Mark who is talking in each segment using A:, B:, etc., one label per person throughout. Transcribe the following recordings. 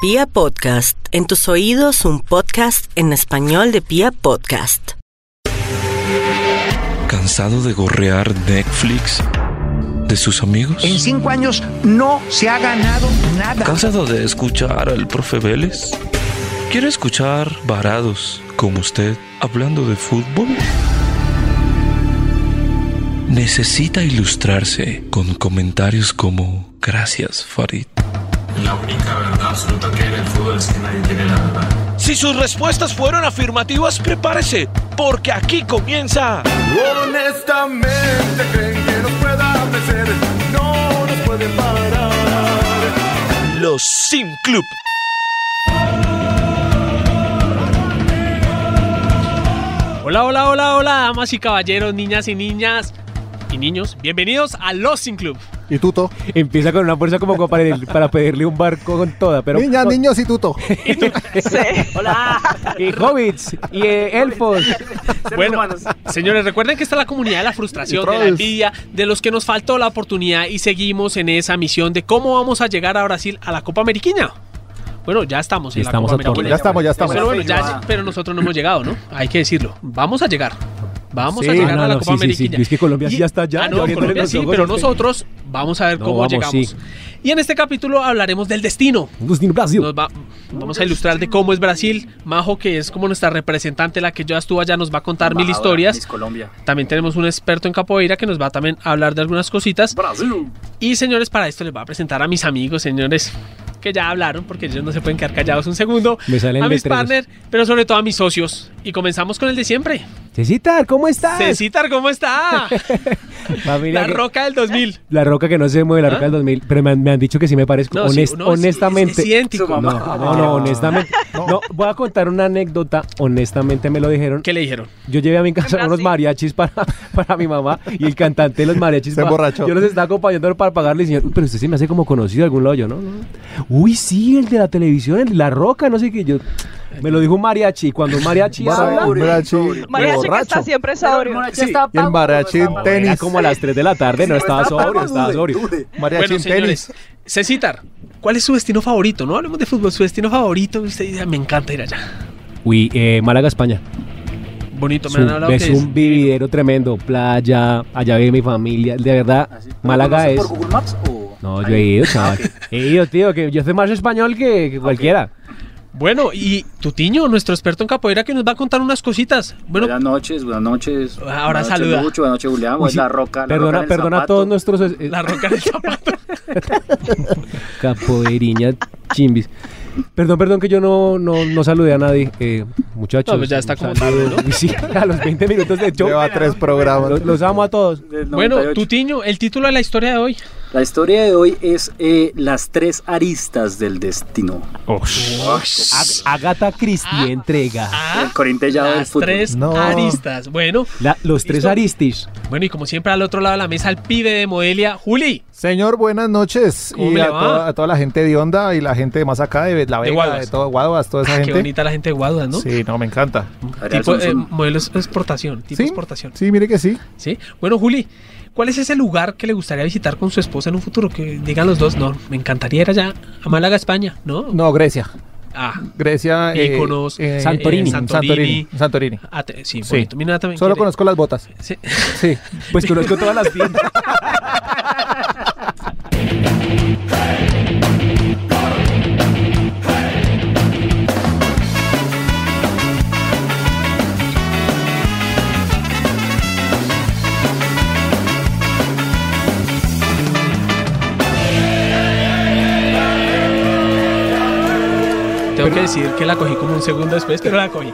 A: Pia Podcast, en tus oídos un podcast en español de Pia Podcast.
B: ¿Cansado de gorrear Netflix de sus amigos?
C: En cinco años no se ha ganado nada.
B: ¿Cansado de escuchar al profe Vélez? ¿Quiere escuchar varados como usted hablando de fútbol? Necesita ilustrarse con comentarios como Gracias, Farid.
D: La única verdad absoluta que hay en el fútbol es que nadie tiene la verdad.
E: Si sus respuestas fueron afirmativas, prepárese, porque aquí comienza.
F: Honestamente creen que nos pueda vencer, no nos pueden parar.
E: Los Sim Club.
G: Hola, hola, hola, hola, damas y caballeros, niñas y niñas y niños. Bienvenidos a Los Sin Club.
H: Y Tuto.
I: Empieza con una fuerza como para, el- para pedirle un barco con toda, pero...
H: Niñas,
I: no-
H: niños y Tuto.
I: Y hobbits, y eh, elfos.
G: Bueno, señores, recuerden que está la comunidad de la frustración, de la envidia, de los que nos faltó la oportunidad y seguimos en esa misión de cómo vamos a llegar a Brasil a la Copa Ameriquina. Bueno, ya estamos en
I: Ya estamos
G: la
I: a
G: Copa Ameriquina.
H: Ya estamos, ya estamos.
G: Pero, bueno,
I: pues
G: ya- pero nosotros no hemos llegado, ¿no? Hay que decirlo. Vamos a llegar. Vamos a
I: Sí,
G: llegar
I: no,
G: a la
I: no,
G: Copa
I: sí, sí, sí.
G: Ameriquina.
I: Es que Colombia sí ya está allá,
G: Ah, no,
I: ya abriéndole
G: Colombia
I: los
G: sí,
I: ojos
G: pero
I: a usted.
G: nosotros vamos a ver
I: No,
G: cómo
I: vamos,
G: llegamos.
I: sí.
G: Y en este capítulo hablaremos del destino.
I: Agustín Brasil.
G: Nos va- vamos a ilustrar de cómo es Brasil. Majo, que es como nuestra representante, la que ya estuvo allá, nos va a contar mil historias.
D: Colombia.
G: También tenemos un experto en capoeira que nos va también a hablar de algunas cositas.
D: Brasil.
G: Y señores, para esto les voy a presentar a mis amigos, señores, que ya hablaron, porque ellos no se pueden quedar callados un segundo.
I: Me salen
G: a mis
I: letreros.
G: partners, pero sobre todo a mis socios. Y comenzamos con el de siempre.
I: Cecitar, ¿cómo estás?
G: Cecitar, ¿cómo está?
I: Familia
G: La
I: que-
G: roca del 2000.
I: la roca que no se mueve, la
G: ¿Ah?
I: roca del 2000. Pero me han, me han dicho que sí me parezco.
G: No, sí,
I: Honest-
G: uno es-
I: honestamente.
G: es idéntico.
I: no, no, no, honestamente. No, voy a contar una anécdota. Honestamente me lo dijeron.
G: ¿Qué le dijeron?
I: Yo llevé a mi casa unos mariachis para, para mi mamá y el cantante de los mariachis.
H: Se
I: va-
H: emborrachó.
I: Yo los estaba acompañando para pagarle y señor, "Uy, pero usted se me hace como conocido de algún lado, yo, ¿no? no". Uy, sí, el de la televisión, el de la roca, no sé qué. Yo, me lo dijo un mariachi y cuando un mariachi habla,
H: Un mariachi
J: Mariachi que está
H: borracho.
J: siempre sobrio.
H: Y el mariachi en
I: era
H: tenis.
I: como a las 3 de la tarde, no estaba sobrio, estaba sobrio.
H: Mariachi
G: bueno,
H: en
G: señores,
H: tenis.
G: Cecitar, ¿cuál es su destino favorito? No hablemos de fútbol, su destino favorito. Usted dice, me encanta ir allá.
I: Uy, eh, Málaga, España.
G: Bonito,
I: Es
G: me han
I: un,
G: hablado que
I: es
G: es-
I: un vividero tremendo, playa, allá vive mi familia. De verdad, Málaga es...
D: Maps o.?
I: No, yo he ido, chaval. He ido, tío, que yo sé más español que, que cualquiera.
G: Bueno, y Tutiño, nuestro experto en capoeira, que nos va a contar unas cositas. Bueno,
K: Buenas noches, buenas noches.
G: Ahora
K: Buenas noches,
G: saluda.
K: Lucho, buenas noches, Julián.
I: Uy,
K: Buenas
I: sí.
K: Ah, la roca. la
I: Perdona,
K: roca en el
I: perdona a
K: zapato.
I: todos nuestros eh,
G: la roca del zapato.
I: capoeiriña chimbis. Perdón, perdón que yo no, no, no saludé a nadie, eh, muchachos.
G: No, pues ya está como
I: un saludo.
G: tarde, ¿no?
I: Uy, Sí, a los 20 minutos de show.
H: Lleva tres programas.
I: Los, los amo a todos.
K: Del 98.
G: Bueno, Tutiño, el título de la historia de hoy.
K: La historia de hoy es eh, las tres aristas del destino.
I: Ag- Agatha Christie entrega
G: Ah,
K: el corintellado del
G: las
K: fútbol.
G: tres
H: No.
G: aristas. Bueno,
I: la- los tres
G: ¿Listo?
I: aristis.
G: bueno, y como siempre, al otro lado de la mesa, el pibe de Modelia, Juli.
H: Señor, buenas noches.
G: ¿Cómo
H: Y
G: me
H: a
G: le va?
H: toda, a toda la gente de Onda y la gente de más acá, de La Vega,
G: Guaduas.
H: de todo Guaduas, toda esa
G: Ah, qué
H: gente.
G: bonita la gente de Guaduas, ¿no?
H: Sí, no, me encanta.
K: Ariel
G: Tipo, eh,
K: Sonsón.
G: modelo es- exportación, tipo
H: Sí,
G: exportación.
H: Sí, mire que sí.
G: ¿sí? Bueno, Juli, ¿cuál es ese lugar que le gustaría visitar con su esposa en un futuro? Que digan los dos, no, me encantaría ir allá a Málaga, España, ¿no?
H: No, Grecia.
G: Ah,
H: Grecia. eh,
G: Íconos,
H: eh,
G: Santorini.
H: eh, Santorini. Santorini.
G: ah, te- sí,
H: Sí.
G: bonito. Mi nana también
H: Solo
G: quiere-
H: conozco las botas.
G: Sí.
H: Sí.
I: Pues conozco todas las tiendas.
G: Tengo que decir que la cogí como un segundo después, pero la cogí.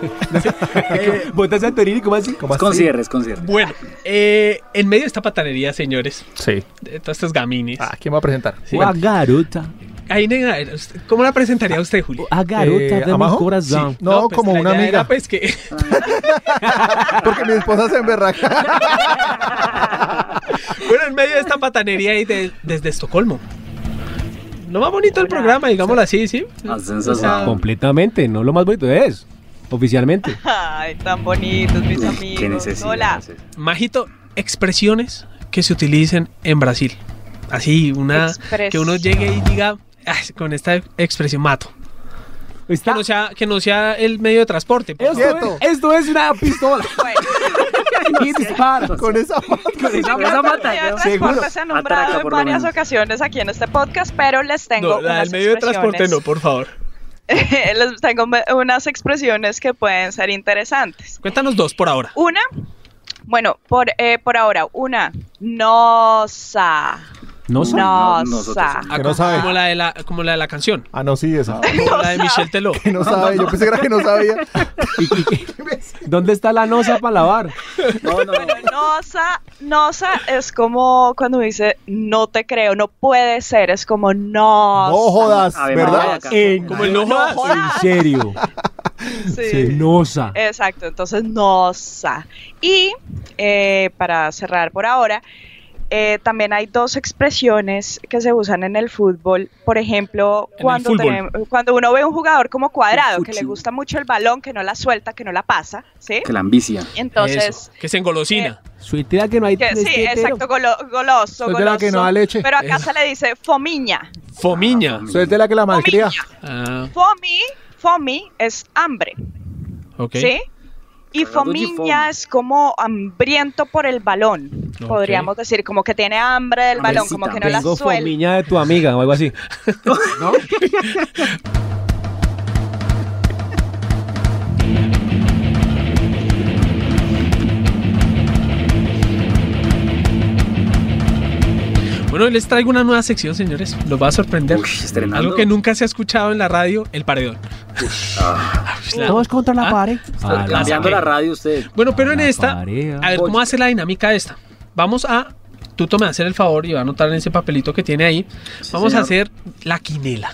K: Eh,
I: ¿Votas Santorini? ¿Cómo así?
H: ¿Cómo así?
K: Con cierres, con cierres.
G: Bueno, eh, en medio de esta patanería, señores,
H: Sí.
G: de todas estas gamines,
H: Ah, ¿quién va a presentar?
G: Sí.
I: A garota,
G: ahí, nena, usted- ¿cómo la presentaría a usted, Juli?
I: a garota
H: Eh,
I: de mi
H: ¿abajo?
I: corazón.
H: no,
G: pues,
H: como
G: la
H: una
G: idea era,
H: amiga.
G: pues, que-
H: Porque mi esposa se emberraca.
G: bueno, en medio de esta patanería y de- desde Estocolmo. Lo más bonito del programa, digámoslo así, ¿sí?
K: Ah, sensacional.
I: Completamente, no lo más bonito es, oficialmente.
J: Ay, tan bonitos mis
K: Uy, Qué
J: amigos.
K: necesidad.
J: Hola.
K: es esa.
G: Majito, expresiones que se utilicen en Brasil. Así, una que uno llegue y diga, "Ah, con esta expresión mato. Que, no sea, que no sea el medio de transporte. por
I: Esto
G: favor.
I: es, esto es una pistola. y dispara.
H: Con esa
I: Con esa
J: Yo
I: mata,
J: el medio de
I: ¿no?
J: transporte se ha
K: Atraca,
J: nombrado en
K: por lo
J: varias
K: menos.
J: ocasiones aquí en este podcast, pero les tengo
G: No, la
J: unas
G: del medio de transporte no,
J: expresiones-
G: por favor.
J: les tengo me- unas expresiones que pueden ser interesantes.
G: Cuéntanos dos por ahora.
J: Una, bueno, por, eh, por ahora, una, nosa.
I: No sé.
J: Nosa.
H: Que no sabe.
G: Ah, Como la de la, como la, de la canción.
H: Ah, no, sí, esa.
G: Como la de Michelle Teló.
H: Que no sabe, yo pensé que era que no sabía.
I: ¿Dónde está la nosa para lavar?
K: No, no, no.
J: Nosa, nosa es como cuando dice no te creo, no puede ser, es como no.
H: No jodas,
K: Ave María,
H: ¿verdad?
K: acá.
I: Eh,
G: Como el no jodas.
I: En serio.
J: Sí.
I: Se nosa.
G: Eh,
J: Exacto, entonces nosa. Y eh, para cerrar por ahora, eh, también hay dos expresiones que se usan en el fútbol. Por ejemplo,
G: el
J: cuando,
G: fútbol.
J: tenem- cuando uno ve un jugador como cuadrado, que le
K: fuchi.
J: gusta mucho el balón, que no la suelta, que no la pasa, ¿sí?
K: Que la ambicia.
J: Entonces,
G: Eso, que se engolosina.
I: Sueltea que no hay.
J: que, sí,
I: testero.
J: exacto, golo- goloso,
H: Soy de la
J: goloso.
H: que no da leche.
J: Pero acá
G: Eso.
J: se le dice fomiña.
G: Fomiña.
H: Suerte la que la malcría.
J: Fomiña.
G: Ah,
J: Fomi, fomi es hambre,
G: ok.
J: ¿sí? Y
K: Cagado de
J: fomiña
K: fomi.
J: es como hambriento por el balón,
G: Ok.
J: podríamos decir, como que tiene hambre del balón, como que no la
I: Tengo
J: suelta.
I: fomiña de tu amiga o algo así. ¿No?
G: Bueno, hoy les traigo una nueva sección, señores. Los va a sorprender.
K: Uy, estrenando.
G: Algo que nunca se ha escuchado en la radio, el paredón. La-
I: Todos contra la
G: Ah.
I: pared.
K: Está
I: Ah, la-
K: Cambiando
G: saqué.
K: la radio usted.
G: Bueno, pero en
I: La
G: esta,
I: pared.
G: a ver cómo hace la dinámica de esta. Vamos a, Tuto me va a hacer el favor y va a anotar en ese papelito que tiene ahí.
K: Sí,
G: Vamos a
K: señor.
G: hacer la quinela,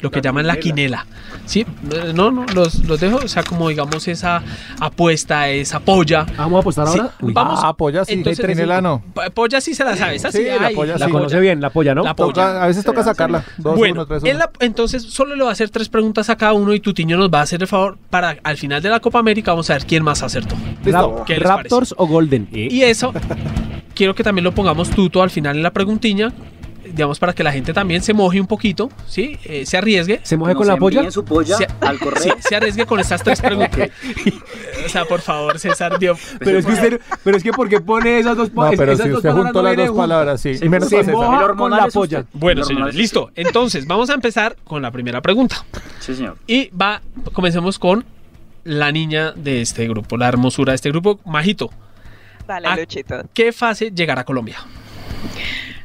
G: lo que llaman la quinela. Sí, no, no, los, los dejo, o sea, como digamos esa apuesta, esa polla.
I: Vamos a apostar
G: Sí,
I: ahora. Uy,
G: vamos.
H: Ah, polla sí,
G: Entonces,
H: que trinela no.
G: Pa- Polla sí se la sabe, esa sí,
H: Sí, la
G: ay,
H: polla
I: La
H: sí.
I: conoce bien, la polla, ¿no?
G: La
H: Toca-
G: polla.
H: a veces toca
K: Sí,
H: sacarla. Dos,
G: bueno,
H: uno, tres,
G: en
H: uno.
G: la- entonces solo le va a hacer tres preguntas a cada uno y Tutiño nos va a hacer el favor para al final de la Copa América vamos a ver quién más acertó.
H: Listo.
I: Rap-
G: ¿Qué les
I: ¿Raptors o Golden? Eh,
G: Y eso, quiero que también lo pongamos tuto al final en la preguntiña, digamos para que la gente también se moje un poquito, ¿sí? Eh, se arriesgue.
I: ¿Se
K: Que
I: moje
K: nos
I: con la
K: envíen
I: polla?
K: su polla
G: Sí.
K: al
G: Sí,
K: correo.
G: se arriesgue con estas tres preguntas. o sea, por favor, César, Dios.
I: Pero es que usted, pero es que ¿por qué pone esas dos
H: No,
I: palabras?
H: pero
I: esas
H: si
I: dos
H: usted
I: palabras
H: juntó
I: no
H: las
I: vienen
H: dos palabras, sí. Y menos
I: Se
H: para César.
I: moja
K: El
I: con
K: hormonal
I: la
K: es usted.
I: polla.
G: Bueno,
K: El
G: señores,
K: hormonal es
G: listo.
K: usted.
G: Entonces, vamos a empezar con la primera pregunta.
K: Sí, señor.
G: Y va, comencemos con la niña de este grupo, la hermosura de este grupo, Majito.
J: Dale,
G: Ah.
J: Luchito.
G: ¿Qué fase llegará Colombia?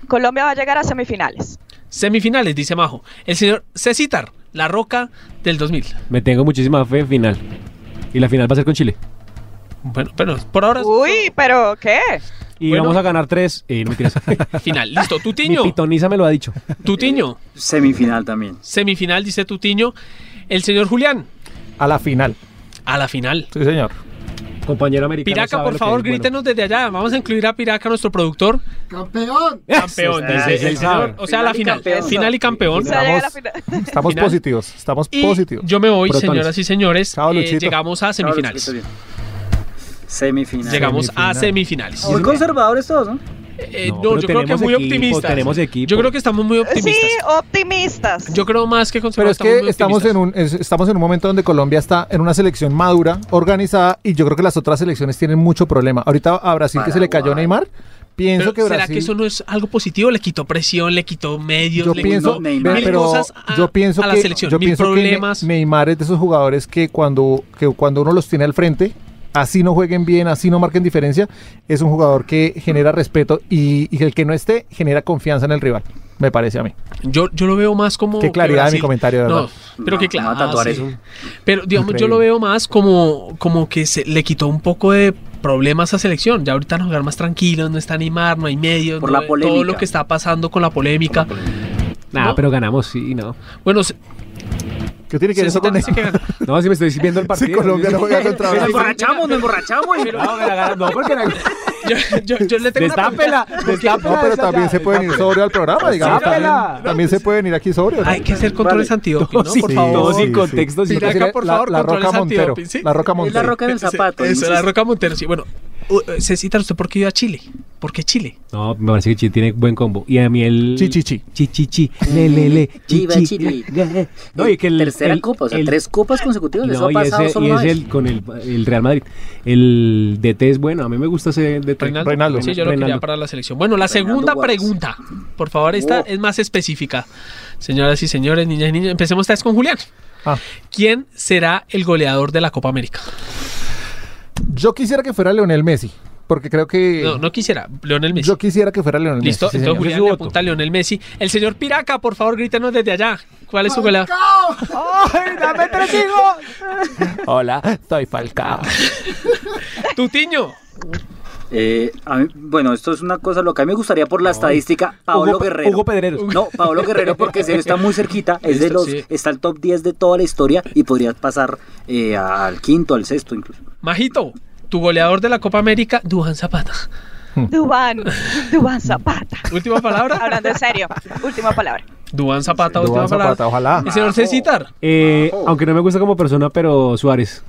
J: Colombia va a llegar a semifinales.
G: Semifinales, dice Majo. El señor Cecitar, la roca del 2000.
I: Me tengo muchísima fe en final. Y la final va a ser con Chile.
G: Bueno, pero por ahora
J: Uy, pero ¿qué?
I: Y
G: Bueno.
I: vamos a ganar tres. Eh, no mentiras.
G: es final. Listo,
I: Mi
G: Tutiño.
I: pitoniza me lo ha dicho.
G: Tutiño.
K: Semifinal también.
G: Semifinal, dice Tutiño. El señor Julián,
H: A la final.
G: a la final.
H: Sí, señor.
I: Compañero americano.
G: Piraca,
I: sabe
G: por
I: lo que
G: favor,
I: es bueno.
G: grítenos desde allá. Vamos a incluir a Piraca, nuestro productor. Campeón,
I: Eso,
G: dice
I: eso,
G: el
I: eso.
G: señor. O sea,
K: Final
G: la final.
K: y campeón.
G: Final y campeón.
J: O sea, llega a la final.
H: Estamos
G: Final.
H: positivos. Estamos
G: Y
H: positivos.
G: yo me voy,
I: Protones.
G: señoras y señores.
H: Chao,
G: Eh,
H: Luchito.
G: llegamos a
K: Claro,
G: semifinales.
K: lo escucho bien. Semifinal.
G: Llegamos a
H: Semifinal.
G: semifinales.
K: Muy conservadores todos, ¿no?
G: Eh,
I: No,
G: no,
I: pero
G: yo creo que
I: tenemos
G: muy
I: equipo,
G: optimistas.
I: tenemos equipo.
G: Yo creo que estamos muy
J: Sí,
G: optimistas.
J: optimistas.
G: Yo creo más que
H: Pero es
G: conservadores.
H: que estamos en, un, es- estamos en un momento donde Colombia está en una selección madura, organizada, y yo creo que las otras selecciones tienen mucho problema. Ahorita a Brasil que se le cayó
K: Paraguay.
H: Neymar, pienso
G: Pero,
H: que Brasil...
G: ¿Será que eso no es algo positivo? Le quitó presión, le quitó medios,
H: yo
G: le
H: pienso,
G: quitó
K: no, Neymar.
G: mil
H: pero
G: cosas a,
H: yo pienso
G: a la
H: que,
G: selección,
H: yo
G: mil
H: pienso que Ne-
G: problemas.
H: Neymar es de esos jugadores que cuando, que cuando uno los tiene al frente, así no jueguen bien, así no marquen diferencia, es un jugador que genera respeto y, y el que no esté genera confianza en el rival, me parece a mí.
G: Yo, yo lo veo más como.
H: Qué
G: que
H: claridad de mi
G: Brasil-
H: comentario, de verdad.
G: No, pero
K: No,
G: que
K: me va a
G: claro.
K: tatuar
G: sí.
K: eso.
G: Pero digamos, yo lo
H: Increíble.
G: veo más como, como que se le quitó un poco de problemas a selección. Ya ahorita nos jugar más tranquilos, no está Neymar, no hay medios,
K: Por
G: no-
K: la
G: todo
K: polémica.
G: lo que está pasando con la polémica.
I: Nah,
G: ¿No?
I: pero ganamos, sí, no.
G: Bueno, se-
H: ¿Qué tiene que ver
G: se-
H: eso con
G: se-
H: eso?
I: No, si me estoy viendo el partido.
H: Si Colombia no juega contra
K: Nos
H: Brasil.
K: emborrachamos, nos emborrachamos. y-
I: No, me la ganamos. No, porque la...
G: yo, yo- yo le tengo una
I: Destápela, destápela
H: No, pero
I: esa
H: también
I: ya,
H: se pueden ir
I: destápela.
H: sobrio al programa, digamos.
I: Sápela.
H: También, también se pueden ir aquí sobrio.
G: Hay que hacer controles
K: Vale.
G: antidoping, ¿no?
H: Sí,
G: Por
H: sí,
G: favor.
I: Todo sin
H: sí.
I: contexto, sin
G: Piraca,
H: Mira,
G: por
H: Eh, la-
G: favor,
H: la,
G: controles
H: Roca Montero.
G: antidoping, ¿sí?
H: La Roca
K: Es la
H: Montero.
K: roca del zapato.
G: Eso,
K: ¿no?
G: la Roca Montero, sí. Bueno, Uh, Cecita, ¿usted por qué iba a Chile? ¿Por qué Chile?
I: No, me parece que Chi tiene buen combo. Y a mí el.
H: Chi, chi, chi.
I: Chi, chi, chi. Le, le, le. Chi,
K: Viva
I: chi.
K: Chile.
I: Ga- No, y que el.
K: Tercera
I: el-
K: copa, o sea,
I: el-
K: tres copas consecutivas. eso
I: No,
K: ha
I: y
K: pasado
I: ese,
K: solo
I: y
K: una
I: es
K: vez.
I: el con el, el Real Madrid. El DT es bueno, a mí me gusta ese DT.
G: Reinaldo.
H: Reinaldo.
G: Sí, yo lo quería
I: Reinaldo.
G: para la selección. Bueno, la
K: Reinaldo
G: segunda
K: Guardes.
G: pregunta. Por favor, esta
K: Oh.
G: es más específica. Señoras y señores, niñas y niños, empecemos esta vez con Julián.
H: Ah,
G: ¿Quién será el goleador de la Copa América?
H: yo quisiera que fuera Leonel Messi, porque creo que.
G: No, no quisiera. Leonel Messi.
H: Yo quisiera que fuera Leonel
G: Listo,
H: Messi. sí,
G: entonces
H: señor.
G: Julián
I: Yo soy
G: le
I: voto.
G: apunta a Leonel Messi. El señor Piraca, por favor, grítenos desde allá. ¿Cuál
K: Oh
G: es su goleador?
H: Hola, soy Falcao.
G: Tutiño.
K: Eh, a mí- bueno, esto es una cosa lo que a mí me gustaría por la estadística, Paolo
I: Hugo Pe-
K: Guerrero.
I: Hugo Pedreros.
K: No, Paolo Guerrero porque se está muy cerquita, es de
G: Listo,
K: los
G: sí.
K: está el top 10 de toda la historia y podría pasar eh, al quinto, al sexto incluso.
G: Majito, tu goleador de la Copa América, Duhan Zapata.
J: Dubán, Dubán Zapata.
G: Última palabra.
J: Hablando en serio, última palabra.
G: Duhan Zapata, última
H: Duván Zapata,
G: palabra.
H: ojalá.
G: El señor Cecitar,
I: Eh, aunque no me gusta como persona, pero Suárez.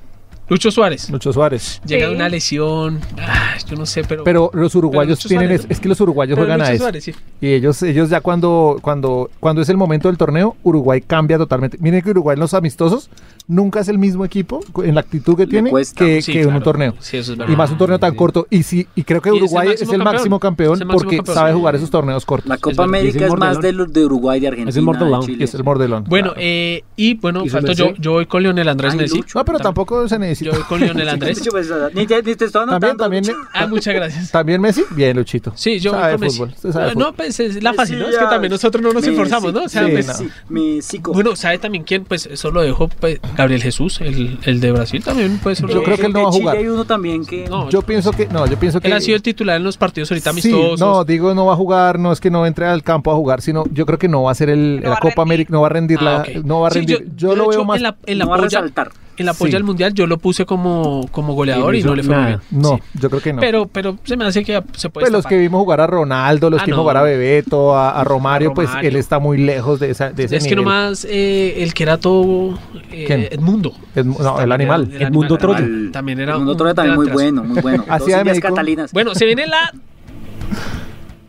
G: Lucho Suárez.
H: Lucho Suárez.
G: Llega de
J: Sí.
G: una lesión. ay, yo no sé, pero.
H: Pero los uruguayos
G: Lucho
H: tienen.
G: Suárez,
H: es, es que los uruguayos
G: pero
H: juegan
G: Lucho
H: a eso.
G: Suárez, sí.
H: Y ellos, ellos ya cuando, cuando, cuando es el momento del torneo, Uruguay cambia totalmente. Miren que Uruguay en los amistosos nunca es el mismo equipo en la actitud que tiene
K: cuesta,
H: que,
G: Sí,
H: que en
G: claro.
H: un torneo.
G: Sí, eso es
H: Y
G: verdad.
H: más un torneo tan corto. Y sí, y creo que
G: Y es el
H: Uruguay es el,
G: máximo campeón.
H: máximo campeón
G: Es el máximo
H: porque
G: campeón,
H: sabe
G: sí.
H: jugar esos torneos cortos.
K: La Copa
G: verdad.
I: Y
K: América
I: ese
K: es más
I: Mordelón.
K: de los de Uruguay, de Argentina,
I: Mordelón,
K: de Chile.
H: que es el mordelón.
G: Bueno,
H: Claro.
G: eh, y bueno,
I: ¿Y su
G: falto
I: merced?
G: yo. Yo voy con Leonel Andrés
K: Ay,
G: Messi.
K: Lucho.
H: no, pero tampoco se
G: Yo
H: necesita.
G: voy con Leonel Andrés.
K: Yo pensaba, Ni te, ni te estoy
H: También,
K: anotando.
H: también,
G: Ah, muchas gracias.
H: también Messi, bien Luchito.
G: Sí, yo
H: Sabe
G: voy con
H: de
G: Messi.
H: fútbol, usted sabe de
G: no,
H: fútbol.
G: pues es la fácil, ¿no? Es que
K: Mesías,
G: también nosotros no nos
K: Messi,
G: esforzamos, ¿no? O sea,
H: Sí,
G: pues,
H: no.
K: Messi, Mesico.
G: Bueno, ¿sabe también quién? Pues eso lo dejó pues, Gabriel Jesús, el, el de Brasil también. Pues,
H: Yo creo que él no
K: de
H: va a jugar.
K: Chile hay uno también que
G: No,
H: Yo pienso que no, yo pienso que
G: él ha sido el titular en los partidos ahorita
H: Sí,
G: amistosos.
H: no, digo, no va a jugar, no es que no entre al campo a jugar, sino yo creo que no va a ser el,
J: No
H: la
J: va a
H: Copa
J: rendir.
H: América, no va a rendir,
G: Ah,
H: la,
G: ok.
H: no va a
G: Sí,
H: rendir. yo,
G: de
H: lo veo
G: hecho,
H: más,
G: En la, en la
K: no va a
G: polla-
K: resaltar.
G: en la
H: Sí.
G: polla al mundial yo lo puse como, como goleador y,
I: Y no
G: no
I: hizo
G: le fue muy
I: nada.
G: bien.
H: no,
G: Sí.
H: yo creo que no.
G: Pero, pero se me hace que se puede
H: pues los que
G: destapar.
H: vimos jugar a Ronaldo, los
G: Ah,
H: que vimos
G: no.
H: jugar a Bebeto, a, a Romario, pues
G: Romario.
H: él está muy lejos de, esa, de ese
G: Es que
H: nivel.
G: nomás eh, el que era todo
H: ¿Quién?
G: eh, Edmundo.
H: Es- no, el animal.
I: El mundo
G: animal.
I: Troya.
K: Al-
G: También era
K: un
G: un
K: otro también muy
G: delanterazo.
K: bueno, muy bueno.
H: Hacía
K: Dos
H: de
K: sillas
H: médico.
K: catalinas.
G: Bueno, se viene la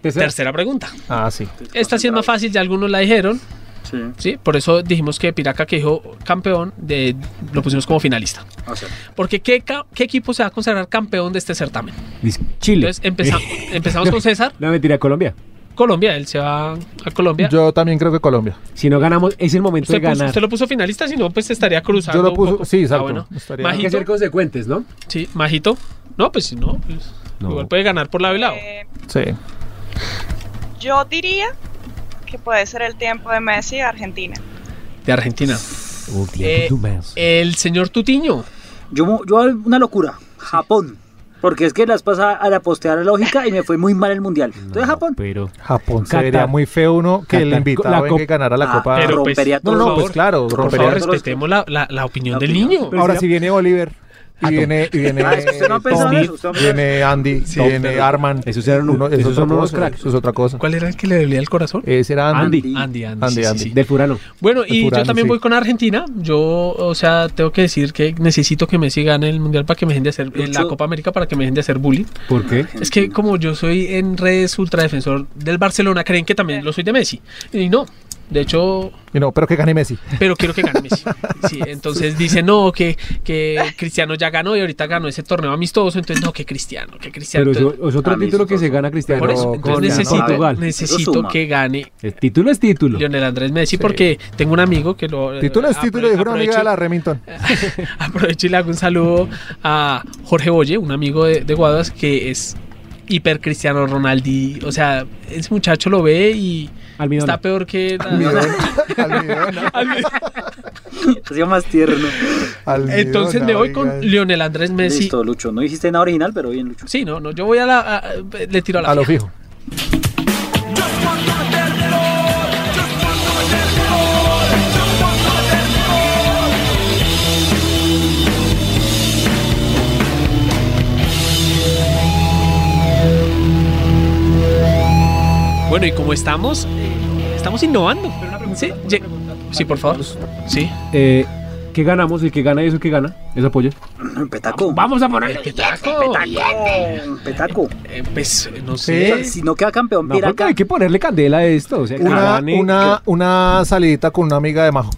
I: Tercera.
G: tercera pregunta.
H: Ah, sí.
G: Esta sí es más fácil, ya algunos la dijeron,
K: Sí,
G: ¿sí? Por eso dijimos que Piraca que dijo campeón, de, lo pusimos como finalista.
K: o sea,
G: Porque ¿qué, ca- qué equipo se va a considerar campeón de este certamen?
I: Dice, Chile.
G: Entonces empeza- empezamos con César,
I: No, mentira, Colombia.
G: Colombia, él se va a Colombia.
H: Yo también creo que Colombia.
I: Si no ganamos, es el momento
G: usted,
I: de
G: puso,
I: ganar.
G: usted lo puso finalista, si no, pues estaría cruzando.
H: Yo lo
G: un
H: puse-
G: poco. Ah,
H: sí, exacto,
G: bueno.
H: estaría-
I: Hay que
G: Majito,
I: ser consecuentes, ¿no?
G: sí, Majito. No, pues si no, pues,
I: No.
G: igual puede ganar por lado y lado.
J: Eh,
H: Sí.
J: yo diría que puede ser el tiempo de Messi a Argentina.
G: De Argentina.
I: Oh, Diego
G: Eh,
I: Dumas.
G: El señor Tutiño.
K: Yo, mo- yo una locura, Japón. Porque es que las pasa a la posteada lógica y me fue muy mal el mundial. Entonces Japón.
G: pues,
I: Pero.
H: Japón
I: Qatar.
H: se vería muy feo uno que el
I: Qatar. La
H: invitado en
I: Cop-
H: que ganara la
K: Ah,
H: Copa.
G: pero pues,
K: rompería
H: no,
K: todo.
H: no,
G: favor,
H: pues claro,
K: por
G: Por
H: rompería.
G: favor,
K: Pero-
G: respetemos la, la- la opinión
K: La
G: del
K: opinión.
G: niño.
I: Pero
H: Ahora
I: si ya-
H: si viene Bolívar y
I: Atom.
H: viene y viene
K: Ah, es que usted no ha pensado en
H: Tony,
K: eso, usted no ha pensado en
H: viene Andy, viene Arman.
I: Esos eran un-
H: Uno- es
I: esos
H: otra
I: son unos
H: cosa,
I: cracks.
H: Eso es otra cosa. Eh,
G: ¿Cuál era el que le dolía el corazón?
H: Ese era Andy.
I: Andy.
G: Andy, Andy.
H: Andy,
G: sí, sí,
H: Andy.
G: sí.
I: Del Furano.
G: Bueno, y yo
H: Furano,
G: también
H: sí.
G: voy con Argentina. Yo, o sea, tengo que decir que necesito que Messi gane el mundial para que me dejen de hacer eh, la
K: Lucho.
G: Copa América para que me dejen de hacer bullying.
I: ¿Por qué?
G: Es que como yo soy en redes ultradefensor del Barcelona, creen que también lo soy de Messi. Y no. De hecho,
H: Y no, pero que gane Messi.
G: pero quiero que gane Messi. Sí, entonces dice, no, que, que Cristiano ya ganó y ahorita ganó ese torneo amistoso. Entonces, no, que Cristiano, que Cristiano.
I: Pero
G: Entonces,
I: eso- es otro
K: A mí
I: título
K: eso
I: que se
K: pasó.
I: gana Cristiano.
G: por Ah, eso,
H: Pero
G: entonces
H: con-
G: necesito,
K: Portugal. Eso
G: necesito
K: suma.
G: que gane
I: El título es título.
G: Lionel Andrés Messi
H: Sí.
G: porque tengo un amigo que lo...
H: Título es título, dijo una amiga de la Remington.
G: Aprovecho y le hago un saludo a Jorge Boye, un amigo de, de Guaduas que es hiper Cristiano Ronaldi. O sea, ese muchacho lo ve y
I: Almidón.
G: está peor que... la-
H: Almidón, almidón,
K: Hacía más tierno.
H: almidón,
G: Entonces me voy con
H: oiga.
G: Lionel Andrés Messi.
K: Listo, Lucho. No hiciste nada original, pero bien, Lucho.
G: Sí, no, no, yo voy a la... a- le tiro a la...
H: A lo
G: fija.
H: fijo.
G: Bueno, y como estamos, eh, estamos innovando. ¿Sí? Ye- sí, por favor. Sí.
I: Eh, ¿Qué ganamos? El que gana y eso que gana. Eso apoya.
K: Petaco.
G: Vamos a poner petaco.
K: Petaco. Petaco.
G: pues no
H: sé.
K: O sea, si no queda campeón,
I: No, porque
K: Piraca.
I: hay que ponerle candela a esto. O sea, que
H: Una,
I: gane.
H: una, una salidita con una amiga de Majo.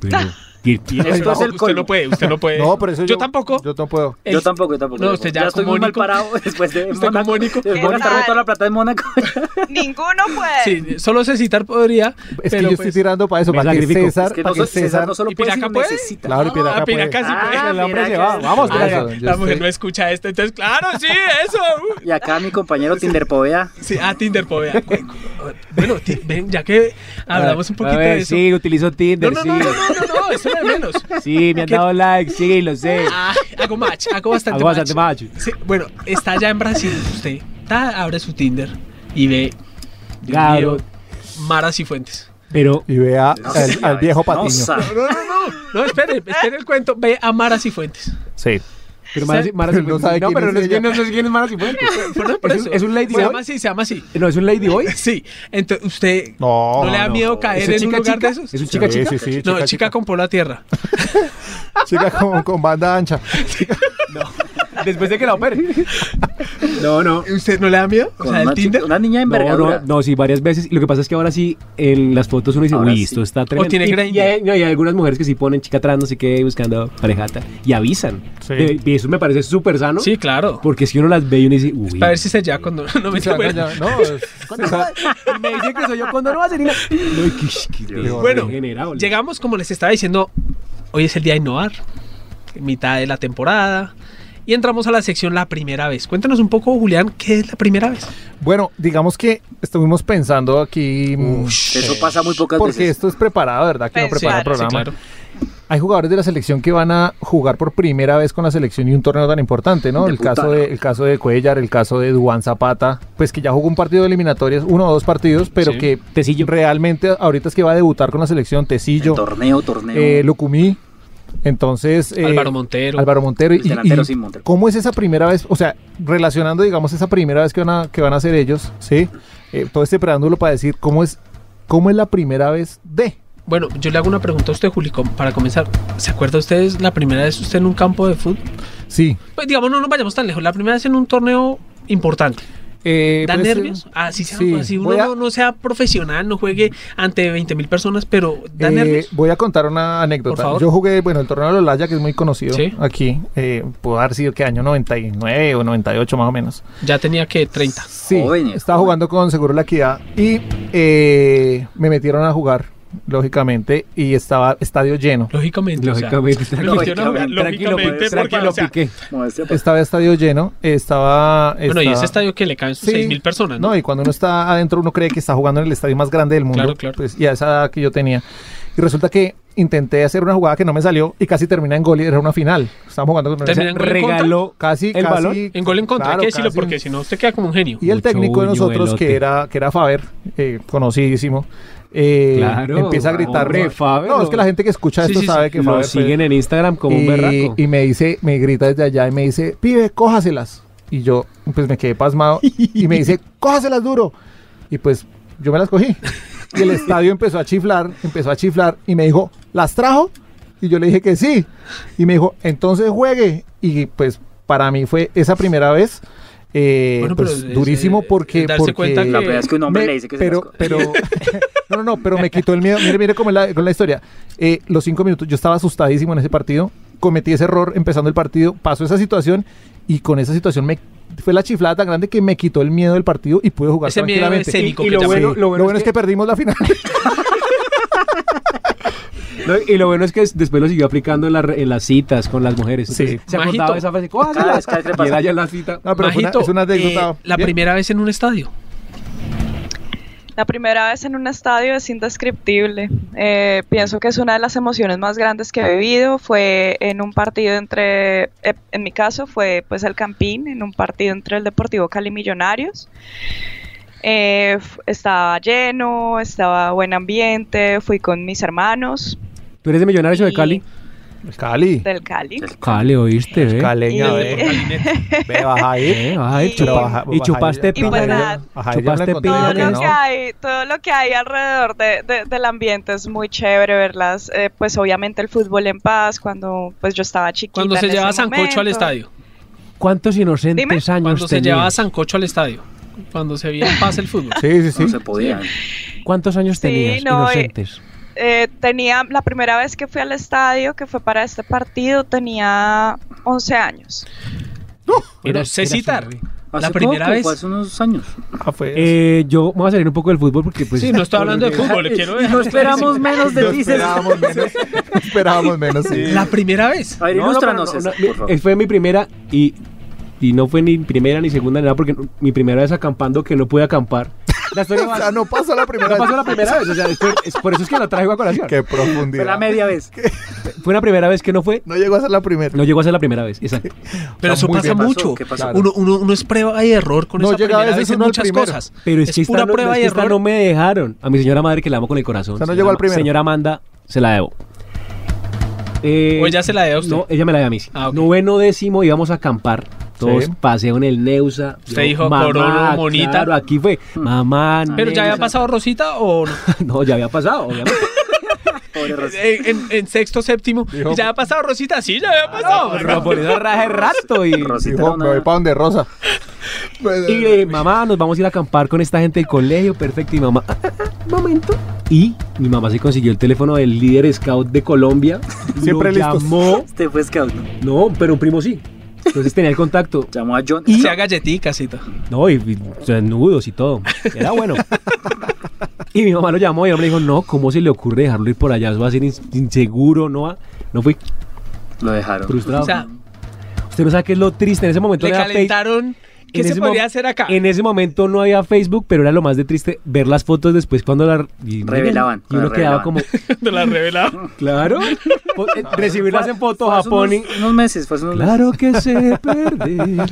I: Que- que-
H: Ay,
G: Esto es
H: no,
G: el usted no puede, usted no puede.
H: No, por eso
G: Pues, yo, tampoco.
H: Yo no puedo.
K: Yo tampoco, yo tampoco.
G: Este, No, usted ya Este,
K: estoy
G: como
K: muy mal
G: Nico.
K: parado después de
G: Usted como
K: Mónaco.
G: Nico.
K: Después de
J: ¿Qué
K: gastarme
J: tal?
K: toda la plata de Mónaco.
J: Ninguno puede.
G: Sí, solo citar podría.
H: Es que
G: pero,
H: yo
G: pues,
H: estoy tirando para eso,
I: me
H: para que
I: sacrifico.
H: César,
K: Es que no,
H: para
K: so-
H: que
K: César,
H: César,
K: no solo
G: ¿Y
K: puede,
G: Piraca
K: sino
G: puede?
K: necesita.
H: Claro, y Piraca
G: Ah,
H: puede.
G: Piraca sí
K: Ah,
G: puede.
I: El hombre
K: Piraca
I: se va.
K: es-
I: Vamos,
H: Por
G: Ah,
I: Piraca.
H: eso, yo
G: la mujer
H: estoy-
G: no escucha esto, entonces, claro, sí, eso. Uh,
K: Y acá mi compañero Tinder Povea.
G: Sí, ah, Tinder, po, vea. Bueno, ti- ven, ya que hablamos un
I: A
G: poquito
I: ver,
G: de eso.
I: Sí, utilizo
G: no,
I: Tinder,
G: no,
I: sí.
G: no, no, no, no, no, eso era menos.
I: Sí, me han
G: ¿Qué?
I: dado like, sí, lo sé.
G: Ah, hago match, hago bastante
I: Hago bastante
G: match.
I: macho.
G: Sí, bueno, está allá en Brasil usted. ta- abre su Tinder y ve. Dios
I: Claro.
G: mío, Maras y Fuentes.
I: Pero
H: Y vea
K: No,
H: al,
K: sí,
H: al viejo
K: no,
H: Patiño.
K: sabe.
G: No, no, no, no, espere, espere el cuento. Ve a Maras y Fuentes.
H: Sí.
I: Pero Mara, sí- Mara
H: No
I: sí fue-
H: sabe
I: no,
H: quién
I: pero
H: es
I: no sé
H: ella.
I: quién, no sé quién es Mara Cifuentes.
G: Bueno, por
I: ¿Es
G: eso.
I: un- es un
G: Se
I: ladyboy?
G: llama así, se llama así.
I: ¿No es un ladyboy?
G: Sí, entonces usted
H: No,
G: no, le da
H: no.
G: miedo
I: ¿Es
G: caer en
I: un
G: un
I: chica
G: lugar
I: chica?
G: de esos.
I: ¿Es un chica
H: Sí,
I: chica?
H: sí, sí,
G: no, chica, con polo a tierra.
H: Chica con, con banda ancha.
I: Después de que la opere. No, no.
G: ¿Usted no le da miedo? O
K: Con
G: sea, el
K: una, chica-
G: Tinder.
K: una niña de
I: No,
K: envergadura.
I: no, no, sí, varias veces. Y Lo que pasa es que ahora sí, en las fotos uno dice,
K: Ahora
I: uy,
K: sí.
I: esto está tremendo.
G: tiene
I: y,
G: Grindr.
I: y hay, no, y hay algunas mujeres que sí ponen chica trans, no sé qué, buscando parejata. Y avisan.
H: Sí.
I: De- y eso me parece súper sano.
G: Sí, claro.
I: Porque si uno las ve y uno dice, uy.
G: Para ver si se lleva cuando no me
H: Se van
G: bueno.
H: allá. No, es- César-
I: Y me dicen que soy yo cuando no va a ser ni la- No, y que- que-
G: Bueno,
I: degenerado.
G: Llegamos, como les estaba diciendo, hoy es el día de innovar, en mitad de la temporada. Y entramos a la sección la primera vez. Cuéntanos un poco, Julián, ¿qué es la primera vez?
H: Bueno, digamos que estuvimos pensando aquí. mm,
K: Eso pasa muy pocas
H: Porque
K: veces.
H: esto es preparado, ¿verdad? Que no
J: Pensar,
H: prepara el
J: sí,
H: programa.
G: Pues claro.
H: Hay jugadores de la selección que van a jugar por primera vez con la selección y un torneo tan importante, ¿no?
K: De
H: el,
K: putada.
H: caso de, el caso de Cuellar, el caso de Duan Zapata, pues que ya jugó un partido de eliminatorias, uno o dos partidos, pero
G: Sí.
H: que
I: Tecillo.
H: realmente ahorita es que va a debutar con la selección
K: El
H: Tecillo,
K: torneo, torneo.
H: eh, Lucumí. Entonces, eh,
G: Álvaro Montero.
H: Álvaro Montero.
K: El delantero, sí, Montero.
H: ¿Cómo es esa primera vez? O sea, relacionando, digamos, esa primera vez que van a, que van a hacer ellos, ¿sí? Eh, todo este preámbulo para decir cómo es, cómo es la primera vez de.
G: Bueno, yo le hago una pregunta a usted, Juli, com- para comenzar. ¿Se acuerda ustedes la primera vez usted en un campo de fútbol?
H: Sí.
G: Pues digamos, no nos vayamos tan lejos. La primera vez en un torneo importante.
H: Eh,
G: ¿Da
H: pues, eh,
G: nervios? Ah, Así sea,
H: sí.
G: así uno
H: Voy a-
G: no, no sea profesional, no juegue ante 20 mil personas, pero ¿da
H: Eh,
G: nervios?
H: Voy a contar una anécdota.
G: Por favor.
H: Yo jugué, bueno, el torneo de Olaya, que es muy conocido
G: Sí.
H: aquí. Eh, pudo haber sido que año 99 o 98 más o menos.
G: Ya tenía que 30.
H: Sí,
K: Jóvenes,
H: estaba
K: jóvenes.
H: jugando con Seguro La Equidad y eh, me metieron a jugar, lógicamente, y estaba estadio lleno.
G: Lógicamente. o sea,
I: Lógicamente,
G: me
I: tranquilo,
G: metieron a jugar,
I: tranquilo,
G: lógicamente, porque,
I: tranquilo,
G: o sea,
I: Piqué.
K: Como decía, pues,
H: Estaba estadio lleno, estaba...
G: Bueno, y
H: estaba-
G: ese estadio que le caen sus
H: Sí.
G: 6 mil personas, ¿no?
H: No, y cuando uno está adentro, uno cree que está jugando en el estadio más grande del mundo.
G: Claro, claro.
H: Pues, y a esa edad que yo tenía. Y resulta que intenté hacer una jugada que no me salió y casi termina en gol y era una final. Estábamos jugando con
G: Termina en gol en contra.
I: Regaló
H: Casi,
I: el
H: casi-
I: balón.
G: En gol en contra,
H: Claro,
G: hay que decirlo
H: casi.
G: porque si no usted queda como un genio.
H: Y el
I: Mucho
H: técnico de nosotros,
I: buñuelote.
H: que era, que era Faber, eh, conocidísimo, eh,
I: Claro,
H: empieza a gritar.
I: hombre,
H: no,
I: Faber,
H: no,
I: lo-
H: es que la gente que escucha
G: Sí,
H: esto
G: sí, sí.
H: sabe que
I: Lo
H: Faber. pues, fue-
I: siguen en Instagram como un
H: y-
I: berraco.
H: Y me dice, me grita desde allá y me dice, pibe, cójaselas. Y yo, pues me quedé pasmado. Y me dice, cójaselas duro. Y pues yo me las cogí. Y el estadio empezó a chiflar, empezó a chiflar. Y me dijo, ¿las trajo? Y yo le dije que sí. Y me dijo, entonces juegue. Y pues para mí fue esa primera vez. eh,
G: Bueno, pero
H: pues
G: es,
H: durísimo
G: eh,
H: porque,
G: darse
H: porque
G: cuenta que-
K: La verdad es que un hombre
H: me-
K: le dice que se
H: pero,
K: las co-
H: pero, no, no, no, pero me quitó el miedo. Mire, mire cómo es la, con la historia. Eh, los cinco minutos, yo estaba asustadísimo en ese partido. Cometí ese error empezando el partido. Pasó esa situación y con esa situación me fue la chiflada tan grande que me quitó el miedo del partido y pude jugar
G: Ese miedo
H: tranquilamente.
G: escénico
H: Y- y
G: que
H: lo,
G: llaman.
H: bueno,
I: Sí.
H: lo bueno es, que... perdimos la final.
I: No, y lo bueno es que es- después lo siguió aplicando en, la re- en las citas con las mujeres.
H: Sí.
I: Entonces, Se
G: Majito.
I: acordaba de esa frase. "Cójaselas".
K: Cada vez- cada vez que le
I: Y
K: pasa.
I: era ya en la cita.
H: No, pero fue una-
G: Majito,
H: es una anécdota.
G: eh, la
H: Bien.
G: primera vez en un estadio.
J: La primera vez en un estadio es indescriptible. Eh, pienso que es una de las emociones más grandes que he vivido. Fue en un partido entre, eh, en mi caso fue pues el Campín, en un partido entre el Deportivo Cali y Millonarios. Eh, f- estaba lleno, estaba buen ambiente, fui con mis hermanos.
I: ¿Tú eres de Millonarios o de
J: Y-
I: Cali?
H: El Cali.
J: Del Cali.
I: Cali, oíste, ve.
H: Caleña,
J: Y-
H: ve. Ve, baja ahí.
I: Eh, ay,
J: Y-
I: chupa-
H: Pero baja-
I: y
H: baja
I: chupaste
H: ahí,
J: Y
I: piña.
J: pues
H: baja ahí,
J: nada,
I: ¿no?
H: baja ahí, ya
I: Chupaste
H: le conté
I: piña,
J: todo
H: que
J: lo
H: no.
J: que hay, todo lo que hay alrededor de, de- del ambiente es muy chévere verlas. eh, pues obviamente el fútbol en paz cuando pues yo estaba chiquita.
G: Cuando se
J: en
G: llevaba
J: ese
G: Sancocho al
J: momento.
G: estadio.
I: ¿Cuántos inocentes
J: Dime.
I: años
G: Cuando se
I: tenías?
G: llevaba Sancocho al estadio. Cuando se veía en paz el fútbol.
H: Sí, sí,
K: No
H: sí.
K: se podían.
I: ¿Cuántos años
J: Sí,
I: tenías
J: no, eh,
I: inocentes?
J: Eh, tenía la primera vez que fui al estadio, que fue para este partido, tenía 11 años.
G: Pero
I: Era-
G: sé
I: era
G: citar.
I: su-
G: La
K: Hace
G: primera
K: poco,
G: vez.
K: fue hace unos años.
H: Ah, fue eso.
I: Eh, yo me voy a salir un poco del fútbol porque pues...
G: Sí, no estoy hablando de fútbol, le quiero
K: Y no
G: dejar
K: esperamos menos de
H: No
K: ti. César.
H: esperábamos menos. Esperábamos menos, sí.
G: La primera vez.
K: A ver,
I: No, no, pero
K: ilústranos,
I: no,
K: César,
I: no,
K: por favor.
I: eh, Fue mi primera y, y no fue ni primera ni segunda ni nada porque mi primera vez acampando que no pude acampar. La historia
H: O
I: va-
H: sea, no pasó la primera
I: no pasó
H: vez.
I: la primera vez, o sea, es por, es por eso es que la traigo a colación.
H: Qué
K: Fue la
H: profundidad.
K: media vez.
I: Fue una primera vez que no fue,
H: No llegó a ser la primera.
I: no llegó a ser la primera vez, exacto.
G: Pero eso
H: muy
G: pasa
H: bien. ¿Qué pasó?
G: mucho.
K: ¿Qué pasó?
H: Claro.
G: Uno, uno, uno es prueba y error con
H: No
G: esa
H: llega
G: primera
H: a veces
G: vez en
H: uno al
G: muchas
H: primero.
G: cosas.
I: Pero es, que esta
G: pura
I: no-
G: prueba
I: es
G: y
I: que esta
G: error.
I: no me dejaron. A mi señora madre que la amo con el corazón.
H: O sea, no
I: se
H: llegó al
I: llama-
H: primero.
I: Señora Amanda, se la debo. Eh,
G: O ella se la debe a usted.
I: No, ella me la debe a mí. sí.
G: Ah, ok.
I: Noveno décimo íbamos a acampar. Todos
H: Sí.
I: paseo en el Neusa.
G: Usted dijo, "Corolo, monita".
I: Claro, aquí fue. Mamá,
G: Pero ya había
I: Neusa.
G: pasado Rosita o no?
I: no, ya había pasado, obviamente.
K: Pobre Rosy.
G: en, en- en sexto, séptimo.
H: Dijo-
G: ya ha pasado Rosita, sí, ya había pasado.
I: Pero por eso raje rato y.
K: Rosita era
H: Dijo,
K: una-
H: me voy para donde Rosa.
I: Y eh, mamá, nos vamos a ir a acampar con esta gente del colegio, perfecto. Y mamá, "Ah, ah, ah, momento. Y mi mamá se consiguió el teléfono del líder scout de Colombia.
H: Siempre
I: lo
H: listos.
I: llamó.
K: Este fue scout. ¿no?
I: No, pero un primo sí. Entonces tenía el contacto.
K: Llamó a John.
G: Se haga galleticas y todo.
I: No, y, y desnudos y todo. Era bueno. Y mi mamá lo llamó y el hombre dijo, no, ¿cómo se le ocurre dejarlo ir por allá? Eso va a ser in- inseguro, no va. No fui
K: Lo dejaron.
I: frustrado.
G: O sea,
I: Usted no sabe qué es lo triste. En ese momento
G: le
I: no era Face-
G: calentaron. ¿Qué
I: en
G: se
I: ese
G: podría
I: mom-
G: hacer acá?
I: En ese momento no había Facebook, pero era lo más de triste ver las fotos después cuando la y-
K: Revelaban,
I: Y uno
K: la revelaban.
I: quedaba como,
G: De la revelada.
I: claro, po- eh, recibirlas en foto
K: Fue hace
I: Japón y.
K: unos, unos meses, fue hace unos
I: Claro que se perder.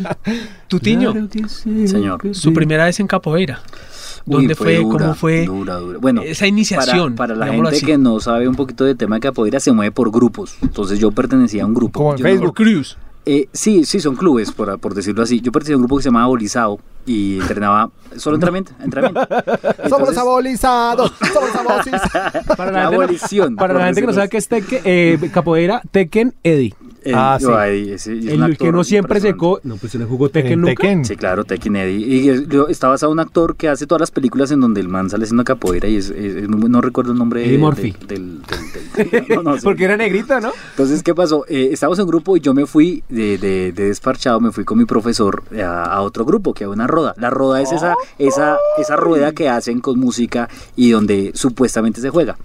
G: Tutiño,
I: claro que se
K: Señor.
I: perder.
G: su primera vez en Capoeira.
K: meses. Uy,
G: ¿Dónde fue?
K: dura,
G: ¿Cómo fue?
K: Dura, dura. Bueno,
G: Esa
K: para-
G: iniciación.
K: Para, la gente
G: digámoslo así.
K: que no sabe un poquito de tema de capoeira, se mueve por grupos. Entonces yo pertenecía a un grupo.
H: Como en
K: Yo no-
H: Facebook.
G: Cruz.
K: Eh, sí, sí, son clubes, por, por decirlo así. Yo pertenecía a un grupo que se llamaba Bolizao y entrenaba solo entrenamiento. entrenamiento.
H: Somos los
K: Entonces-
H: abolizados. Somos abolizados.
I: Para la,
K: La
I: gente, no-
K: abolición,
I: para
K: por
I: la gente que no
K: decirlo
I: sabe qué es Tekken, eh, capoeira, Tekken Eddie.
K: Eh,
H: Ah,
K: yo
H: sí.
K: ahí, ese- es un
I: El que
K: actor
I: no siempre se
K: impresionante.
I: co... No, pues se le jugó Tekken
H: En
I: nunca.
H: Tekken.
K: Sí, claro, Tekken Eddy. Y es- yo- está basado en un actor que hace todas las películas en donde el man sale haciendo capoeira y es, es- es muy- no recuerdo el nombre
I: Eddie
K: de-
I: Murphy.
K: de- del, del- del- no, no, sí.
I: Porque era negrito, ¿no?
K: Entonces, ¿qué pasó? Eh, estábamos en un grupo y yo me fui de, de- de desparchado, me fui con mi profesor eh, a, a otro grupo que había una roda. La roda es esa, esa, esa rueda que hacen con música y donde supuestamente se juega.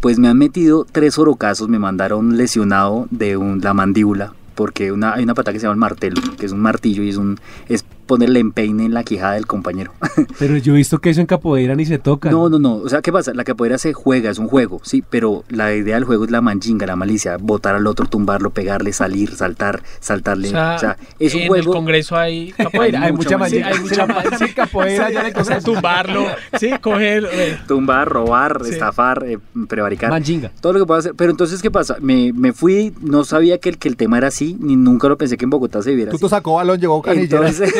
K: Pues me han metido tres orocazos, me mandaron lesionado de un- la mandíbula. Porque una, hay una patada que se llama el martelo, que es un martillo y es un es ponerle empeine en la quijada del compañero.
I: Pero yo he visto que eso en capoeira ni se toca.
K: No, no, no. O sea, ¿qué pasa? La capoeira se juega, es un juego, sí, pero la idea del juego es la manjinga, la malicia, botar al otro, tumbarlo, pegarle, salir, saltar, saltarle. O sea, es un
G: en el
K: juego.
G: Congreso hay capoeira.
I: Hay
K: mucha
I: mucha
K: más-
I: más.
K: sí,
I: hay mucha más. Sí, capoeira, ya le
G: O sea,
I: cosas.
G: tumbarlo, sí, coger. eh,
K: Tumbar, robar,
G: Sí.
K: estafar, eh, prevaricar.
I: Manjinga.
K: todo lo que pueda hacer. Pero entonces, ¿qué pasa? Me, me fui, no sabía que el, que el tema era así, ni nunca lo pensé que en Bogotá se viera
H: Tú
K: así.
H: te sacó balón, llegó canillera.
K: Entonces,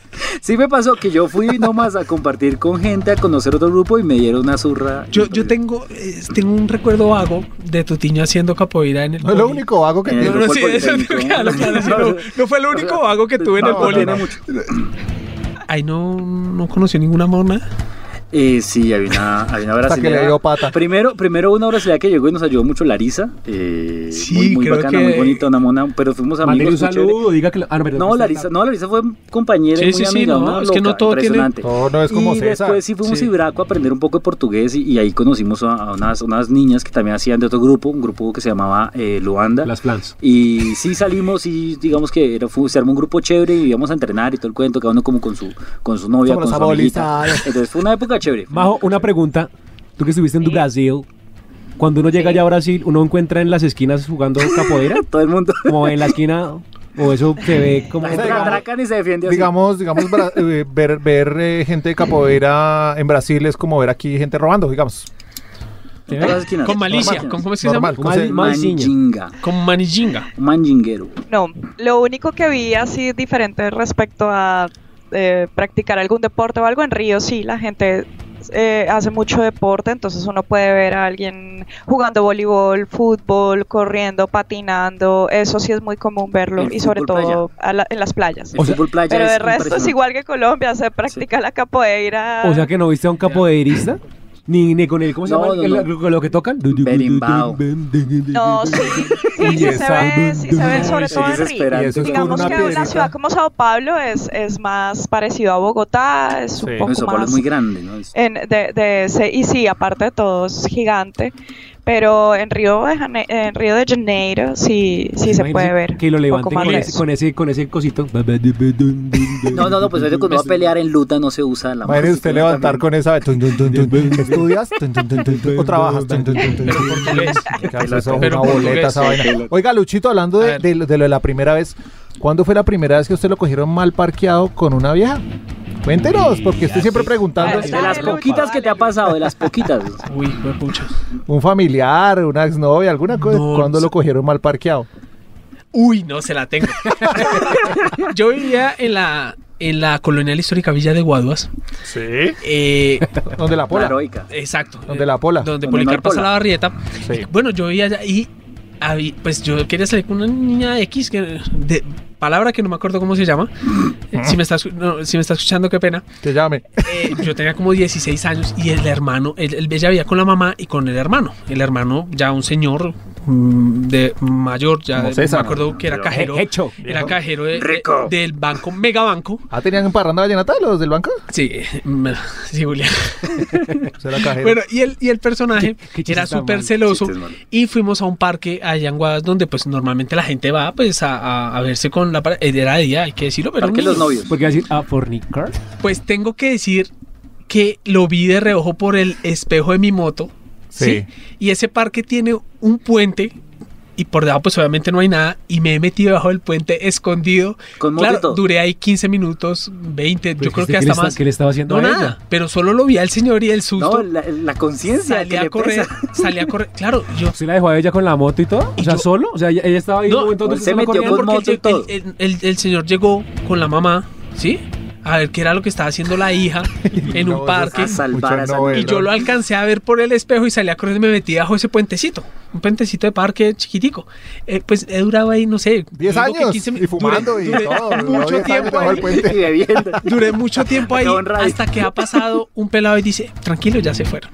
K: sí me pasó que yo fui nomás a compartir con gente, a conocer otro grupo y me dieron una zurra.
G: Yo, yo tengo, eh, tengo un recuerdo vago de Tutiño haciendo capoeira en el.
H: No es lo
G: poli.
H: único vago que
K: En el
G: No,
H: tiene.
G: no, pues, sí,
H: pues,
K: Fue el
G: eso,
K: Politécnico.
G: claro, claro, sí, no, no fue lo único vago que tuve en el
H: No,
G: poli.
H: no, no.
G: Ahí no, no conocí ninguna mona.
K: Eh, sí, había una, había una
H: Hasta que
K: brasileña.
H: le dio pata.
K: Primero, primero una brasileña que llegó y nos ayudó mucho, Larisa. Eh,
G: Sí,
K: muy, muy
G: creo
K: bacana,
G: que-
K: muy bonita, una mona, pero fuimos
I: Mándele
K: amigos.
I: un
K: muy chévere.
I: saludo, diga que. lo- Ah, no, perdón,
K: No,
I: está-
K: Larisa, no, Larisa fue compañera,
G: Sí,
K: muy
G: sí, sí,
K: amiga,
G: no,
K: una
G: es que no
K: loca,
G: todo tiene-
K: impresionante.
H: No, no es como
K: y
H: César.
K: después sí fuimos
G: Sí.
K: a Ibraco a aprender un poco de portugués y, y ahí conocimos a, a unas, unas niñas que también hacían de otro grupo, un grupo que se llamaba eh, Luanda.
I: Las plans.
K: Y sí salimos y digamos que era, fue, se armó un grupo chévere y íbamos a entrenar y todo el cuento, cada uno como con su, con su novia,
H: Somos
K: con
H: los
K: su amiguita.
H: abolizados.
K: Entonces fue una época chévere.
I: Majo, una pregunta. Tú que estuviste en
J: Sí.
I: Brasil, cuando uno llega allá a Brasil, ¿uno encuentra en las esquinas jugando capoeira?
K: Todo el mundo.
I: Como en la esquina, o eso se ve como.
K: La gente
H: digamos-
K: atracan y se defiende así.
H: Digamos, digamos bra- eh, ver, ver eh, gente de capoeira en Brasil es como ver aquí gente robando, digamos.
K: Todas las esquinas.
G: Con malicia.
K: Normal.
G: Con, ¿Cómo es que se llama?
H: Normal, con se-
K: Manjinga.
G: Con manijinga.
K: Manjinguero.
J: No, lo único que vi así diferente respecto a eh, practicar algún deporte o algo en Río, sí, la gente eh, hace mucho deporte, entonces uno puede ver a alguien jugando voleibol, fútbol, corriendo, patinando, eso sí es muy común verlo
K: El
J: y sobre
K: fútbol
J: todo a la- en las playas.
K: El fútbol playa
J: Pero
K: es
J: el resto es
K: impresionante.
J: igual que Colombia, se practica la capoeira.
I: O sea que no viste a un capoeirista. Ni, ni con el. ¿Cómo se
K: No,
I: llama?
K: no,
I: el-
K: no.
I: el- Lo, que tocan.
K: Berimbau.
J: No, sí, sí, sí
H: Y
J: se
H: esa-
J: ve, sí se ve,
K: Uy,
J: sobre
K: sí,
J: todo en Río.
K: desesperante.
H: Y eso es con
J: Digamos
H: una
J: que una ciudad
H: piedrita.
J: como Sao Paulo es, es más parecido a Bogotá, es
H: Sí.
J: un
K: No,
J: poco
K: Sao Paulo
J: más Eh,
K: es muy grande, ¿no? Es-
J: en- de, de ese- y sí, aparte de todo es gigante, pero en Río de, Jane- en Río de Janeiro sí, sí se
I: Imagínese
J: puede ver.
I: Que lo
J: un poco
I: levanten
J: más
I: con
J: de
I: ese,
J: eso.
I: con, ese, con ese cosito.
K: No, no, no, pues ahorita cuando va a pelear en luta no se usa la
H: Imagínese
K: mano,
H: usted
K: sino
H: levantar
K: también-
H: con esa. tun, tun, tun, tun. ¿Estudias? Tun, tun, tun, tun, tun. ¿O trabajas? Tun, tun, tun, tun.
E: Pero portugués.
H: ¿Qué hace eso?
E: Pero
H: Una
E: portugués.
H: boleta esa vaina. Oiga, Luchito, hablando
E: A
H: de,
E: ver.
H: de lo- de lo de la primera vez, ¿cuándo fue la primera vez que usted lo cogieron mal parqueado con una vieja? Cuéntenos, porque estoy siempre preguntando.
K: Ah, De las poquitas que te ha pasado, de las poquitas.
G: Uy, huepucha.
H: Un familiar, una exnovia, alguna cosa.
G: No,
H: ¿Cuándo
G: no
H: lo cogieron mal parqueado?
G: Uy, no se la tengo. Yo vivía en la, en la colonial histórica Villa de Guaduas.
H: Sí.
G: Eh,
H: Donde la
K: La
H: pola.
K: heroica.
G: Exacto.
H: Donde la pola.
K: Donde
G: Donde Policarpa
K: Marpola.
G: está la barrieta.
H: Sí.
G: Bueno, yo veía allá y habí- pues yo quería salir con una niña X, que, de palabra que no me acuerdo cómo se llama. Eh, si, me está, escu- no, si me está escuchando, qué pena.
H: Que llame.
G: Eh, yo tenía como 16 años y el hermano, él, él ya vivía con la mamá y con el hermano. El hermano, ya un señor mm, de mayor, ya
H: Como
G: de-
H: César,
G: me acuerdo que era cajero.
I: Hecho.
G: Era cajero de- de-
K: Rico.
G: del banco, megabanco.
H: ¿Ah, tenían parranda vallenata los del banco?
G: Sí, me- sí, Julián.
H: O sea, la cajera.
G: Bueno, y el, y el personaje
I: Qué- qué chiste
G: era
I: tan
G: súper
I: mal,
G: celoso
K: chistes mal.
G: y fuimos a un parque allá en Guadas donde pues normalmente la gente va pues a, a- a verse con la pare- Era de día, hay que decirlo, pero... pues,
K: Parque de
G: ni-
K: los novios.
I: Porque va a decir, a fornicar.
G: Pues tengo que decir que lo vi de reojo por el espejo de mi moto. Sí.
H: Sí.
G: Y ese parque tiene un puente y por debajo pues obviamente no hay nada y me he metido debajo del puente escondido.
K: Con moto y
G: claro,
K: todo.
G: duré ahí 15 minutos, 20, yo
I: Pues,
G: creo que
I: ¿qué le
G: hasta
I: está-
G: más.
I: ¿Qué le estaba haciendo
G: No
I: a ella?
G: nada, pero solo lo vi al señor y el susto.
K: No, la, la conciencia
G: salí
K: que
G: a
K: le
G: correr,
K: pesa.
G: salí a correr. Claro, yo.
I: ¿Se la dejó a ella con la moto y todo?
G: Y
I: o sea,
G: yo-
I: solo. O sea, ella, ella estaba ahí en
G: No,
I: un momento donde
K: se
I: estaba
K: metió
I: corriendo.
K: con moto
G: porque
K: y
G: el-
K: todo.
G: el, el- el señor llegó con la mamá, ¿sí? A ver qué era lo que estaba haciendo la hija en
H: No,
G: un
H: eso
G: parque.
K: A salvar a
H: Mucho
K: esa
H: no,
K: niña.
G: Y yo lo alcancé a ver por el espejo y salí a correr y me metí bajo ese puentecito. Un puentecito de parque chiquitico. Eh, pues he durado ahí, no sé.
H: 10
G: yo digo que
H: años
G: 15
H: y fumando
G: duré-
H: y
G: duré
H: todo. duró
G: Mucho
H: 10 años
G: tiempo
H: bajo
G: ahí.
H: el puente.
K: Y bebiendo.
G: Duré mucho tiempo ahí
K: Acabó en radio.
G: hasta que ha pasado un pelado y dice, tranquilo, ya se fueron.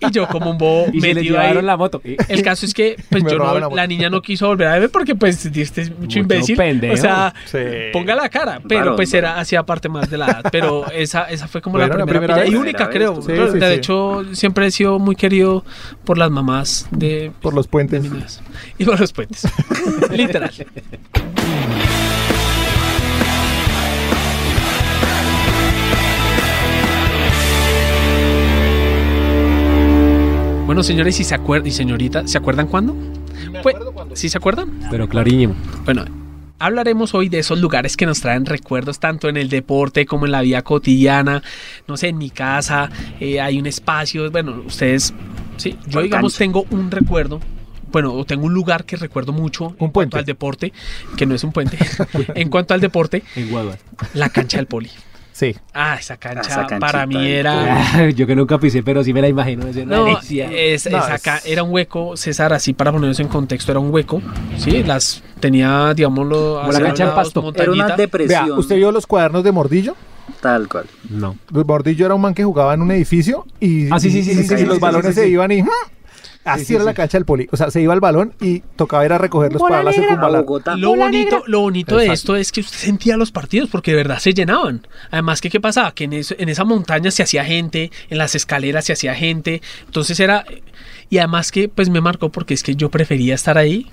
G: y yo como un bobo
I: Y se le
G: metido ahí.
I: llevaron la moto. Y-
G: El caso es que pues
H: Me
G: yo no,
H: robaron la
G: la,
H: moto.
G: niña no quiso volver a verme porque pues este es mucho
I: Mucho
G: imbécil.
I: pendejo.
G: O sea,
H: Sí.
G: ponga la cara, pero
K: Varón,
G: pues era
K: varón.
G: hacía parte más de la edad, pero esa esa fue como
H: Bueno,
G: la
H: la
G: primera,
H: primera
G: pilla- y
H: vez.
G: única
K: Primera
G: creo.
K: vez,
H: tú sí.
G: de
H: Sí, sí,
G: hecho siempre he sido muy querido por las mamás de
H: Por los puentes.
G: niñas y por los puentes. Literal. Bueno, señores, y se acuerdan y señorita, ¿se acuerdan cuándo? Pues, ¿Sí se acuerdan?
I: Pero clarísimo.
G: Bueno, hablaremos hoy de esos lugares que nos traen recuerdos tanto en el deporte como en la vida cotidiana. No sé, en mi casa eh, hay un espacio. Bueno, ustedes, sí, yo
K: Al
G: digamos
K: cancha.
G: tengo un recuerdo. Bueno, o tengo un lugar que recuerdo mucho en cuanto
H: puente.
G: al deporte, que no es un puente. en cuanto al deporte,
I: En Guaduas.
G: la cancha del poli.
H: Sí.
G: Ah, esa cancha
K: canchita
G: para mí
K: del
G: era.
I: Ah, Yo que nunca pisé, pero sí me la imagino. Es una
G: No, eh,
I: delicia.
G: es-
H: No,
G: es acá
H: es-
G: era un hueco, César, así para ponernos en contexto, era un hueco, sí, las tenía, digámoslo,
I: Como la
G: hacia
I: cancha de
G: los lados,
I: pasto.
K: Era una
G: montañita.
K: depresión.
H: Vea, ¿usted vio los cuadernos de Mordillo?
K: Tal cual.
I: No.
H: Mordillo era un man que jugaba en un edificio y,
I: Ah, sí, sí, sí,
H: y-
I: sí,
H: y
I: sí, sí,
H: los
I: sí,
H: balones
I: sí, sí,
H: se
I: sí.
H: iban y ¡mm! así
I: Sí, sí,
H: era la
I: sí.
H: cancha del poli. O sea, se iba el balón y tocaba ir a recoger los
I: Bola
H: para la
I: negra.
K: A
H: circunvalar.
K: Bogotá.
G: Lo bonito, lo bonito de
H: Exacto.
G: esto es que usted sentía los partidos porque de verdad se llenaban. Además, que qué pasaba? Que en, eso- en esa montaña se hacía gente, en las escaleras se hacía gente. Entonces era. Y además que pues me marcó porque es que yo prefería estar ahí.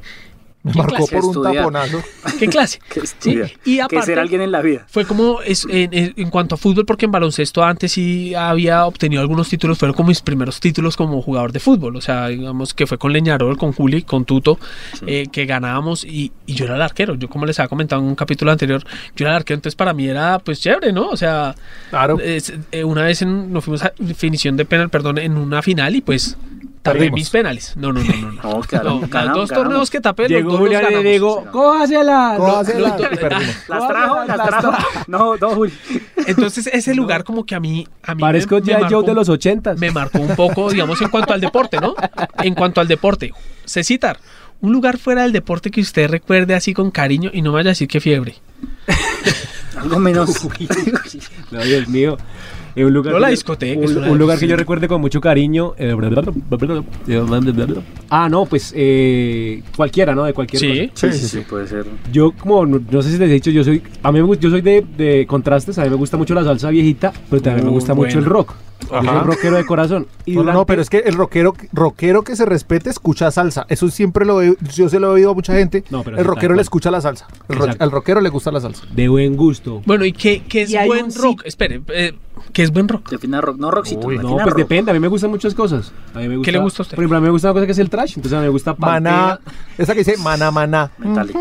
H: Me marcó
K: clase
H: por un
K: estudiar.
H: taponazo.
G: ¿Qué clase?
K: Que
G: Sí,
K: estudiar.
G: Y
K: Que ser alguien en la vida.
G: Fue como es- en, en- en cuanto a fútbol, porque en baloncesto antes sí había obtenido algunos títulos, fueron como mis primeros títulos como jugador de fútbol. O sea, digamos que fue con Leñarol, con Juli, con Tuto, eh, que ganábamos y, y yo era el arquero. Yo, como les había comentado en un capítulo anterior, yo era el arquero, entonces para mí era pues chévere, ¿no? O sea,
H: Claro.
G: es- eh, una vez en- nos fuimos a definición de penal, perdón, en una final y pues También mis penales. No, no, no, no. no.
K: No, claro,
G: No, los
K: ganamos, ganamos.
G: dos torneos que tapé,
I: Llegó
G: los dos los
I: Julián y le
G: ganamos.
I: digo, cójasela.
H: Cójasela.
I: No, no,
H: Y perdimos.
K: Las trajo, las trajo. No, no, Juli.
G: Entonces, ese lugar como que a mí... A mí
I: Parezco
G: me- me
I: ya
G: marcó
I: Joe de
G: un-
I: los ochentas.
G: me marcó un poco, digamos, en cuanto al deporte, ¿no? En cuanto al deporte. Cecitar, un lugar fuera del deporte que usted recuerde así con cariño y no me vaya a decir que fiebre.
K: Algo menos.
I: No, Dios mío. En un lugar
G: No la
I: que yo-
G: discoteca,
I: un-
G: es una
I: Un, lugar que
G: discoteca.
I: yo recuerde con mucho cariño. eh, Ah, no, pues eh, cualquiera, ¿no? De cualquier
G: Sí.
I: cosa.
K: Sí, sí, sí, puede ser.
I: Yo, como, no, no sé si les he dicho, yo soy, a mí me, gu- yo soy de, de contrastes, a mí me gusta mucho la salsa viejita, pero también me
G: Muy
I: gusta mucho
G: buena.
I: el rock. Yo soy
H: Ajá.
I: un rockero de corazón. Y
H: No, no, no,
I: durante-
H: pero es que el rockero, rockero que se respete escucha salsa. Eso siempre lo he- yo se lo he oído a mucha gente.
I: No, pero
H: el
I: sí, tal
H: rockero
I: cual.
H: le escucha la salsa. El ro-
I: Exacto.
H: al rockero le gusta la salsa.
I: De buen gusto.
G: Bueno, ¿y qué, qué es
I: Y hay
G: buen
I: un sit-
G: rock? Espere, eh, ¿qué es buen rock?
K: Defina rock, no rockcito.
I: Uy, no,
K: defina
I: pues
K: rock.
I: depende, a mí me gustan muchas cosas. A mí me gusta,
G: le gusta a usted?
I: Por ejemplo, a mí me gusta una cosa que es el trash, entonces a mí me gusta
H: Maná.
I: Pantera.
H: Esa que dice maná, maná.
K: Metallica.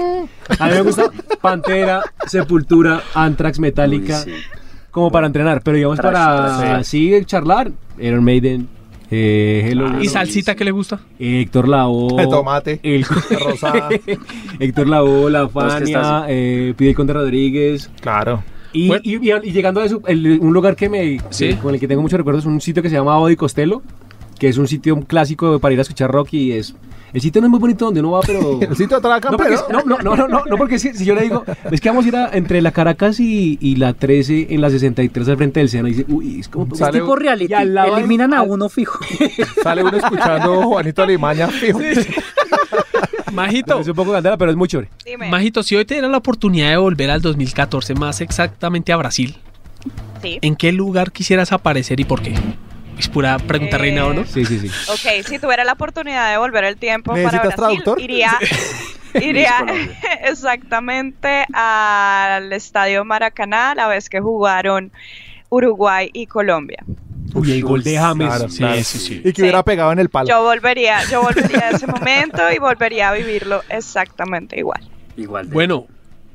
I: A mí me gusta Pantera, Sepultura, Anthrax, Metallica,
K: Uy, sí.
I: como para entrenar, pero digamos
K: Trash,
I: para
K: trash.
I: así charlar, Iron Maiden, eh, Hello,
K: Ah.
G: ¿Y
I: Hello,
G: salsita qué le gusta?
I: Héctor Lavoe,
H: De tomate,
I: el
H: rosada.
I: Héctor Lavoe, La
K: que
I: Fania,
K: estás-
I: eh, Fidel Conde Rodríguez.
H: Claro.
I: Y,
G: Bueno.
I: y- y- y llegando a eso, el- un lugar que me,
G: Sí.
I: con el que tengo muchos recuerdos es un sitio que se llama Odi Costello, que es un sitio clásico para ir a escuchar rock y es... El sitio no es muy bonito donde uno va, pero...
H: El sitio atrás
I: No, porque,
H: campero.
I: no, no, no, no, no, no, porque si, si yo le digo, es que vamos a ir a- entre la Caracas y, y la 13 en la 63 al frente del Sena, y dice, uy, es como...
K: Pues Es
H: Sale-
K: tipo reality.
I: y al lado hay-
K: Eliminan a
I: al-
K: uno fijo.
H: Sale uno escuchando Juanito Alimaña. fijo.
G: Majito,
I: Es un poco candela, pero es muy chévere.
J: Dime.
G: Majito, si hoy te diera la oportunidad de volver al 2014, más exactamente a Brasil,
J: Sí.
G: ¿en qué lugar quisieras aparecer y por qué? Es pura pregunta
J: Eh,
G: reina, ¿o no?
I: Sí, sí, sí.
J: Ok, si tuviera la oportunidad de volver el tiempo para
H: ¿Necesitas
J: Brasil,
H: traductor?
J: iría, iría exactamente al Estadio Maracaná la vez que jugaron Uruguay y Colombia.
I: Uy, el gol de James.
H: Claro,
I: sí,
H: claro.
I: sí, sí.
H: Y que hubiera pegado en el palo.
J: Yo volvería, yo volvería a ese momento y volvería a vivirlo exactamente igual.
K: Igual. de-
G: Bueno,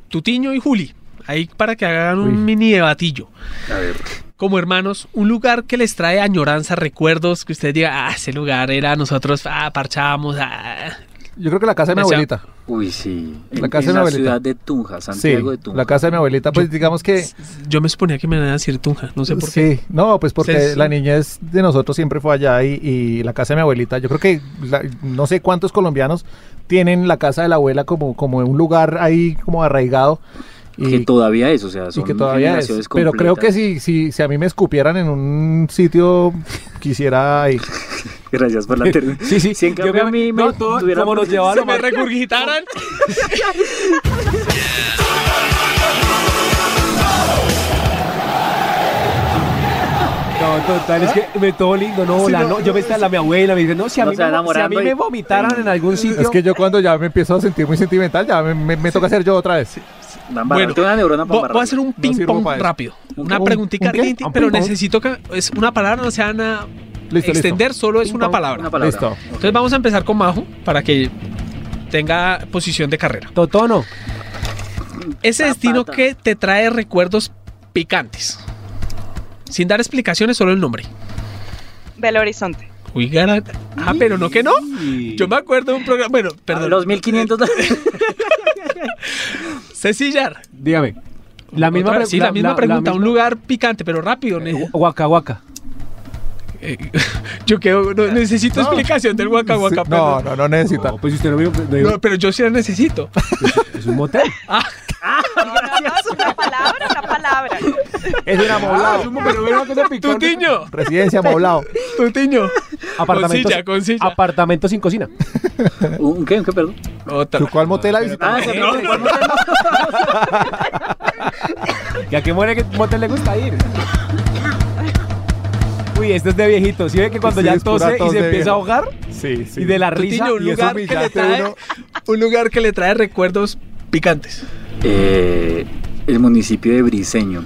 G: Tutiño y Juli, ahí para que hagan un mini debatillo.
K: A ver.
G: Como hermanos, un lugar que les trae añoranza, recuerdos, que ustedes digan, ah, ese lugar era nosotros, ah, parchábamos, ah.
H: Yo creo que la casa de mi
G: O sea,
H: abuelita.
K: Uy, sí.
H: La
K: En-
H: casa de
K: en
H: mi
K: la
H: abuelita.
K: ciudad de Tunja,
H: Sí,
K: Santiago de Tunja.
H: la casa de mi abuelita, pues digamos que...
G: Yo me suponía que me iban a decir Tunja, no sé por qué.
H: Sí, no, pues porque
G: Sí, sí.
H: la niñez de nosotros siempre fue allá y, y la casa de mi abuelita. Yo creo que la- no sé cuántos colombianos tienen la casa de la abuela como, como un lugar ahí como arraigado.
K: que
H: Y,
K: todavía es, o sea,
H: y
K: son
H: que todavía es.
K: generaciones
H: Pero creo que
K: completas.
H: si, si, si a mí me escupieran en un sitio, quisiera ir.
K: Gracias por la ter-
I: Sí, sí.
K: Si en
I: Yo
K: cambio
I: creo-
K: a mí me
I: no, todo-
K: tuvieran-
I: como nos llevaron
G: Se me regurgitaran.
I: No, total, es que me todo lindo, no, la, no, yo me estaba la mi abuela, me dice, no, si a
K: No
I: mí,
K: se va
I: me, si a mí
K: enamorando
I: me
K: y-
I: vomitaran en algún sitio.
H: Es que yo cuando ya me empiezo a sentir muy sentimental, ya me, me- me toca hacer yo otra vez.
K: Bambara,
G: Bueno,
K: tengo una neurona para
G: vo- voy a hacer un ping
H: sirvo
G: pong
H: para eso.
G: rápido.
H: ¿Un-
G: Una
H: un-
G: preguntica,
H: un qué?
G: tin, tin,
H: ¿Un
G: pero
H: ping pong?
G: necesito que es una palabra, no sea nada
H: Listo,
G: extender, solo es
H: Ping
G: una
H: pong,
G: palabra.
K: una palabra.
H: Listo.
K: Ok.
G: Entonces vamos a empezar con Majo para que tenga posición de carrera.
I: Totono,
G: Ese destino que te trae recuerdos picantes. Sin dar explicaciones, solo el nombre.
J: Belo Horizonte.
G: Uy, gara- Ah, pero no que no. Yo me acuerdo de un programa. Bueno,
K: Ah,
G: perdón.
K: Los 1500 dólares.
G: Cecillar.
I: dígame. La misma,
G: Otra-
I: pre-
G: sí, la, misma pregunta. Un
I: misma-
G: lugar picante, pero rápido.
I: Eh,
G: ne-
I: Guaca, guaca.
G: eh, yo quedo, no- necesito explicación del Waka
H: Sí,
G: Waka.
H: no,
G: perdón.
H: no, no necesita.
I: No, pues si usted no me no digo-
G: No, pero yo sí la necesito.
I: es un motel.
J: No, no, no, es una palabra, una palabra.
H: Es un amoblado.
G: Tutiño,
H: Residencia amoblado.
G: Tutiño. Con
I: Apartamentos,
G: silla, con silla.
I: apartamentos sin cocina.
K: ¿Un qué? ¿Un qué? Perdón.
G: Otra.
H: ¿Tú ¿Cuál motel ha
K: Ah,
H: visitado?
K: se
G: No,
K: me-
G: no, no.
I: ¿Y a qué muere que motel le gusta ir? Uy, esto es de viejito. ¿Sí ve que cuando
H: Sí,
I: ya
H: es pura
I: tose y
H: tos
I: se
H: de
I: empieza a
H: viejo.
I: ahogar?
H: Sí, sí.
I: Y de la risa.
G: Tutiño, un
I: y eso
G: lugar, que le
H: humillante
G: trae,
H: uno.
G: un lugar que le trae recuerdos picantes.
K: Eh, el municipio de Briseño.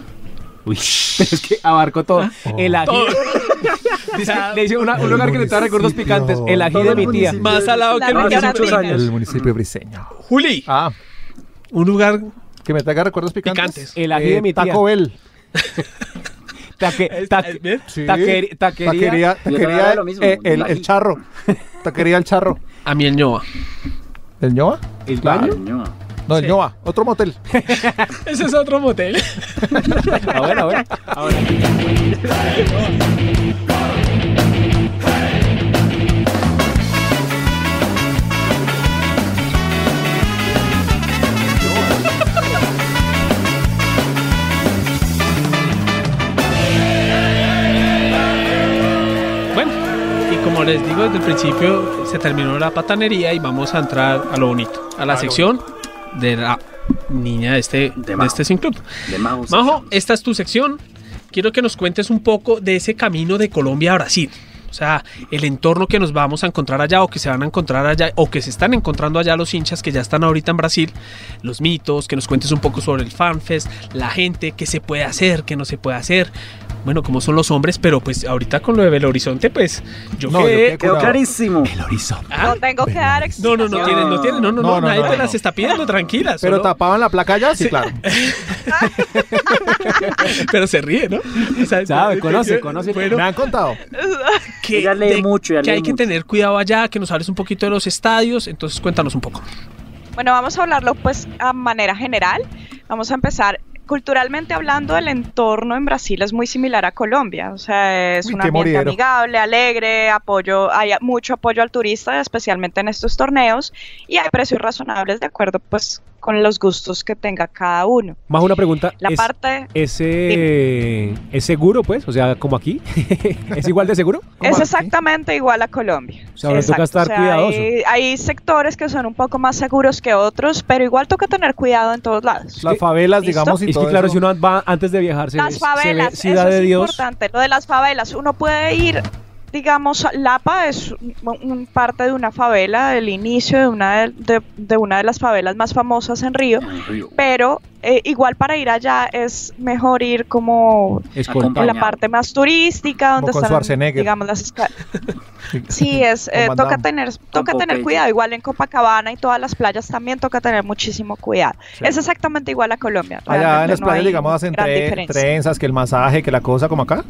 I: Uy, pero es que abarcó
H: Ah,
I: todo. El ají.
G: Todo.
I: Dice- le dice una- un lugar que le trae recuerdos
H: municipio.
I: picantes. El ají de
K: el
I: mi tía.
K: municipio.
G: Más salado
J: La
G: que el
K: hace
J: Maracaná
K: muchos
G: Maracaná.
J: Tuna.
H: El municipio briseño.
G: Juli,
H: Ah,
G: un lugar
H: que me traiga recuerdos picantes. Eh,
G: Picantes.
I: El ají de mi tía.
H: Taco Bell.
I: Taque- taque-
H: Sí.
I: taquería-
H: Taquería, taquería, eh, el, el charro. Taquería el charro.
G: A mí el ñoa.
H: ¿El ñoa?
I: ¿El
H: baño?
K: Ah,
H: No, el ñoa. Otro motel.
G: Ese es otro motel.
I: Ahora, ahora.
G: Bueno, y como les digo desde el principio, se terminó la patanería y vamos a entrar a lo bonito, a la sección de la niña de este, de
K: Majo.
G: este Sin Club.
K: De Majo.
G: Majo, esta es tu sección. Quiero que nos cuentes un poco de ese camino de Colombia a Brasil. O sea, el entorno que nos vamos a encontrar allá o que se van a encontrar allá o que se están encontrando allá los hinchas que ya están ahorita en Brasil, los mitos, que nos cuentes un poco sobre el fanfest, la gente, qué se puede hacer, qué no se puede hacer. Bueno, como son los hombres, pero pues ahorita con lo de Belo Horizonte, pues yo
H: No, yo
G: quedé-
H: quedé curado.
K: Quedó clarísimo.
G: Ah,
J: No tengo que dar
G: No, no, no tienen, no tienen, no, no, no,
H: No, no,
G: nadie
H: no,
G: te
H: no.
G: las está pidiendo, tranquilas.
H: Pero
G: solo-
H: tapaban la placa ya, sí, claro.
G: pero se ríe, ¿no? O sea,
I: Sabe, conoce, conoce.
H: Me han contado.
G: que,
K: Ella lee mucho, ella
G: que
K: lee
G: hay que
K: mucho.
G: tener cuidado allá, que nos hables un poquito de los estadios, entonces cuéntanos un poco.
J: Bueno, vamos a hablarlo pues a manera general. Vamos a empezar. Culturalmente hablando, el entorno en Brasil es muy similar a Colombia. O sea, es
H: Uy,
J: un
H: qué
J: ambiente
H: moridero.
J: amigable, alegre, apoyo, hay mucho apoyo al turista, especialmente en estos torneos, y hay precios razonables de acuerdo pues con los gustos que tenga cada uno.
I: Más una pregunta.
J: La
I: ¿es,
J: parte
I: ese, ¿Es seguro, pues? O sea, como aquí. ¿Es igual de seguro? Como
J: Es
I: aquí.
J: exactamente igual a Colombia.
I: O sea, ahora toca estar
J: Hay, hay sectores que son un poco más seguros que otros, pero igual toca tener cuidado en todos lados.
H: Las favelas,
J: ¿Listo?
H: digamos, y
I: Es
H: todo
I: que claro,
H: eso.
I: si uno va antes de viajar, se,
J: las
I: ve-
J: favelas,
I: se ve Ciudad
J: eso
I: de
J: es
I: Dios.
J: importante. Lo de las favelas, uno puede ir, digamos, a Lapa es un- un parte de una favela, del inicio de una de, de- de una de las favelas más famosas en Río, pero eh, igual para ir allá es mejor ir como
I: Escoltado.
J: en la parte más turística, donde
H: con
J: están,
H: Schwarzenegger.
J: digamos, las esca- Sí, es, eh,
H: Van
J: toca
H: Damme.
J: tener, toca tener
K: Popeye.
J: cuidado, igual en Copacabana y todas las playas también toca tener muchísimo cuidado.
H: Sí.
J: Es exactamente igual a Colombia.
H: Allá en
J: realmente
H: las
J: no
H: playas,
J: hay
H: digamos, hacen
J: gran
H: tre-
J: diferencia.
H: trenzas, que el masaje, que la cosa, como acá.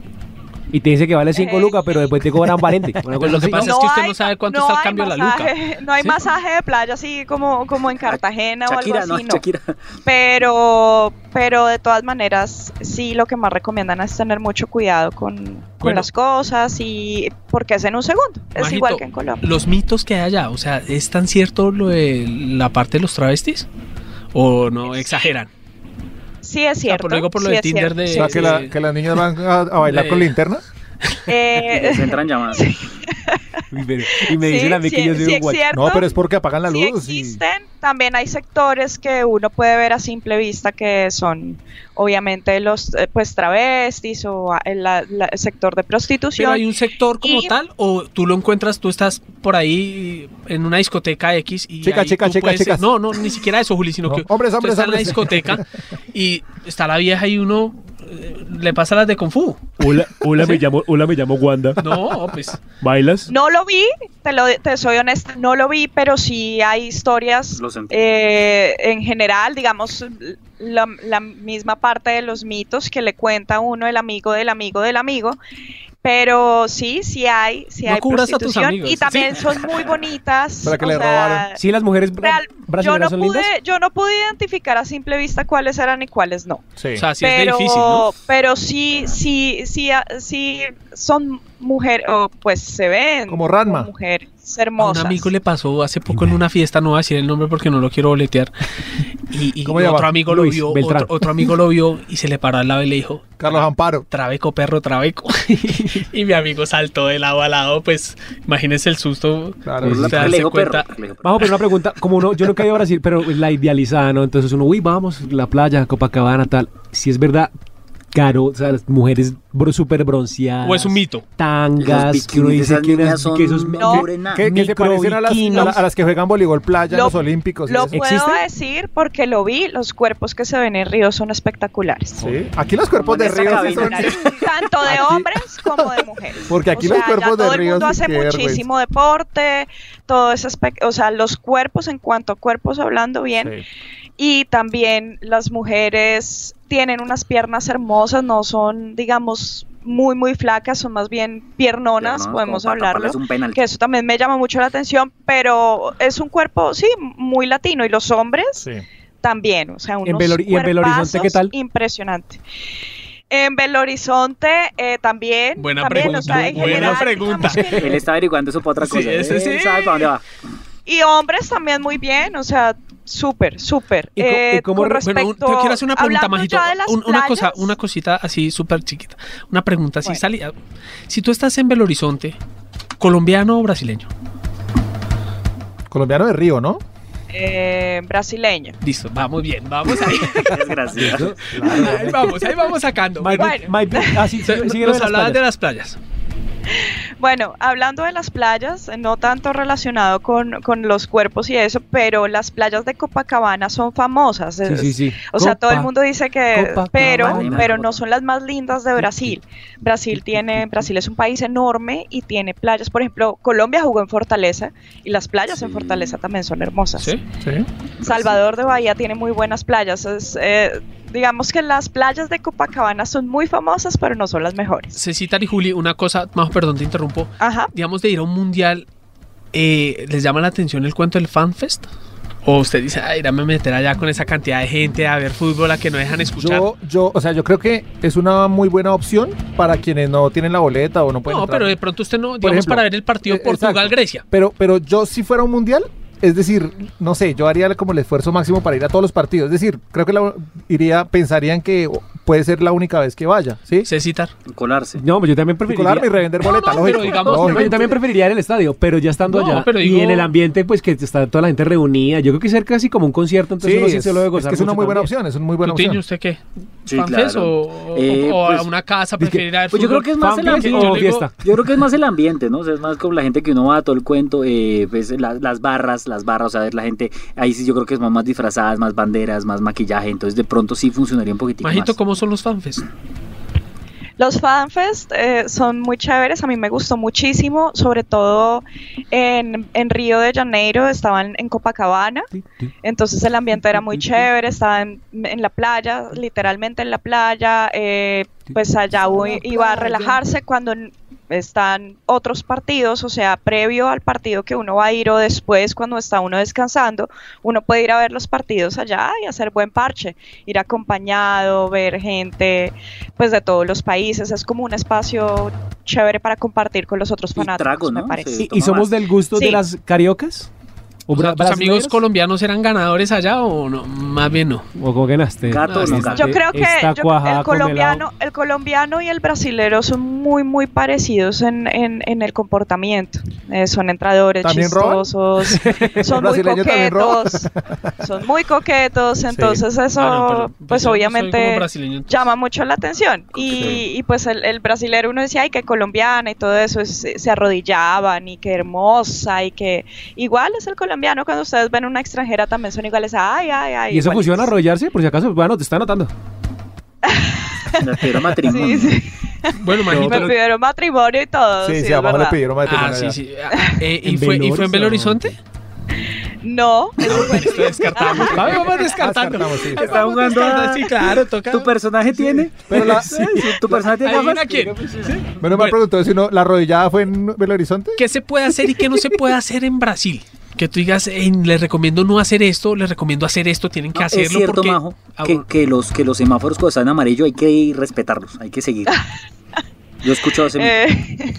I: Y te dice que vale 5
J: Eh,
I: lucas, pero después te cobran 40. Una cosa
G: Lo que
I: así.
G: pasa es que usted no sabe cuánto está el
J: hay
G: cambio de la
J: masaje- No hay
G: ¿Sí?
J: masaje de playa así como, como en Cartagena o algo
K: Shakira, no,
J: así, no.
K: Shakira.
J: Pero, pero de todas maneras, sí lo que más recomiendan es tener mucho cuidado con, con
G: Bueno.
J: las cosas y porque es en un segundo. Es
G: Majito,
J: igual que en Colombia.
G: Los mitos que hay allá, o sea, ¿es tan cierto lo de la parte de los travestis? ¿O no exageran?
J: Sí es
G: sea,
J: cierto.
G: por- luego por Ah, pues lo
J: sí
G: de
J: es
G: Tinder
J: cierto,
G: de-
H: O
J: sí
H: sea,
J: es
H: Ah, que,
J: cierto.
H: la- que las niñas van a, a bailar
G: Le-
H: con linterna.
J: Eh,
K: Se entran llamadas.
I: Y me, y me
J: sí,
I: dicen a mí
J: sí,
I: que yo soy
J: sí
I: un guacho.
J: es cierto.
H: No, pero es porque apagan la
J: Sí
H: luz. y-
J: existen, también hay sectores que uno puede ver a simple vista que son obviamente los eh, pues travestis o ah, el, la- la- el sector de
G: ¿Pero hay
J: prostitución.
G: un sector como
J: Y-
G: tal? ¿O tú lo encuentras, tú estás por ahí en una discoteca X y.
H: Chica,
G: ahí
H: chica,
G: tú
H: chica,
G: puedes-
H: chicas.
G: No, no, ni siquiera eso, Juli, sino
H: No,
G: que.
H: hombres,
G: tú
H: hombres,
G: estás
H: hombres.
G: en la discoteca y está la vieja y uno eh, le pasa las de Kung Fu.
I: Hola, hola, me llamo, hola, me llamo Wanda.
G: No, pues.
I: ¿Bailas?
J: No lo vi, te, lo, te soy honesta, no lo vi, pero sí hay historias
K: Lo sentí.
J: eh, en general, digamos, la, la misma parte de los mitos que le cuenta uno el amigo del amigo del amigo. Pero sí, sí hay, sí
G: No
J: hay
G: cubras a tus
J: prostitución
G: amigos,
J: y
G: sí.
J: también son muy bonitas.
H: Para que
J: o
H: le
J: sea,
H: robaron.
I: Sí, las mujeres bra-
J: Real, yo
I: brasileñas
J: no
I: son
J: pude,
I: lindas.
J: yo no pude identificar a simple vista cuáles eran y cuáles no.
H: Sí.
G: O sea, sí es de
J: pero,
G: difícil, ¿no?
J: pero sí, sí, sí, ah, sí son mujeres, o pues se ven
H: Como Ranma.
J: mujeres
G: A un
J: hermosas.
G: amigo le pasó hace poco en una fiesta, no voy a decir el nombre porque no lo quiero boletear. Y, y
H: ¿Cómo
G: otro
H: llama?
G: amigo lo
I: Luis
G: vio,
I: Beltrán.
G: otro, otro amigo lo vio y se le paró al lado y le dijo,
H: Carlos Amparo.
G: trabeco, perro, trabeco. y mi amigo saltó de lado a lado, pues imagínense el susto.
H: Claro.
G: O
K: Le
G: sea, se
K: dijo perro,
G: cuenta-
K: le dijo perro.
I: Vamos, pero una pregunta, como no, yo nunca he ido a Brasil, pero la idealizada, ¿no? Entonces uno, uy, vamos, la playa, Copacabana, tal. Si es verdad, caro, o sea, las mujeres bro- súper bronceadas.
G: O es un mito.
I: Tangas,
K: Esos
I: que uno
K: bikinis,
I: dice
K: esas
I: que, unas-
K: niñas son
I: que esos...
K: no duren nada.
H: ¿Qué, qué se parecen a las, a la- a las que juegan voleibol playa en
J: Lo-
H: los Olímpicos? y
J: Lo
H: eso?
J: puedo decir porque lo vi, los cuerpos que se ven en Río son espectaculares.
H: Sí. Aquí los
K: Como
H: cuerpos de
K: en esa
H: río sí son...
K: cabina.
J: Tanto de
H: Aquí-
J: hombres como de mujeres.
H: Porque aquí
J: O
H: los
J: sea,
H: cuerpos
J: ya
H: de
J: todo el
H: río
J: mundo
H: sí
J: hace
H: que vergüenza.
J: muchísimo deporte, todo ese aspecto, o sea, los cuerpos en cuanto a cuerpos hablando bien,
H: Sí.
J: y también las mujeres tienen unas piernas hermosas, no son, digamos, muy, muy flacas, son más bien piernonas,
K: Piernonas,
J: podemos
K: como para
J: hablarlo.
K: taparles un penalti.
J: Que eso también me llama mucho la atención, pero es un cuerpo, sí, muy latino. Y los hombres también, o sea, unos
I: Belo- y en Belo Horizonte, ¿qué tal?
J: cuerpazos impresionante. En Belo Horizonte eh, también.
G: Buena
J: también, o
G: pregunta,
J: sea, en
G: buena
J: general,
G: pregunta.
J: digamos que-
K: Él está averiguando eso para otra
G: Sí,
K: cosa.
G: ese
K: Él
G: sí.
K: sabe para dónde va.
J: Y hombres también muy bien, o sea, súper, súper.
G: ¿Y co- y
J: Eh,
G: cómo
J: con
G: re- bueno, un-
J: respecto-
G: te quiero hacer una pregunta,
J: hablando
G: Majito.
J: ya de las
G: Un- una cosa,
J: playas,
G: una cosita así súper chiquita. Una pregunta así
J: Bueno.
G: salida. Si tú estás en Belo Horizonte, colombiano o brasileño.
H: Colombiano de Río, ¿no?
J: eh, brasileño.
G: Listo, vamos bien, vamos ahí.
K: Muchas gracias.
G: ahí vamos, ahí vamos sacando.
I: My,
J: Bueno.
I: my- my- ah, sí, sí,
G: Nos,
I: sí,
G: nos
I: de las
G: hablabas
I: playas.
G: de las playas.
J: Bueno, hablando de las playas, eh, no tanto relacionado con, con los cuerpos y eso, pero las playas de Copacabana son famosas.
I: Sí,
J: es-
I: sí, sí.
J: O sea, todo el
I: Copa.
J: mundo dice que,
I: Copacabana.
J: pero,
K: Copacabana.
J: pero no son las más lindas de Brasil. Brasil tiene, Brasil es un país enorme y tiene playas. Por ejemplo, Colombia jugó en Fortaleza y las playas en
K: Sí.
J: Fortaleza también son hermosas.
G: ¿Sí?
H: Sí.
J: Salvador de Bahía tiene muy buenas playas. Es, eh, digamos que las playas de Copacabana son muy famosas, pero no son las mejores.
G: Cecitar y Juli, una cosa, más perdón, te interrumpo.
J: Ajá.
G: Digamos de ir a un mundial, eh, ¿les llama la atención el cuento del fanfest? O usted dice, ay, dame meter allá con esa cantidad de gente a ver fútbol a que no dejan escuchar.
H: Yo, yo, o sea, yo creo que es una muy buena opción para quienes no tienen la boleta o no pueden.
G: no,
H: entrar.
G: pero de pronto usted no, digamos,
H: ejemplo,
G: para ver el partido
H: eh, exacto.
G: Portugal-Grecia.
H: Pero, pero yo si fuera un mundial, es decir, no sé, yo haría como el esfuerzo máximo para ir a todos los partidos. Es decir, creo que la, iría, pensarían que puede ser la única vez que vaya, ¿sí?
G: Cecitar.
K: Colarse.
I: No, pero yo también
H: Y
I: preferiría.
H: colarme y revender boleta,
G: no,
H: lógico.
G: pero digamos,
H: lógico.
I: No, yo Pues también preferiría ir al estadio, pero ya estando
G: No,
I: allá
G: pero
I: y
G: digo-
I: en el ambiente, pues que está toda la gente reunida. Yo creo que cerca así como un concierto, entonces
H: Sí,
I: uno sí
H: es,
I: se lo debe
H: es
I: gozar
H: que es una
I: mucho
H: muy buena
I: también.
H: opción, es una muy buena
G: Tutiño,
H: opción.
G: ¿usted qué?
K: Sí,
G: ¿Fanfest
K: claro.
G: o, o-
K: Eh,
G: o a
K: pues,
G: una casa?
I: dizque-
G: Preferir a ver
K: Pues yo creo
G: fútbol?
K: que es más el
I: Fanfest
K: ambiente.
G: Yo
I: o
G: digo-
I: fiesta.
K: Yo creo que es más el ambiente, ¿no? O sea, es más como la gente que uno va a todo el cuento, eh, pues, la- las barras, las barras, o sea, ver la gente, ahí sí yo creo que es más, más disfrazadas, más banderas, más maquillaje, entonces de pronto sí funcionaría un poquitico
G: Majito,
K: más.
G: ¿cómo son los fanfest?
J: Los fanfest eh, son muy chéveres, a mí me gustó muchísimo, sobre todo en, en Río de Janeiro, estaban en Copacabana, entonces el ambiente era muy chévere, estaban en, en la playa, literalmente en la playa, eh, pues allá u- iba a relajarse cuando n- están otros partidos, o sea, previo al partido que uno va a ir o después cuando está uno descansando, uno puede ir a ver los partidos allá y hacer buen parche, ir acompañado, ver gente pues de todos los países, es como un espacio chévere para compartir con los otros
K: Y
J: fanáticos,
K: trago,
J: me
K: ¿no?
J: parece.
K: Sí.
I: ¿Y, y somos del gusto de
J: Sí.
I: las cariocas? ¿O
G: O sea,
I: bra-
G: ¿Tus amigos
I: brasileños?
G: colombianos eran ganadores allá o no? Más bien no.
I: ¿O como que naste?
K: Gato,
G: no,
K: gato.
J: Yo creo que
I: Está
J: yo creo que
I: cuajada
J: el,
I: con melao.
J: colombiano, el colombiano y el brasilero son muy, muy parecidos en, en- en el comportamiento. Eh, son entradores
H: ¿También roban?
J: chistosos, son muy
H: brasileño también roba?
J: coquetos, son muy coquetos, entonces eso
G: Ah, no, pero pues yo no
J: pues
G: soy como
J: obviamente
G: brasileño, entonces.
J: llama mucho la atención. Y, y, pues el, el brasilero uno decía, ay, que colombiana y todo eso, es- se arrodillaban y que hermosa y que igual es el colombiano cuando ustedes ven una extranjera también son iguales, ay, ay, ay.
I: ¿Y eso
J: igualitos.
I: funciona arrollarse? Por si acaso, bueno, te están anotando.
K: Me refiero a matrimonio.
J: Sí, sí.
G: Bueno, Majito.
J: Me pidieron matrimonio y todo.
H: Sí,
J: sí,
H: sí,
J: es
H: abajo le
J: verdad.
H: pidieron matrimonio
G: Ah,
H: allá.
G: sí, sí. Ah, eh, ¿y,
I: ¿En
G: fue, ¿Y
I: Belo
G: fue en Belo Horizonte?
J: No, eh, eso fue-
G: Estoy descartando. Ay, vamos descartando.
H: Descartamos, sí,
G: Ay,
H: descartamos.
G: vamos
K: Está jugando a-
G: descartando. Sí, claro, toca.
K: ¿Tu personaje tiene?
H: Pero la-
K: Sí, ¿Tu personaje tiene
G: Adivina
K: gafas?
G: quién.
H: Menos mal
G: Bueno.
H: preguntó si no, la rodillada fue en Belo Horizonte.
G: ¿Qué se puede hacer y qué no se puede hacer en Brasil? Que tú digas, eh, les recomiendo no hacer esto, les recomiendo hacer esto, tienen que
K: No,
G: hacerlo
K: es cierto,
G: porque...
K: Majo,
G: Ah,
K: que,
G: bueno.
K: que los, que los semáforos cuando están amarillo hay que ir respetarlos, hay que seguir. Yo he escuchado ese mito.
J: eh,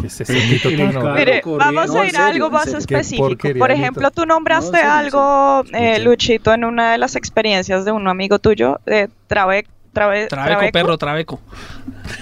H: ¿Qué es ese mito
I: Sí,
H: tan
I: claro.
H: horrible?
J: mire,
K: corriendo.
J: vamos
K: No,
J: a
K: en
J: ir
K: serio,
J: a algo
K: en
J: más
K: serio. Qué
J: específico.
H: porquería,
J: Por
H: Anita.
J: ejemplo, tú
K: No,
J: nombraste
K: en serio, en
J: algo, eh,
K: Escuché.
J: Luchito, en una de las experiencias de un amigo tuyo, eh, trabe-
G: Trabeco,
J: trabe- trabeco.
G: perro, trabeco.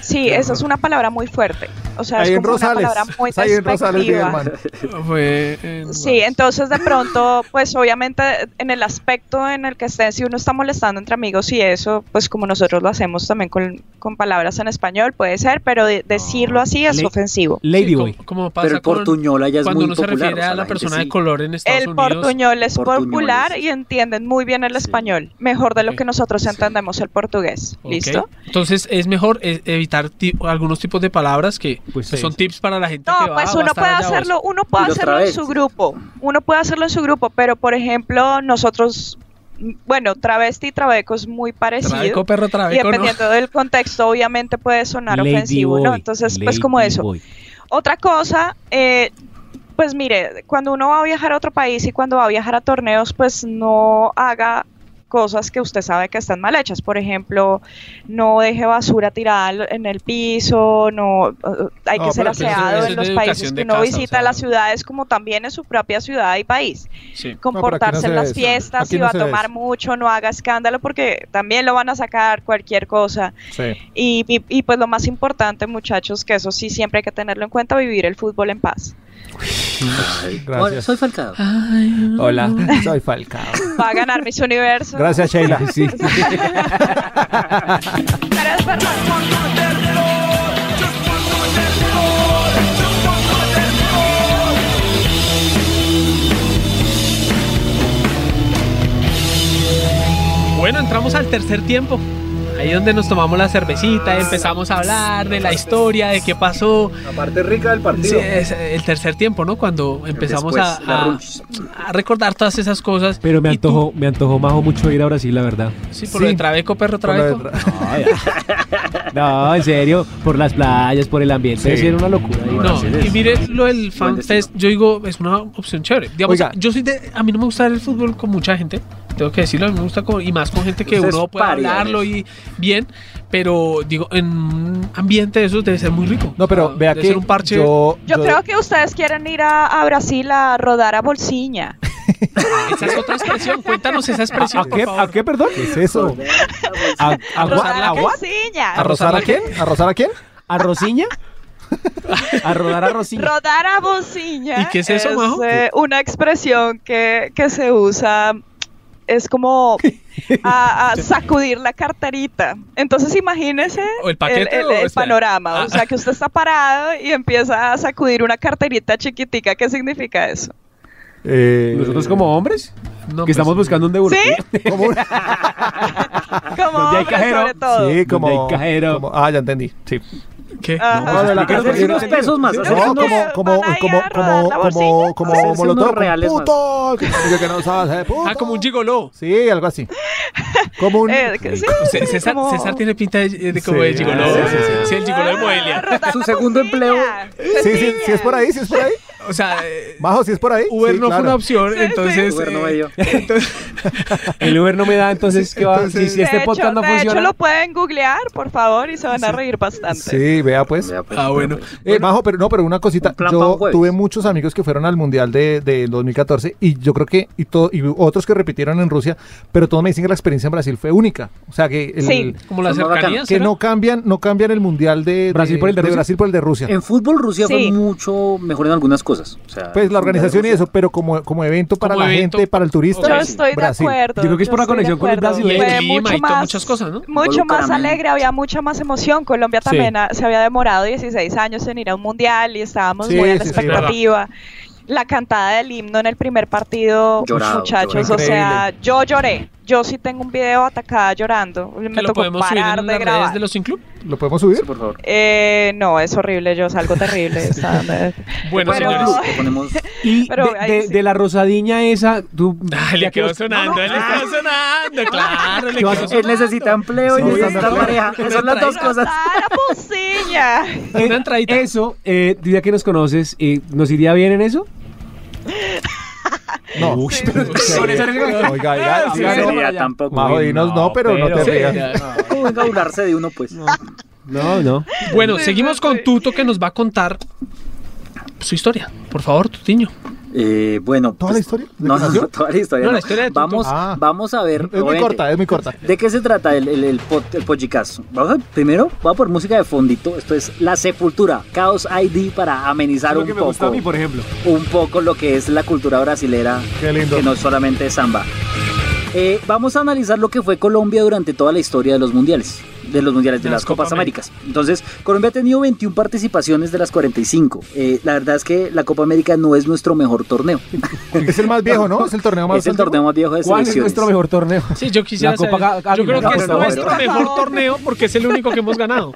J: Sí, esa es una palabra muy fuerte. O sea,
H: Ahí
J: es
H: en
J: como una
H: Rosales.
J: palabra muy
H: Ahí en Rosales,
J: despectiva.
H: Biderman.
G: Fue en-
J: Sí, entonces de pronto, pues obviamente en el aspecto en el que esté, si uno está molestando entre amigos y eso, pues como nosotros lo hacemos también con, con palabras en español, puede ser, pero de- decirlo así es
I: Le-
J: ofensivo.
G: Sí,
I: Ladyboy.
G: como- como pasa
K: Pero el
G: con-
K: portuñola ya es
G: Cuando
K: muy
G: uno se
K: popular.
G: refiere
K: o sea,
G: a la,
K: gente
G: persona
K: sí.
G: de color en Estados
J: El
G: Unidos...
J: portuñol es
K: Portuñoles.
J: popular y entienden muy bien el
K: Sí.
J: español, mejor de lo
G: Ok.
J: que nosotros entendemos el portugués.
G: Ok.
J: ¿Listo?
G: Entonces es mejor eh, evitar ti- algunos tipos de palabras que
I: Pues
G: que
I: sí.
G: son tips para la gente que
J: No,
G: va, va
J: pues
G: a
J: uno
G: estar
J: puede
G: allá o eso.
J: hacerlo, uno puede
K: Y los
J: hacerlo en
K: traves.
J: su grupo, uno puede hacerlo en su grupo, pero por ejemplo, nosotros bueno, travesti y trabeco es muy parecido.
L: Trabeco, perro, trabeco,
J: Y dependiendo
L: no.
J: del contexto, obviamente puede sonar
L: Lady
J: ofensivo, ¿no?
L: boy,
J: Entonces, pues
L: lady
J: como eso.
L: boy.
J: Otra cosa, eh, pues mire, cuando uno va a viajar a otro país y cuando va a viajar a torneos, pues no haga cosas que usted sabe que están mal hechas. Por ejemplo, no deje basura tirada al- en el piso, no eh, hay que
L: No,
J: ser
L: pero eso- eso
J: aseado
L: es
J: en los
L: de
J: países
L: educación
J: que
L: de
J: uno
L: casa, o
J: visita
L: sea.
J: las ciudades como también en su propia ciudad y país.
L: Sí. No, pero aquí no
J: Comportarse
L: se
J: en
L: ve
J: las
L: eso.
J: fiestas,
L: Aquí
J: si
L: no
J: va
L: se
J: a
L: ve
J: tomar
L: eso.
J: mucho, no haga escándalo porque también lo van a sacar cualquier cosa. Y, y- y, pues lo más importante, muchachos, que eso sí siempre hay que tenerlo en cuenta, vivir el fútbol en paz.
K: Hola, soy Falcao.
L: Hola.
H: Soy Falcao.
J: Va a ganar mis universos.
H: Gracias, Sheila. Sí.
G: Bueno, entramos al tercer tiempo. Ahí donde nos tomamos la cervecita, empezamos a hablar de la historia, de qué pasó.
H: La parte rica del
G: Sí, es el tercer tiempo, ¿no? Cuando empezamos a,
K: Después, la
G: a-
K: runch.
G: a recordar todas esas cosas.
I: Pero me antojó, me antojó Majo mucho ir a Brasil, la verdad.
G: Sí, por lo de Trabeco, perro
I: Por lo de
G: Trabeco.
I: No, en serio, por las playas, por el ambiente.
G: Sí.
I: Sí, era una locura. ahí.
G: No, y mire lo del fanfest, yo digo, es una opción chévere. Digamos,
I: Oiga.
G: yo soy de, a mí no me gusta el fútbol con mucha gente, tengo que decirlo, a mí me gusta con- y más con gente que
L: Ustedes
G: uno puede
L: parian
G: hablarlo
L: eso.
G: y bien, pero digo, en un ambiente de esos debe ser muy rico. Ah,
H: No, pero vea
G: Debe
H: que
G: ser un parche.
H: yo,
J: Yo creo que ustedes quieren ir a, a Brasil a rodar a bolsiña.
G: Esa es otra expresión, cuéntanos esa expresión, por favor.
I: ¿A qué, perdón?
H: ¿Qué es eso?
I: ¿A, a,
J: Rodar
I: a- a- what?
J: bolsiña.
H: ¿A rozar a quién? ¿A rozar a quién?
I: ¿A Rosiña? ¿A rodar a Rosiña?
J: Rodar a bolsiña.
I: ¿Y qué es eso, Majo?
J: eh, una expresión que, que se usa, es como a, a sacudir la carterita. Entonces imagínese
G: ¿O el paquete
J: el-
G: o
J: el
G: espera?
J: panorama.
G: Ah.
J: O sea, que usted está parado y empieza a sacudir una carterita chiquitica. ¿Qué significa eso?
H: Eh,
I: ¿Nosotros como hombres?
G: No, pues,
I: que estamos buscando un deburpí.
J: Como
I: Donde hay
J: hombre,
I: cajero.
J: sobre todo.
H: Sí, como,
I: Donde hay cajero.
H: como- Ah, ya entendí. Sí.
G: ¿Qué?
J: Ajá.
H: No, de la
K: Hacer
H: cartera.
K: unos pesos más, hacer
H: No,
K: unos-
H: como, como, como, como, como, como
K: Hacerse
H: molotov.
K: unos reales
H: como
K: más.
H: puto. que- que no sabes, eh, puto.
G: Ah, como un gigoló.
H: Sí, algo así. Como un.
J: Eh, que sí,
G: C- César,
J: como- Ah,
G: César tiene pinta de, de como
H: Sí,
G: de gigoló.
H: sí, sí, sí.
G: Sí, el gigoló de Moelia.
K: Su segundo empleo.
H: Sí, sí, sí es por ahí, sí es por ahí.
G: O sea, eh,
H: Majo, sí es por ahí.
G: Uber
H: Sí,
G: no
H: claro.
G: fue una opción, entonces...
K: Uber no
G: eh,
K: me dio.
I: El Uber no me da, entonces, ¿qué va? si, si
J: De
I: este
J: hecho-
I: podcast no
J: de hecho,
I: funciona.
J: lo pueden googlear, por favor, y se van a reír bastante.
H: Sí, vea pues.
K: Vea, pues,
G: Ah, bueno.
H: Eh, Majo, pero no, pero una cosita.
K: plan para un
H: Yo
K: jueves.
H: tuve muchos amigos que fueron al Mundial de, de 2014 y yo creo que, y, todo, y otros que repitieron en Rusia, pero todos me dicen que la experiencia en Brasil fue única. O sea que el-
J: Sí.
G: Como las
K: Son más
G: cercanías,
H: que no cambian, no cambian el Mundial de, de-
I: ¿Brasil por el de Rusia?
H: Brasil por el de Rusia.
K: En fútbol Rusia
J: Sí.
K: fue mucho mejor en algunas cosas. O sea,
H: Pues la
K: el fútbol de
H: organización y
K: Rusia-
H: eso, pero como, como evento para
G: Como
H: la
G: evento.
H: gente, para el turista.
J: Yo estoy
H: Brasil.
J: de
I: Yo
J: acuerdo.
I: creo que es
J: yo
I: por la
J: estoy de
I: conexión con el
J: acuerdo.
I: brasileño.
G: Y el
J: Fue
G: clima
J: mucho
G: y todas
J: más-
G: muchas cosas, ¿no?
J: Mucho más
K: Involucramiento.
J: alegre, había mucha más emoción. Colombia
H: Sí.
J: también ah, se había demorado 16 años en ir a un mundial y estábamos
H: Sí,
J: muy a
H: sí,
J: la
H: sí,
J: expectativa. La cantada del himno en el primer partido,
K: Llorado,
J: muchachos,
K: llorado.
J: o sea, yo lloré. Yo sí tengo un video atacada llorando. Me
G: Que lo
J: tocó
G: podemos subir
J: parar
G: en
J: de
G: las redes
J: grabar.
G: de los Sin Club.
H: ¿Lo podemos subir?
K: Sí, por favor.
J: Eh, no, es horrible, yo salgo terrible. esta-
G: Bueno,
J: Pero-
G: señores.
K: Lo ponemos-
I: Y
J: Pero
I: de,
J: ahí
I: de-
J: sí.
I: de la rosadilla esa, tú...
G: Ah, le
I: ya que
G: quedó
I: los-
G: sonando, le quedó sonando, claro, le
I: ¿Qué
G: quedó
I: vas a
G: sonando.
K: Él necesita empleo y
H: Sí,
K: necesita
H: sí.
K: pareja. Son las dos cosas.
J: ¡Ah, la pulsiña!
I: Eh,
G: Una entradita.
I: Eso, eh, tú ya que nos conoces, eh, ¿nos iría bien en eso?
H: No.
I: Con esa respuesta.
H: Oiga, oiga,
I: Sí,
H: oiga,
I: sí,
H: no.
I: sí.
K: Sería tampoco.
H: Majo, dinos no, pero no te
I: pero-
H: rías.
K: ¿Cómo venga a burlarse de uno, pues?
I: No, no.
G: Bueno,
J: Sí,
G: seguimos
J: sí,
G: con
J: sí.
G: Tuto que nos va a contar su historia. Por favor, Tutiño.
K: Eh, bueno.
H: ¿Toda
K: pues-
H: la historia? ¿De
K: No,
H: que
K: no,
H: nació?
K: no, toda la historia.
G: No, la
K: no.
G: historia de Tuto.
K: vamos,
H: Ah.
K: vamos a ver.
H: Es muy
K: obviamente,
H: corta, eh. es muy corta.
K: ¿De qué se trata el, el, el, pod- el podcast? Vamos a- primero, voy a poner música de fondito. Esto es La Sepultura, Chaos ID para amenizar
I: Lo
K: un
I: que me
K: poco,
I: gusta a mí, pues. por ejemplo.
K: un poco lo que es la cultura brasilera,
H: Qué lindo.
K: que no es solamente samba. Eh, vamos a analizar lo que fue Colombia durante toda la historia de los mundiales. de los mundiales, de las, Copas Américas. Entonces, Colombia ha tenido 21 participaciones de las 45. Eh, la verdad es que la Copa América no es nuestro mejor torneo.
H: Es el más viejo, ¿no? Es el torneo más
K: Es el torneo más viejo de
I: ¿Cuál es
K: selecciones.
I: nuestro mejor torneo?
G: Sí, yo quisiera
I: La Copa
G: saber.
I: Gá-
G: Yo creo
I: Gávila,
G: que
I: ¿no?
G: es
I: Por
G: nuestro
I: favor.
G: mejor torneo porque es el único que hemos ganado.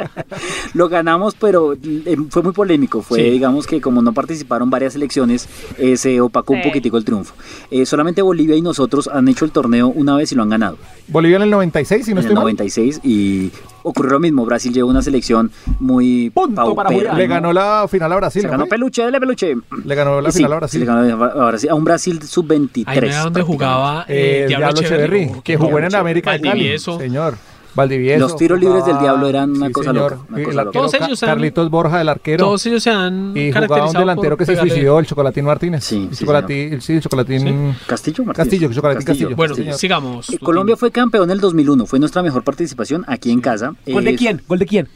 K: Lo ganamos, pero eh, fue muy polémico. Fue,
G: Sí.
K: digamos que como no participaron varias elecciones, eh, se opacó un
H: Sí.
K: poquitico el triunfo. Eh, solamente Bolivia y nosotros han hecho el torneo una vez y lo han ganado.
H: Bolivia en el 96, si no
K: en el
H: estoy mal.
K: 96 y ocurrió lo mismo. Brasil llevó una selección muy
H: para
K: paupérrima.
H: Bolivia. Le ganó la final a Brasil.
K: Se
H: ¿no
K: ganó
H: fue?
K: peluche, dale peluche.
H: Le ganó la
K: Sí,
H: final a
K: se
H: Brasil.
K: le ganó a Brasil, a un Brasil sub-23.
H: Ahí no era donde
G: jugaba
H: Eh, Diablo, Echeverry, que jugó en el América de Cali. Señor. Valdivieso. Ah,
K: Los tiros libres del Diablo eran una
H: Sí,
K: cosa
H: señor.
K: loca. una
H: El
K: cosa loca.
H: arquero
G: Todos
H: Ca-
G: ellos han-
H: Carlitos Borja, el arquero.
G: Todos ellos se han
H: Y jugaba un
G: caracterizado
H: delantero
G: por
H: que se
G: pegarle-
H: suicidó, el Chocolatín Martínez.
K: Sí,
H: el
K: sí,
H: Chocolatín, sí, el Chocolatín
K: Castillo, Martínez.
H: Castillo, Chocolatín Castillo.
G: Bueno,
K: Castillo.
G: sigamos.
K: Eh, Colombia fue campeón en el 2001, fue nuestra mejor participación aquí en casa.
I: ¿Gol de quién?
K: ¿Gol de quién?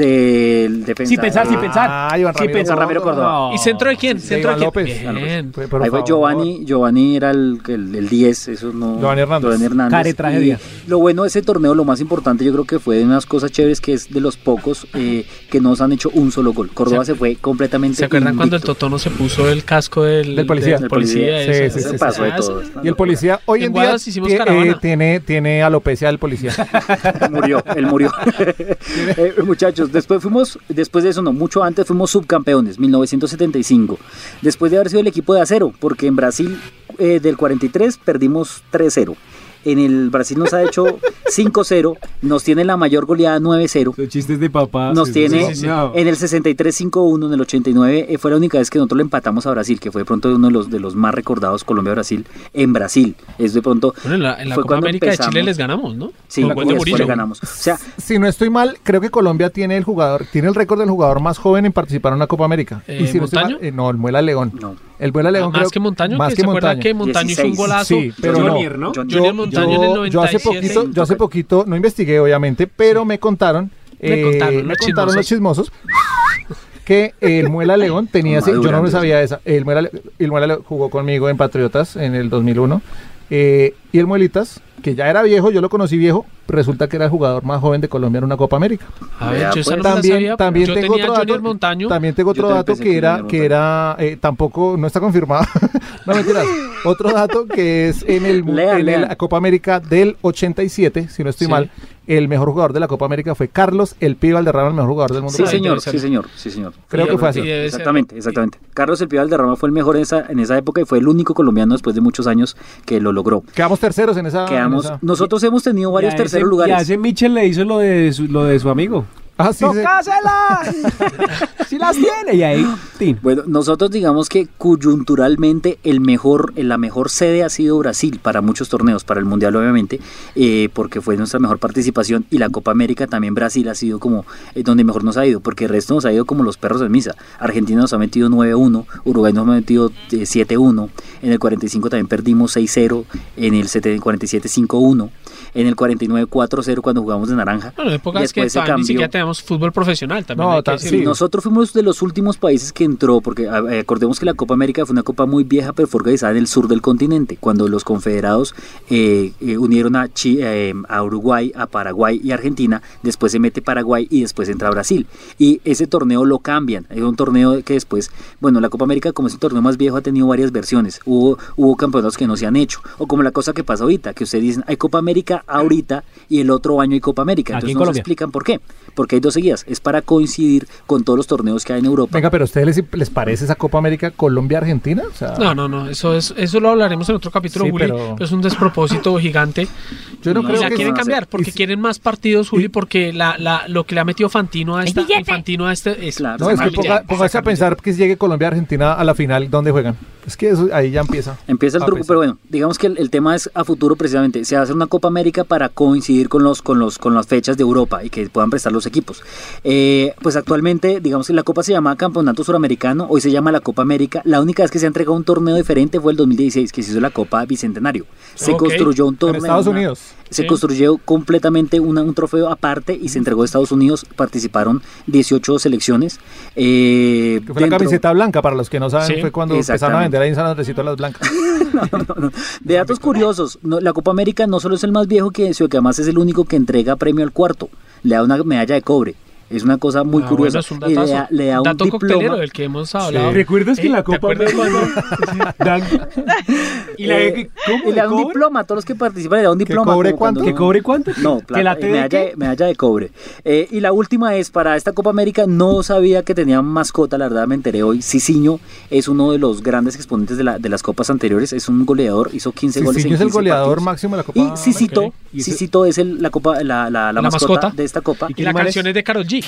K: Del defensa.
I: Sin pensar, sin pensar.
K: Ah, Iván
I: Sin
K: Ramiro
I: pensar.
K: Córdoba. Ramiro Córdoba.
M: Oh.
G: ¿Y centro de quién? ¿Centro de
K: Iván
G: quién?
K: López.
G: Bien.
K: Ahí fue Giovanni, Giovanni era el, el, el 10, eso no.
H: Giovanni Hernández. Care
K: Y
H: tragedia.
K: Lo bueno de ese torneo, lo más importante, yo creo que fue de unas cosas chéveres que es de los pocos eh, que nos han hecho un solo gol. Córdoba
G: ¿Se-
K: se, fue completamente.
G: ¿Se acuerdan
K: invicto.
G: cuando el Totono se puso el casco del,
K: Del policía.
G: del policía?
K: Del policía,
G: Ese-
K: sí, sí,
G: ese-
K: sí, pasó de
G: ah,
K: todo.
G: ese-
H: Y el policía, hoy en
G: En
H: día
G: Guadas hicimos
H: tie- eh,
G: caravana.
H: tiene, tiene alopecia del policía.
K: murió, él murió. Eh, muchachos, después fuimos, después de eso no, mucho antes fuimos subcampeones, 1975. Después de haber sido el equipo de acero, porque en Brasil eh, del 43 perdimos 3-0. En el Brasil nos ha hecho 5-0, nos tiene la mayor goleada 9-0.
I: Los chistes de papá.
K: Nos
I: Ah, Sí,
K: tiene
I: sí, sí, sí. No.
K: en el 63-5-1, en el 89, eh, fue la única vez que nosotros le empatamos a Brasil, que fue de pronto uno de los, de los más recordados Colombia-Brasil en Brasil. Es de pronto.
G: Bueno, en la, en la
K: fue
G: Copa
K: cuando
G: América
K: empezamos-
G: de Chile les ganamos, ¿no?
K: Sí,
G: Con gol de
K: después le
G: Murillo.
K: ganamos. O sea,
H: Si no estoy mal, creo que Colombia tiene el jugador, tiene el récord del jugador más joven en participar en una Copa América.
G: Eh,
H: si no estoy
G: ¿Montaño? Ah,
H: eh, no, el Muela León. El Muela León.
G: más
H: creo-
G: que Montaño,
H: Más
G: que
H: que
G: se acuerda
H: Montaño.
G: que Montaño hizo un
H: 16.
G: golazo.
H: Sí, pero no.
G: Junior, ¿no?
H: Yo-
G: Junior Montaño en el
H: yo- Yo hace
G: 97.
H: poquito, yo hace poquito, no investigué obviamente, pero me contaron,
G: Me
H: eh,
G: contaron los
H: me contaron los chismosos que el Muela León tenía, ese- yo no me
K: Madurando.
H: sabía esa, el Muela, Le- el Muela León jugó conmigo en Patriotas en el 2001 eh, y el Muelitas, que ya era viejo, yo lo conocí viejo, resulta que era el jugador más joven de Colombia en una Copa América.
G: A ver, yo
K: pues.
G: esa no me la
H: también,
G: sabía.
H: también
G: Yo
H: tengo
G: tenía
H: otro
G: a Junior
H: dato,
G: Montaño.
H: también tengo otro
G: Yo
H: dato
G: también
H: que
G: pensé
H: era, que era eh, tampoco, no está confirmado, no mentiras, otro dato que es en, el, mu-
K: Lean,
H: en el-
K: lean.
H: la Copa América del 87, si no estoy
K: Sí.
H: mal, el mejor jugador de la Copa América fue Carlos El Pío Valderrama, el mejor jugador del mundo.
K: Sí,
H: para mí.
K: señor, sí, señor, sí, señor.
H: Creo que fue así.
K: Exactamente, exactamente. Carlos El Pío Valderrama fue el mejor en esa, en esa época y fue el único colombiano después de muchos años que lo logró.
H: Quedamos terceros en esa... en
K: Quedamos-
H: esa-
K: nosotros hemos tenido
I: Y
K: varios
I: a
K: terceros
I: ese- Y a
K: lugares.
I: ese Mitchell le hizo lo de su, lo de su amigo.
H: Ah,
I: sí. ¡Si las tiene! Y ahí,
K: Bueno, nosotros digamos que coyunturalmente el mejor, la mejor sede ha sido Brasil para muchos torneos, para el Mundial obviamente, eh, porque fue nuestra mejor participación y la Copa América también Brasil ha sido como eh, donde mejor nos ha ido, porque el resto nos ha ido como los perros en misa. Argentina nos ha metido 9-1, Uruguay nos ha metido eh, 7-1, en el 45 también perdimos 6-0, en el 7 47 5-1, en el 49 4-0 cuando jugamos de naranja.
G: Bueno, épocas que
K: Después se
G: todavía ni
K: cambió.
G: siquiera teníamos fútbol profesional también. hay que decirlo.
K: Nosotros fuimos de los últimos países que entró, porque a- eh, acordemos que la Copa América fue una copa muy vieja, pero fue organizada en el sur del continente, cuando los confederados eh, eh, unieron a, Chi- eh, a Uruguay, a Paraguay y Argentina, después se mete Paraguay y después entra Brasil. Y ese torneo lo cambian, es un torneo que después, bueno, la Copa América como es un torneo más viejo ha tenido varias versiones, hubo, hubo campeonatos que no se han hecho, o como la cosa que pasa ahorita, que ustedes dicen, hay Copa América ahorita y el otro año hay Copa América, entonces
I: Aquí en
K: no se
I: Colombia.
K: explican por qué, porque hay dos seguidas, es para coincidir con todos los torneos que hay en Europa.
H: Venga, pero ¿a ustedes les, les parece esa Copa América Colombia-Argentina? O sea,
G: No, no, no, eso es, eso lo hablaremos en otro capítulo,
H: Sí,
G: Juli.
H: pero-
G: Es un despropósito gigante.
H: Yo no
G: y
H: creo
G: la
H: que
G: quieren
H: se-
G: cambiar porque quieren más partidos, Juli, porque la, la, lo que le ha metido Fantino a esta, Fantino a este es
K: claro,
H: No, es que ponga- póngase a pensar que si llegue Colombia-Argentina a la final, ¿dónde juegan? Es que eso, ahí ya empieza.
K: Empieza el
H: a
K: truco,
H: pensar.
K: pero bueno, digamos que el, el tema es a futuro precisamente. Se va a hacer una Copa América para coincidir con los con los con las fechas de Europa y que puedan prestar los equipos. Eh, pues actualmente, digamos que la Copa se llama Campeonato Suramericano, hoy se llama la Copa América. La única vez que se ha entregado un torneo diferente fue el 2016, que se hizo la Copa Bicentenario. Se
H: Ok.
K: construyó un
H: En
K: torneo.
H: Estados
K: una-
H: Unidos.
K: Se
H: Sí.
K: construyó completamente una- un trofeo aparte y se entregó a Estados Unidos. Participaron 18 selecciones. Eh,
H: Que fue la
K: dentro-
H: camiseta blanca, para los que no saben,
K: Sí.
H: fue cuando empezaron a
K: Exactamente.
H: vender ahí en San Andresito las blancas.
K: De datos curiosos, no- la Copa América no solo es el más viejo que sino que además es el único que entrega premio al cuarto. le da una medalla de cobre. Es una cosa muy
G: Ah,
K: curiosa.
G: bueno, es un
K: y le da,
G: datazo.
K: le da un
G: Dato
K: diploma.
G: coctelero del que hemos hablado.
I: ¿Recuerdas que
G: Eh,
I: en la
G: ¿te
I: Copa
G: acuerdas
I: América dan- y la-
K: Eh,
I: ¿cómo?
K: y le da un
I: ¿Cobre?
K: diploma a todos los que participan, le da un diploma.
I: cobre
K: como cuando
I: cuánto? ¿Que
K: uno-
I: cobre cuánto?
K: No,
I: ¿Que
K: plata,
I: la
K: eh,
I: TDT?
K: medalla, de- medalla de cobre. Eh, y la última es, para esta Copa América no sabía que tenían mascota, la verdad me enteré hoy. Ciciño es uno de los grandes exponentes de, la- de las copas anteriores, es un goleador, hizo 15 goles en
H: Ciciño es el
K: 15
H: goleador
K: partidos.
H: máximo de la Copa ¿eh?
K: Y Cicito, Cicito es el- la, copa, la, la- la
G: La
K: mascota,
G: mascota.
K: de esta copa.
G: Y la canción es de Carol G.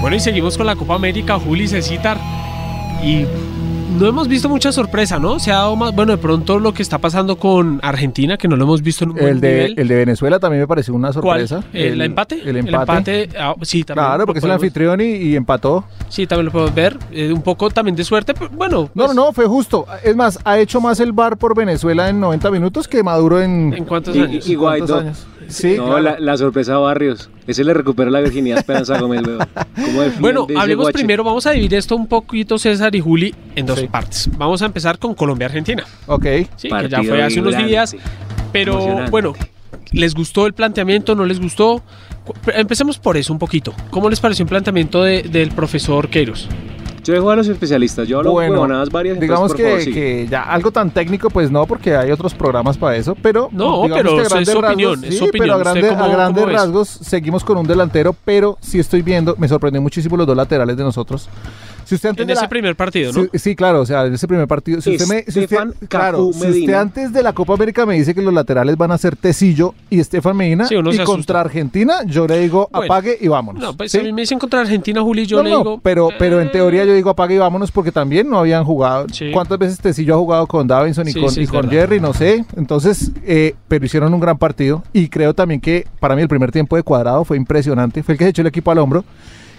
G: Bueno, y seguimos con la Copa América, Juli Cecitar. Y no hemos visto mucha sorpresa, ¿no? Se ha dado más. Bueno, de pronto lo que está pasando con Argentina, que no lo hemos visto en un buen
H: El de,
G: nivel.
H: el de Venezuela también me pareció una
G: ¿Cuál?
H: sorpresa.
G: ¿El, empate?
H: El empate.
G: ah, sí, también.
H: Claro,
G: lo
H: porque es el
G: podemos-
H: anfitrión y, y empató.
G: Sí, también lo podemos ver. eh, un poco también de suerte, pero bueno. pues,
H: No, no, no, fue justo. Es más, ha hecho más el bar por Venezuela en 90 minutos que Maduro en.
G: ¿En cuántos
M: Y-
G: años?
M: y- y Guaidó.
H: ¿Cuántos años? Sí,
M: no,
H: claro.
M: la, la sorpresa a Barrios. Ese le recupera la virginidad a Esperanza Gómez, weón. ¿Cómo defiende
G: Bueno,
M: ese
G: hablemos
M: guache?
G: primero, vamos a dividir esto un poquito, César y Juli, en dos partes. Vamos a empezar con Colombia-Argentina.
H: Ok.
G: Sí, que ya
M: Partido
G: fue hace unos
M: vibrante,
G: días. Pero
M: emocionante.
G: bueno, ¿les gustó el planteamiento? ¿No les gustó? Cu- Empecemos por eso un poquito. ¿Cómo les pareció el planteamiento de- del profesor Queiroz?
M: Yo dejo a los especialistas. Yo hablo
H: Bueno,
M: huevonadas varias.
I: pues,
M: entonces,
H: digamos
M: por
H: que,
M: favor, sigue.
H: que ya algo tan técnico, pues no, porque hay otros programas para eso, pero
G: No, pero
H: digamos que a
G: es
H: grandes
G: su
H: rasgos-
G: opinión, es
H: sí,
G: su opinión.
H: pero a,
G: ¿Usted
H: grande- a
G: cómo-
H: grandes
G: cómo ves?
H: rasgos seguimos con un delantero, pero sí estoy viendo, me sorprendió muchísimo los dos laterales de nosotros. Si usted antes
G: En
H: de
G: ese
H: la-
G: primer partido, ¿no?
H: Sí, sí, claro, o sea, en ese primer partido. Si usted, me- si usted-
M: Estefan Cafú
H: claro, si usted
M: Medina.
H: antes de la Copa América me dice que los laterales van a ser Tecillo y Estefan Medina,
G: Sí,
H: y
G: uno se asusta.
H: contra Argentina, yo le digo
G: Bueno.
H: apague y vámonos.
G: No, pues
H: ¿sí?
G: a mí me dicen contra Argentina, Juli, yo
H: No,
G: le
H: no,
G: digo. "Eh".
H: pero, pero en teoría yo digo apague y vámonos porque también no habían jugado. ¿Cuántas veces Tecillo ha jugado con Davinson y
G: Sí,
H: con,
G: sí,
H: y
G: es
H: con
G: verdad.
H: Jerry? No sé. Entonces, eh, pero hicieron un gran partido y creo también que para mí el primer tiempo de cuadrado fue impresionante. Fue el que se echó el equipo al hombro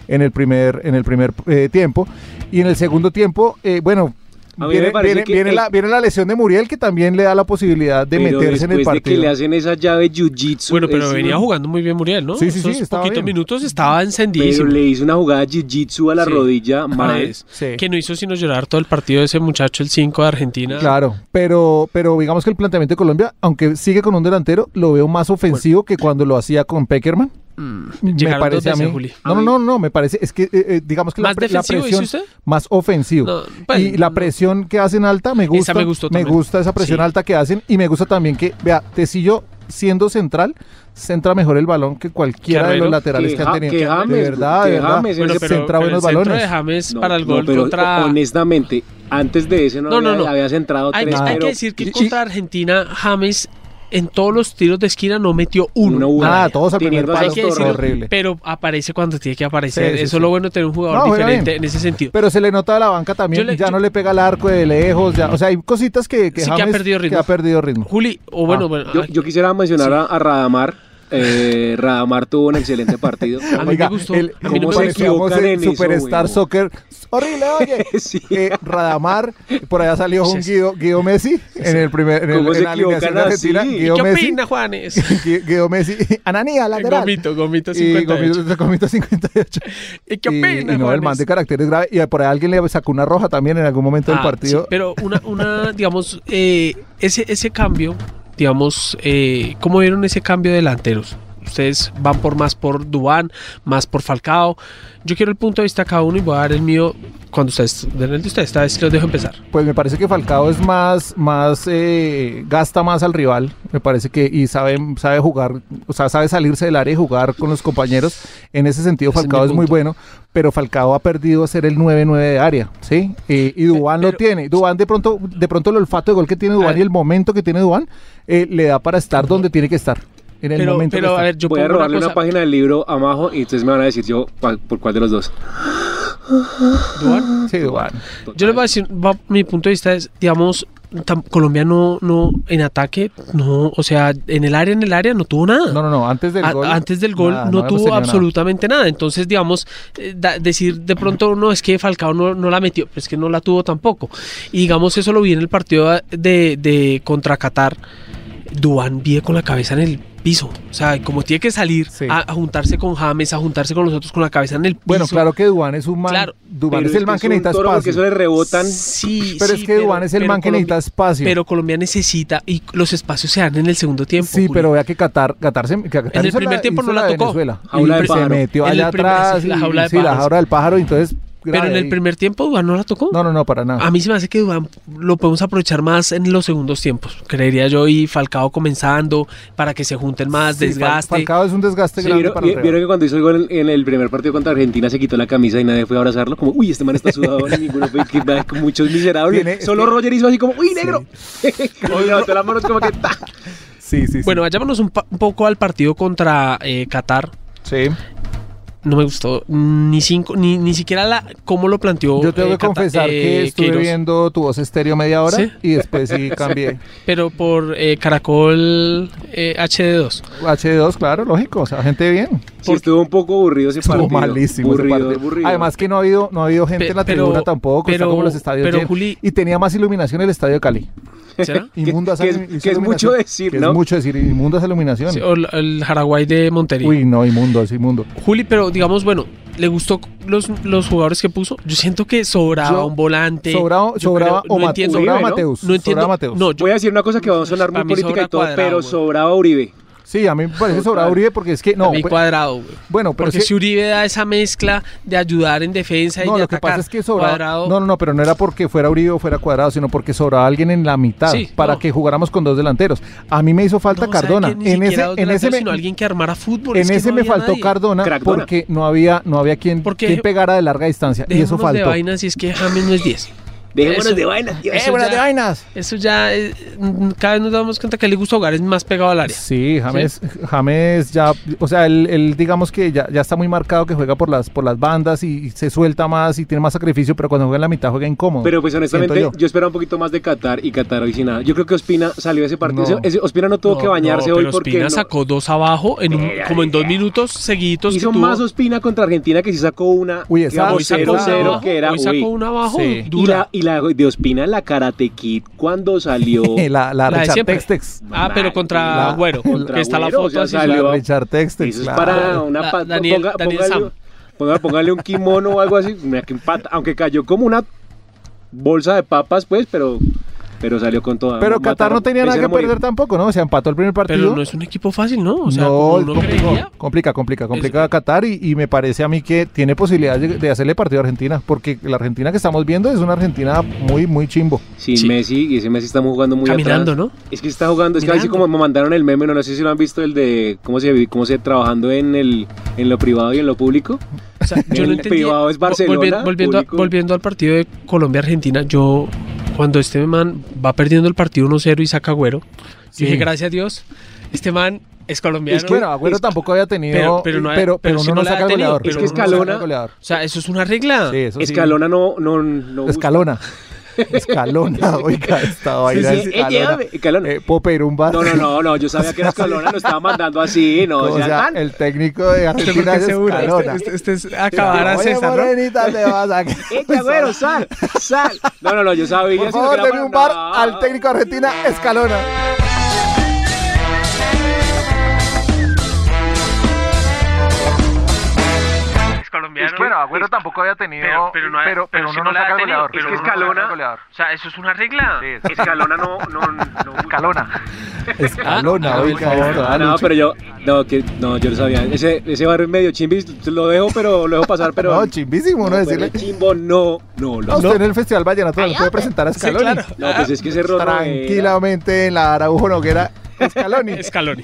H: en el primer, en el primer eh, tiempo. Y en el segundo tiempo, eh, bueno...
M: A mí me
H: Viene,
M: parece
H: viene-
M: que
H: viene
M: el-
H: la, viene la lesión de Muriel que también le da la posibilidad de
M: Pero
H: meterse en el
M: después de que
H: partido.
M: le hacen esa llave jiu-jitsu.
G: Bueno, pero
M: es
G: venía
M: un-
G: jugando muy bien Muriel, ¿no?
M: Sí, sí, sí,
G: Esos
M: estaba
G: poquitos
M: bien.
G: minutos estaba
M: Pero
G: encendidísimo.
M: le hizo una jugada jiu-jitsu a la
G: Sí.
I: Ah,
M: rodilla. Madre.
G: Mares, Que no hizo sino llorar todo el partido de ese muchacho, el 5 de Argentina.
H: Claro, pero, pero digamos que el planteamiento de Colombia, aunque sigue con un delantero, lo veo más ofensivo que cuando lo hacía con Peckerman.
G: Mm. llegaron dos veces, Juli.
H: No, no, no, no, me parece. Es que eh, eh, digamos que la,
G: ¿Más
H: pre- la
G: defensivo,
H: presión
G: dice usted?
H: más ofensivo.
G: pues,
H: y la presión que hacen alta me gusta.
G: me gustó también.
H: gusta esa presión
G: Sí.
H: alta que hacen y me gusta también que, vea, Tecillo siendo central, centra mejor el balón que cualquiera de los
G: Guerrero.
H: laterales que, han tenido. de verdad, de verdad.
G: Bueno, pero-
H: centra
G: pero
H: buenos
G: el centro
H: balones.
G: de James para el gol
M: pero
G: contra-
M: Honestamente, antes de ese no,
G: No, no,
M: había,
G: no.
M: había centrado
G: Hay,
M: tres,
G: hay
M: pero
G: que decir que contra Argentina, James en todos los tiros de esquina no metió uno.
M: Uno, uno.
I: Ah,
M: Nada,
H: todos al
M: primer palo,
G: Hay que decirlo,
H: horrible.
G: Pero aparece cuando tiene que aparecer.
H: Sí, sí,
G: Eso es lo bueno de tener un
H: No,
G: jugador
H: juega
G: diferente
H: bien.
G: en ese sentido.
H: Pero se le nota a la banca también,
G: Yo le-
H: ya no le pega el arco de lejos, ya, o sea, hay cositas que, que
G: Sí, que ha
H: James-
G: perdido ritmo.
H: que ha perdido ritmo.
G: Juli, o bueno, bueno,
M: Yo,
G: ah,
M: yo quisiera mencionar a, a Radamar. Eh, Radamar tuvo un excelente partido.
H: A mí me gustó. El,
M: ¿Cómo
H: ¿Cómo
M: se equivocan en eso,
H: Superstar
M: weón?
H: Soccer. Horrible, oye. Eh, Radamar, por allá salió un Guido, Guido Messi en el primer en, el-
G: ¿Cómo se
H: en la alineación de
G: equivocan así?
H: Argentina.
G: ¿Y
H: Guido
G: qué
H: Messi.
G: opina, Juanes?
H: Gui- Guido Messi. Ananía, lateral.
G: Gomito, Gomito
H: Y
G: 58.
H: Gomito, Gomito 58.
G: ¿Y qué
H: Y-
G: opina,
H: Y, no, el
G: Juanes?
H: man de carácter es grave. Y por ahí alguien le sacó una roja también en algún momento del
G: Ah,
H: partido.
G: sí, pero una, una digamos, eh, ese, ese cambio, digamos, eh, ¿cómo vieron ese cambio de delanteros? Ustedes van por más por Dubán, más por Falcao. Yo quiero el punto de vista de cada uno y voy a dar el mío cuando ustedes, den el de ustedes, esta vez los dejo empezar.
H: Pues me parece que Falcao es más, más eh, gasta más al rival, me parece que, y sabe, sabe jugar, o sea, sabe salirse del área y jugar con los compañeros. En ese sentido,
G: Ese es
H: Falcao
G: mi
H: es, muy
G: punto.
H: bueno, pero Falcao ha perdido ser el 9-9 de área, ¿sí? Eh, y Dubán lo tiene. Dubán de pronto, de pronto el olfato de gol que tiene Dubán y el momento que tiene Dubán eh, le da para estar donde tiene que estar. En el momento que está.
M: voy a robarle una, página del libro a Majo y entonces me van a decir yo cuál- por cuál de los dos.
H: Sí, Dubán.
G: Yo les voy a decir, va- mi punto de vista es, digamos, tam- Colombia no, no, en ataque, no, o sea, en el área, en el área no tuvo nada.
H: No, no, no, antes del
G: A-
H: gol,
G: Antes del gol
H: nada, no
G: no,
H: habíamos
G: tuvo
H: tenido nada.
G: absolutamente nada. Entonces, digamos, eh, da- decir de pronto, no, es que Falcao no, no la metió, pero es que no la tuvo tampoco. Y digamos, eso lo vi en el partido de, de contra Qatar. Dubán vive con la cabeza en el piso. O sea, como tiene que salir a, a juntarse con James, a juntarse con los otros con la cabeza en el piso.
H: Bueno, claro que Duan es un man. Duan
G: Pero
H: es el
G: es
H: man
G: que
H: que
G: es un
H: necesita
G: toro
H: espacio.
G: porque eso le rebotan.
H: Sí, pero es que Duan es el
G: pero
H: man que
G: Colombia-
H: necesita espacio.
G: Pero Colombia necesita y los espacios se dan en el segundo tiempo.
H: Sí,
G: Julio.
H: pero vea que Qatar, Qatar, se, Qatar
G: En el
H: hizo
G: primer tiempo
H: hizo
G: no la tocó.
H: Venezuela.
G: Jaula
H: Y
G: del
H: se
G: pájaro.
H: metió
G: En
H: allá
G: el primer-
H: atrás.
G: sí, la
H: y-
G: jaula del
H: sí, la
G: pájaro.
H: jaula del pájaro. Entonces,
G: Pero en el primer tiempo Dubán no la tocó.
H: No, no, no, para nada.
G: A mí se me hace que Dubán lo podemos aprovechar más en los segundos tiempos, creería yo, y Falcao comenzando para que se junten más,
H: Sí, Fal-
G: desgaste.
H: Falcao es un desgaste
I: Sí, ¿Vieron, vi- vieron que cuando hizo el gol en, en el primer partido contra Argentina se quitó la camisa y nadie fue a abrazarlo? Como, uy, este man está sudado, ni ninguno fue que nada, con muchos miserables.
G: Tiene-
I: Solo Roger hizo así como, uy, negro. Como levantó las manos como que, ¡pa!
G: Bueno, vayámonos un, pa- un poco al partido contra eh, Qatar.
H: Sí.
G: No me gustó ni cinco, ni, ni siquiera la cómo lo planteó.
H: Yo tengo
G: eh,
H: que
G: Qatar-
H: confesar que
G: eh,
H: estuve
G: Queiroz.
H: viendo tu voz estéreo media hora
G: Sí.
H: y después sí cambié.
G: Pero por eh, Caracol eh, HD2.
H: H2, claro, lógico. O sea, gente bien.
I: Sí, estuvo un poco aburrido ese
H: Estuvo
I: partido.
H: malísimo ese
I: Aburrido,
H: partido.
I: aburrido.
H: Además que no ha habido, no ha habido gente
I: Pe-
H: en la
I: pero-
H: tribuna tampoco, está
I: pero-
H: como los estadios
I: pero,
H: llenos.
I: Juli-
H: y tenía más iluminación el estadio de Cali.
G: ¿Será?
H: Inmundas
I: Que es-
H: alumi-
I: que es mucho
H: iluminación-
I: decir,
H: que
I: ¿no?
H: Es mucho decir, inmundas iluminación.
G: Sí, o el, el Jaraguay de Montería.
H: Uy, no, inmundo, es inmundo.
G: Juli, pero digamos, bueno, ¿le gustó los, los jugadores que puso? Yo siento que sobraba
I: Yo-
G: un volante.
I: sobraba-
G: Yo
I: sobraba
G: creo-
I: o Mate- Uribe, ¿no?
G: No
I: Sobraba
G: entiendo.
I: Mateus.
G: No,
I: Voy a decir una cosa que va a sonar
G: Pues Para
I: muy
G: mí
I: política
G: sobra
I: y todo,
G: Cuadrado,
I: pero
G: güey.
I: sobraba Uribe.
H: Sí, a mí me parece sobrado Uribe porque es que no.
G: a mí
H: pues-
G: cuadrado, güey.
H: Bueno, pero
G: Porque
H: es que-
G: si Uribe da esa mezcla de ayudar en defensa y
H: No,
G: de
H: lo que
G: atacar,
H: pasa es que sobraba.
G: cuadrado,
H: No, no, no, pero no era porque fuera Uribe o fuera cuadrado, sino porque sobraba alguien en la mitad
G: Sí,
H: para
G: no.
H: que jugáramos con dos delanteros. A mí me hizo falta
G: no, ¿sabe
H: Cardona.
G: qué? Ni
H: En ese,
G: siquiera dos
H: en ese
G: delanteros,
H: me,
G: sino alguien que armara fútbol.
H: en
G: es que
H: ese
G: no
H: me
G: había
H: faltó
G: nadie.
H: Cardona porque no había, no había quien,
G: Porque-
H: quien pegara de larga distancia. Y eso
G: Dejémonos de
H: faltó.
G: vainas y es que James no es 10.
I: Dejémonos
G: Eso- Eh,
I: de vainas, tío.
G: eso
I: Dejémonos
G: ya-
I: Eh, de
H: vainas.
G: Eso ya, eh, mm, cada vez nos damos cuenta que le gusta jugar es más pegado al área.
H: Sí, James, James ya, o sea, él, él digamos que ya, ya está muy marcado que juega por las, por las bandas y, y se suelta más y tiene más sacrificio, pero cuando juega en la mitad juega incómodo.
I: Pero pues honestamente, yo.
H: siento yo.
I: esperaba un poquito más de Qatar y Qatar hoy sin nada. Yo creo que Ospina salió de ese partido.
G: No.
I: Ese- Ospina no tuvo que bañarse
G: no,
I: hoy
G: pero
I: porque
G: Ospina
I: no-
G: sacó dos abajo en un- como en dos minutos seguiditos.
I: hizo
G: que tuvo.
I: más Ospina contra Argentina que sí sacó una.
H: Uy, esa-
I: digamos,
H: Hoy sacó
I: cero,
H: una
I: cero,
H: abajo,
I: que era.
G: hoy sacó
I: uy.
G: una abajo Sí.
I: dura. Y la, y la de Ospina, la Karate Kid, cuando salió.
H: Eh, la, la,
G: La de
H: Richard
G: siempre.
H: Textex.
G: Ah, pero contra
H: La-
G: Agüero,
H: contra
G: que está la
I: Agüero,
G: foto
I: ya
G: así.
I: salió.
H: Richard Textex.
I: Eso es
H: claro.
I: para una
G: Da-
I: pa-
G: Daniel- Daniel
I: póngale-
G: Sam.
I: ponga- póngale un kimono o algo así, una que empata, aunque cayó como una bolsa de papas, pues, pero, pero salió con toda.
H: Pero Qatar
I: matar-
H: no tenía nada
I: vencer
H: que
I: a morir.
H: perder tampoco, ¿no? O sea, empató el primer partido.
G: Pero no es un equipo fácil, ¿no? O sea, como
H: no,
G: uno
H: complicó,
G: creería.
H: complica, complica, complica a Qatar y, y me parece a mí que tiene posibilidades de, de hacerle partido a Argentina, porque la Argentina que estamos viendo es una Argentina muy, muy chimbo.
I: Sin Messi, y ese Messi estamos jugando muy
H: Caminando,
I: atrás.
G: ¿no?
I: Es que está jugando, es que así
H: Mirando.
I: como me mandaron el meme, no, no sé si lo han visto, el de cómo se, cómo se trabajando en, el, en lo privado y en lo público.
G: O sea, yo
I: El
G: no entendí.
I: privado es Barcelona,
G: Volvi- volviendo, a-
I: público.
G: volviendo al partido de Colombia-Argentina, yo cuando este man va perdiendo el partido 1-0 y saca Agüero,
H: Sí.
G: yo dije, gracias a Dios, este man es colombiano.
H: Es que, bueno, Agüero
G: Es-
H: tampoco había tenido, eh,
G: Pero, pero, no,
H: pero- pero
G: si
H: uno no
G: la ha
H: saca el
G: tenido,
H: goleador.
G: pero
H: Es que
G: uno no saca
I: Escalona-
G: el goleador. O sea, eso es una regla.
H: Sí, eso sí.
I: Escalona no, no, no gusta.
H: Escalona. Escalona, oiga, esta vaina.
I: sí, sí. Eh, llévame,
H: Escalona. Eh, Poperumba.
I: No, no, no, no, yo sabía que era Escalona, lo estaba mandando así, no,
H: O
I: o
H: sea,
I: sea,
H: eh,
I: tan-
H: el técnico de
I: ¿Usted por
H: Argentina
I: qué
H: es
I: se burla?
H: Escalona.
I: Este-
G: acabar a
H: Oye,
G: César, ¿no?
H: morenita, te vas a...
I: Echa, güero, sal, sal. No, no, no, yo sabía.
H: Por
I: sino
H: favor,
I: que era
H: denle
I: para-
H: un bar
I: No.
H: al técnico Argentina Escalona.
G: colombiano.
H: Es que, bueno, Agüero tampoco había tenido-
G: Pero, pero no, ha-
H: pero- pero
G: si
H: uno no
G: la
H: saca
G: ha
H: el
G: tenido,
H: goleador,
G: pero
H: es
G: uno
H: que
G: no saca
H: Escalona-
G: el goleador. O sea, eso es una regla.
I: Escalona no. no,
H: Escalona. Escalona,
I: Ah,
H: oiga,
I: no,
H: esto,
I: no,
H: dale,
I: pero yo, no, que, no, yo lo sabía. Ese, ese barrio es medio chimbis, lo dejo, pero lo dejo pasar, pero.
H: No, chimbísimo, no,
I: pero
H: decirle.
I: el Chimbo, no, no,
H: No,
I: lo
H: usted en el Festival Vallenato también
G: pues".
H: puede presentar a Scaloni.
I: No, pues es que ese error. no era.
H: Tranquilamente en la Araujo Noguera. Scaloni.
G: Scaloni.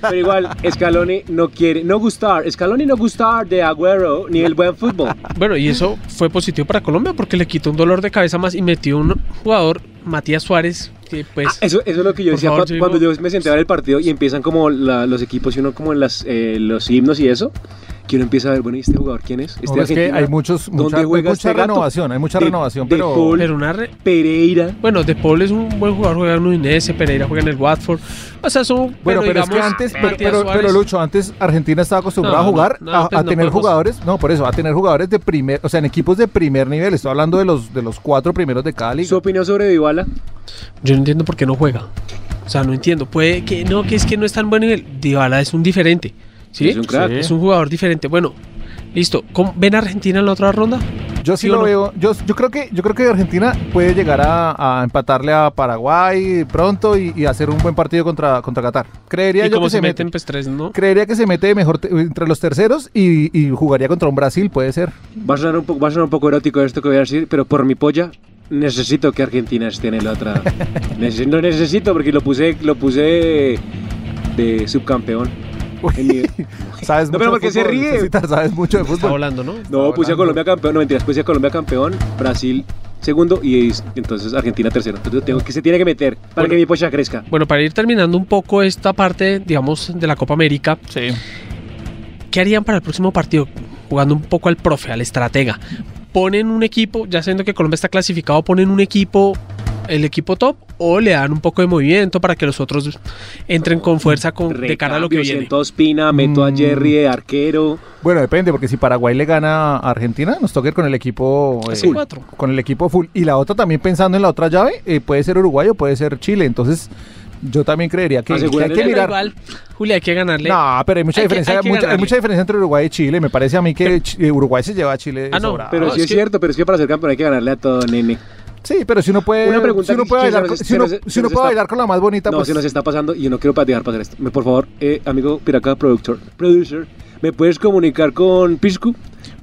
I: Pero igual, Scaloni no quiere, no gustar. Scaloni no gustar de Agüero ni el buen fútbol.
G: Bueno, y eso fue positivo para Colombia porque le quitó un dolor de cabeza más y metió un jugador, Matías Suárez, que pues.
H: Ah,
I: Eso, eso es lo que yo
G: por
I: decía
G: favor,
I: cua- cuando
G: digo,
I: yo me senté a ver el partido y empiezan como la- los equipos y uno como en las, eh, los himnos y eso, que uno empieza a ver, bueno, ¿y este jugador quién es? Este
H: No, es que
I: argentino,
H: hay muchos,
I: ¿dónde
H: mucha, hay
I: juega
H: mucha
I: este gato?
H: renovación, hay mucha
I: De-
H: renovación,
I: de
H: pero...
I: Paul
G: Pero una re-
I: Pereira.
G: Bueno, De Paul es un buen jugador, juega en Udinese, Pereira juega en el Watford. O sea, son.
H: Bueno, pero, es que
G: digamos,
H: antes, pero,
G: Matías
H: pero-
G: Suárez-
H: pero, Lucho, antes Argentina estaba acostumbrada
G: No,
H: a jugar,
G: no,
H: a,
G: pues
H: a
G: no
H: tener
G: podemos.
H: jugadores, no, por eso, a tener jugadores de primer, o sea, en equipos de primer nivel, estoy hablando de los, de los cuatro primeros de Cali.
I: ¿Su opinión sobre Dybala?
G: Yo no entiendo por qué no juega. O sea, no entiendo. Puede que no, que es que no es tan buen nivel. Dybala es un diferente. ¿sí?
I: Es Pues, un crack.
G: Es un jugador diferente. Bueno, listo. ¿Cómo- ¿Ven a Argentina en la otra ronda?
H: Yo sí,
G: ¿Sí o
H: lo
G: no?
H: veo. Yo, yo creo que yo creo que Argentina puede llegar a, a empatarle a Paraguay pronto y, y hacer un buen partido contra, contra Qatar. Creería
G: y
H: yo
G: como
H: que
G: se,
H: se mete.
G: meten, pues tres, ¿no?
H: Creería que se mete mejor te- entre los terceros y, y jugaría contra un Brasil, puede ser.
I: Va a, sonar un poco, va a sonar un poco erótico esto que voy a decir, pero por mi polla necesito que Argentina esté en el otra. Neces- no necesito porque lo puse, lo puse de subcampeón. En mi-
H: Sabes
I: No, pero
H: mucho de
I: porque se
H: fútbol,
I: ríe.
H: Necesitas, sabes mucho de
G: Está
H: fútbol.
G: volando, ¿no?
I: No, puse a Colombia campeón, no mentiras, puse a Colombia campeón, Brasil segundo y es- entonces Argentina tercero. Entonces tengo que se tiene que meter para que mi polla crezca.
G: Bueno, para ir terminando un poco esta parte, digamos, de la Copa América. ¿Qué harían para el próximo partido? Jugando un poco al profe, al estratega. ¿Ponen un equipo, ya sabiendo que Colombia está clasificado, ponen un equipo, el equipo top, o le dan un poco de movimiento para que los otros entren con fuerza con, de cara a lo que
I: Recambio,
G: viene?
I: siento a Ospina, meto
H: Mm.
I: a Jerry de arquero.
H: Bueno, depende, porque si Paraguay le gana a Argentina, nos toca ir con el equipo eh,
I: Así cuatro.
H: Con el equipo full. Y la otra también pensando en la otra llave, eh, puede ser Uruguay o puede ser Chile. Entonces, yo también creería que, que hay
G: Pero
H: que mirar.
G: Igual, Julia, hay que ganarle.
H: No, pero hay mucha
G: Hay que-
H: diferencia,
G: hay
H: hay
G: que
H: mucha, hay
G: ganarle.
H: mucha diferencia entre Uruguay y Chile. Me parece a mí que Ch- eh, Uruguay se lleva a Chile.
G: Ah, no,
H: sobrado.
I: Pero sí es, cierto, pero es que para ser campeón hay que ganarle a todo, nene.
H: Sí, pero si uno puede,
I: Una pregunta
H: si uno
I: que-
H: puede
I: que
H: bailar,
I: se
H: con-
I: nos-
H: si
I: se
H: uno,
I: nos-
H: si
I: se
H: uno
I: nos
H: puede
I: está-
H: bailar con la más bonita,
I: No,
H: pues
I: se nos está pasando y yo no quiero pa- dejar pasar esto. Me- Por favor, eh, amigo Piraca productor, producer, ¿me puedes comunicar con Piscu?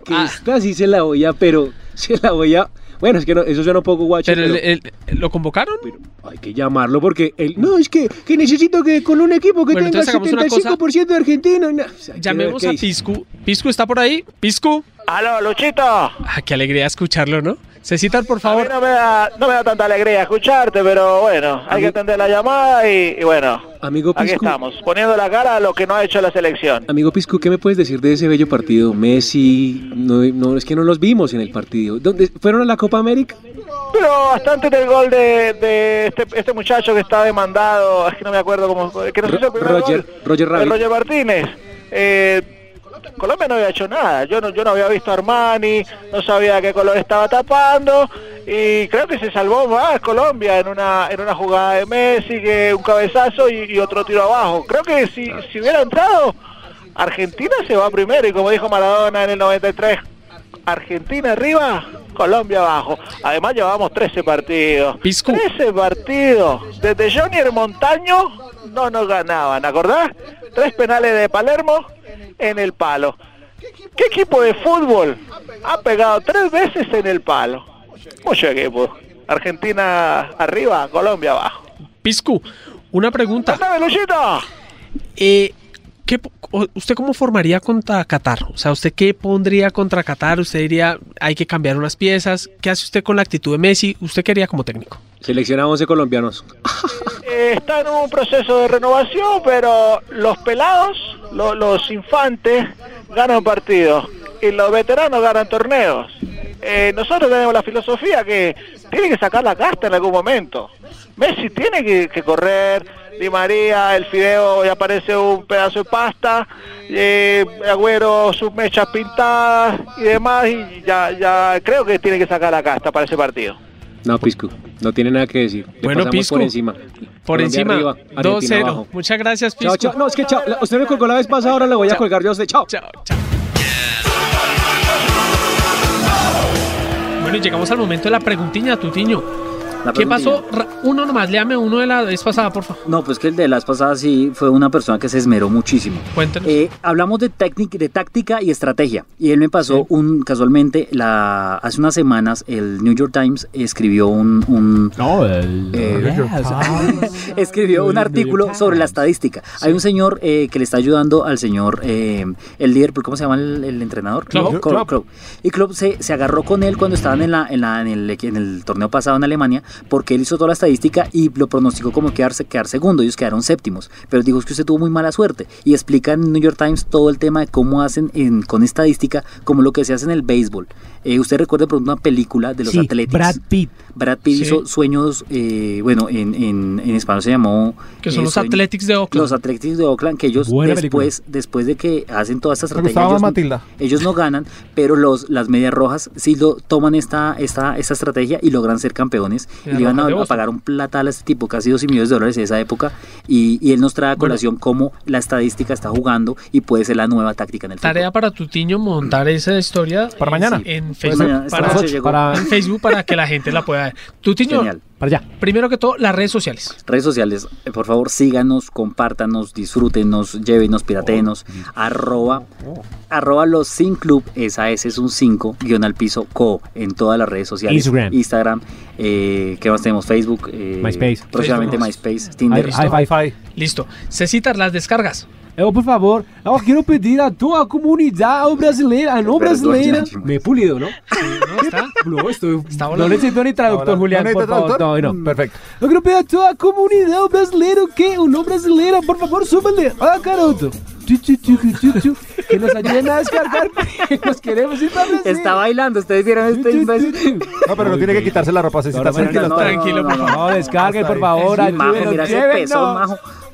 I: Que
G: Ah.
I: esta sí se la voy a, pero se la voy a... Bueno, es que no, eso suena un poco guacho,
G: Pero
I: pero,
G: el- el- el- lo convocaron.
I: hay que llamarlo porque él... No, es que, que necesito que con un equipo que
G: Bueno,
I: tenga
G: entonces hagamos una
I: el 75% de argentino. no, o sea, hay que ver
G: Llamemos
I: qué
G: a
I: dice.
G: Piscu. ¿Piscu está por ahí? ¿Piscu?
J: ¡Aló, Luchito! A
G: Ah, qué alegría escucharlo, ¿no? Cecitar, por
J: mí
G: favor.
J: no me, da, no me da tanta alegría escucharte, pero bueno, hay que atender la llamada y, y bueno,
I: Amigo
J: aquí
I: Piscu.
J: estamos, poniendo la cara a lo que no ha hecho la selección.
I: Amigo Piscu, ¿qué me puedes decir de ese bello partido? Messi, no, no, es que no los vimos en el partido. ¿Dónde, ¿Fueron a la Copa América?
J: Pero bastante del gol de, de este, este muchacho que está demandado, es que no me acuerdo cómo, que nos hizo el primer
I: Roger,
J: gol,
I: Roger
J: eh,
I: Rabbit.
J: Roger Martínez. Eh, Colombia no había hecho nada, yo no, yo no había visto a Armani, no sabía qué color estaba tapando y creo que se salvó más Colombia en una en una jugada de Messi, que un cabezazo y, y otro tiro abajo. Creo que si, si hubiera entrado, Argentina se va primero y como dijo Maradona en el 93, Argentina arriba, Colombia abajo. Además llevamos 13 partidos. 13 partidos. Desde Jonier Montaño no nos ganaban, ¿acordás? Tres penales de Palermo en el palo. ¿Qué equipo de fútbol ha pegado tres veces en el palo? Mucho equipo. pues, Argentina arriba, Colombia abajo.
G: Piscu, una pregunta.
J: Luchito?
G: Eh, ¿qué po- o- ¿Usted cómo formaría contra Qatar? O sea, ¿usted qué pondría contra Qatar? ¿Usted diría hay que cambiar unas piezas? ¿Qué hace usted con la actitud de Messi? ¿Usted qué haría como técnico?
I: Selecciona 11 colombianos.
J: Eh, está en un proceso de renovación, pero los pelados, lo- los infantes, ganan partidos y los veteranos ganan torneos. Eh, nosotros tenemos la filosofía que tiene que sacar la casta en algún momento. Eh, Messi tiene que, que correr, Di María, el fideo, y aparece un pedazo de pasta, eh, Agüero, sus mechas pintadas y demás, y ya, ya creo que tiene que sacar la casta para ese partido.
I: No, Piscu, no tiene nada que decir. Le
G: Bueno,
I: pasamos
G: Piscu,
I: por encima.
G: Por
I: Colombia
G: encima,
I: arriba, Argentina
G: 2-0.
I: abajo.
G: Muchas gracias, Piscu.
I: Chao, chao. No, es que chao. La- Usted me colgó la vez pasada, ahora le voy a colgar yo a usted. Chao.
G: Chao, chao. Bueno, y llegamos al momento de la preguntiña, Tutiño.
K: La
G: ¿Qué
K: preguntiña.
G: pasó? Ra- Uno nomás, léame uno de la vez pasada, por favor.
K: No, pues que el de las pasadas sí fue una persona que se esmeró muchísimo. Eh, hablamos de, técnic- de táctica y estrategia. Y él me pasó un, casualmente, la, hace unas semanas el New York Times escribió un... un eh, escribió un artículo sobre la estadística. Hay un señor eh, que le está ayudando al señor, eh, el líder, ¿cómo se llama el, el entrenador?
N: Klopp.
K: Klopp, Klopp. Y Klopp se, se agarró con él cuando estaban en, la, en, la- en el, en el torneo pasado en Alemania, porque él hizo toda la estadística y lo pronosticó como quedarse, quedar segundo. Ellos quedaron séptimos. Pero dijo "Es que usted tuvo muy mala suerte. Y explica en New York Times todo el tema de cómo hacen en- con estadística, como lo que se hace en el béisbol. Eh, usted recuerda por una película de los
O: Sí,
K: Athletics.
O: Brad
K: Pitt. Brad Pitt
G: Sí.
K: hizo Sueños, eh, bueno, en, en, en español se llamó...
G: Que son
K: eh,
G: los
K: Sueño-
G: Athletics de Oakland.
K: Los Athletics de Oakland, que ellos
G: Buena
K: después, después de que hacen todas estas
H: Me gustaba
K: estrategias...
H: más
K: ellos-
H: Matilda.
K: ellos no ganan, pero los, las medias rojas sí lo, toman esta, esta, esta estrategia y logran ser campeones. Y
O: Medias
K: le van a,
O: Rojas de
K: a
O: Boston.
K: pagar un platal a este tipo, casi 12 millones de dólares en esa época. Y, y él nos trae a colación cómo la estadística está jugando y puede ser la nueva táctica en el fútbol.
G: Tarea para tu tiño montar esa historia
K: Para
G: en-
K: mañana.
G: en
K: Pues
G: Facebook
K: mañana, esta
G: para,
K: noche llegó.
G: para- en Facebook para que la gente la pueda ver. Tu tiño,
K: Genial.
I: Para allá.
G: primero que todo las redes sociales.
K: Redes sociales, eh, por favor, síganos, compártanos, disfrútenos, llévenos, piratenos.
I: Oh,
K: Arroba, arroba los sin club, esa S es un 5, guión al piso, co, en todas las redes sociales.
I: Instagram.
K: Instagram, eh, ¿qué más tenemos? Facebook. eh,
I: MySpace.
K: Próximamente
I: Facebook.
K: MySpace, Tinder.
I: Hi- hi-
G: Listo. Cecitas, las descargas.
I: Eu, Eh, oh, por favor, eu quero pedir a toda oh, a comunidade brasileira, a não brasileira. Me pulido, não? No, estoy. No necesito ni traductor, Julián, por favor. No, no.
H: Perfecto.
I: Eu quero pedir a toda a comunidade brasileira que o não brasileira, por favor, súbele. Ah, garoto. Tu, tu, tu, tu, tu, tu. Que nos ayuden a descargar. porque Nos queremos ir para Brasil.
K: Está bailando, ustedes vieron este imbécil.
H: No, pero no tiene que quitarse la ropa, se
I: Ahora, bueno, no, no, no, no, no, descarguen, por favor, ayúdenos, llévenos.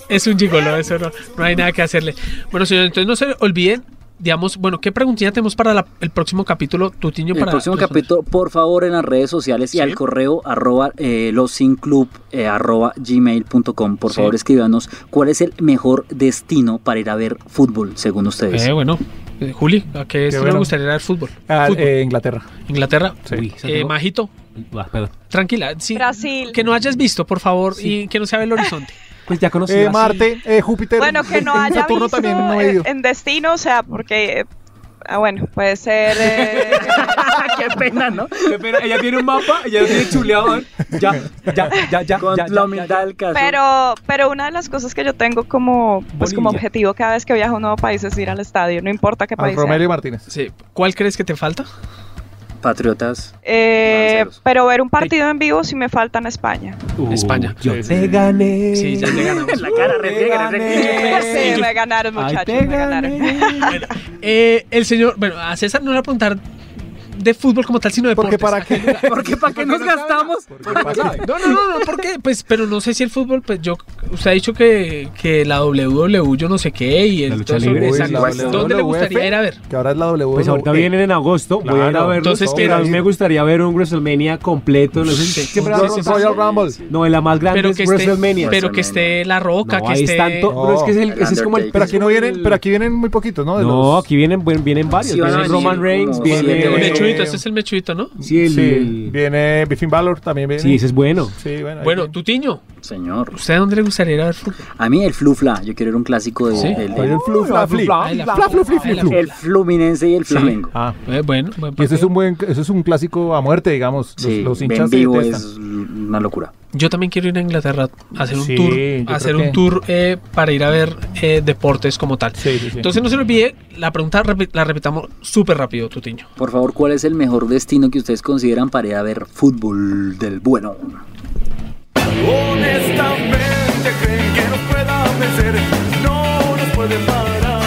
G: Es un gigolo, eso no, no hay nada que hacerle. Bueno, señor, entonces no se olviden, digamos, bueno, ¿qué preguntilla tenemos para la- el próximo capítulo, tu tiño?
K: El
G: para
K: próximo
G: tus-
K: capítulo, por favor, en las redes sociales y al correo arroba eh, losinclub eh, arroba gmail.com. Por
G: Sí.
K: favor, escríbanos cuál es el mejor destino para ir a ver fútbol, según ustedes.
G: Eh, bueno, eh, Juli, ¿a qué destino
K: bueno. Ah, eh,
G: le gustaría ir al fútbol? Fútbol.
H: ah, eh, Inglaterra.
G: Inglaterra.
H: Sí.
G: Eh, Majito, tranquila. sí, Que no hayas visto, por favor, y que no se vea el horizonte.
I: Pues ya
H: Eh, Marte, eh, Júpiter.
J: Bueno, que no haya
H: Saturno
J: visto
H: también no he
J: eh,
H: ido.
J: en destino, o sea, porque... eh, ah, bueno, puede ser... eh,
K: Qué pena, ¿no?
I: Pero ella tiene un mapa, ella lo tiene chuleado. Ya, ya, ya, ya. Con
K: la humildad del caso.
J: Pero, pero una de las cosas que yo tengo como, pues, como
G: Bolivia.
J: objetivo cada vez que viajo a un nuevo país es ir al estadio, no importa qué país. ¿eh? sea.
H: Martínez.
G: Sí. ¿Cuál crees que te falta?
K: Patriotas.
J: Eh, pero ver un partido en vivo si me falta en España.
G: España.
I: Uh, Yo te gané. Sí,
G: ya le ganamos.
K: La cara refriega,
J: refriega. Sí, me ganaron, muchachos, me ganaron.
G: Bueno, eh, el señor, bueno, a César no le voy a preguntar de fútbol como tal, sino de deportes.
K: para
G: qué?
K: Porque para qué nos gastamos.
G: No, no, no, no, ¿por qué? Pues, pero no sé si el fútbol, pues yo, usted ha dicho que, que la WW yo no sé qué y el todo eso,
I: libre.
G: exacto.
I: Uy, la E,
G: ¿Dónde le
I: WWF?
G: gustaría ir a ver?
H: Que ahora es la W. E.
I: Pues ahorita vienen en agosto, voy a ir a
G: Claro.
I: verlos,
G: Entonces,
I: pero a mí
G: espera.
I: me gustaría ver un WrestleMania completo, no sé
G: Sí.
I: si siempre
G: Un
I: hacen-
G: Royal
H: Rumble.
I: No, en la más grande
G: Pero
I: es
G: que esté,
I: WrestleMania.
G: pero que esté la roca,
I: No,
G: que
I: ahí
G: esté.
I: están to- pero es que es el- ese es como el-
H: Pero aquí no vienen, pero aquí vienen muy poquitos, ¿no? De
I: No,
H: los-
I: aquí vienen, buen- vienen varios.
H: Sí, van a
I: viene
H: venir
I: Roman Reigns,
H: como
I: viene
H: siete,
G: El
H: ocho.
G: mechuito, este es el mechuito, ¿no?
I: Sí, el-
H: Sí, viene Biffin Valor también viene.
I: Sí, ese es bueno.
H: Sí, bueno. ahí
G: Bueno,
H: viene.
G: Tutiño,
K: Señor.
G: ¿usted dónde le gustaría ir a ver fútbol?
K: A mí el Flufla, yo quiero ir a un clásico de,
G: Sí.
K: del,
H: Oye, el flu, fla, fli.
G: Ay, la fla, flu, flu, flu, flu.
K: el Fluminense y el Flamengo.
H: Ah,
G: eh, bueno, buen
H: Y eso es un buen, eso es un clásico a muerte, digamos. Los,
K: Sí,
H: los
K: en
H: hinchas se
K: vivo
H: detestan.
K: es una locura.
G: Yo también quiero ir a Inglaterra a hacer un
H: Sí,
G: tour,
H: yo
G: a hacer
H: creo
G: un
H: que-
G: tour eh, para ir a ver eh, deportes como tal. Entonces no se le olvide, la pregunta repi- la repitamos súper rápido, Tutiño.
K: Por favor, ¿cuál es el mejor destino que ustedes consideran para ir a ver fútbol del bueno?
F: Honestamente creen que nos puedan vencer, no nos pueden parar.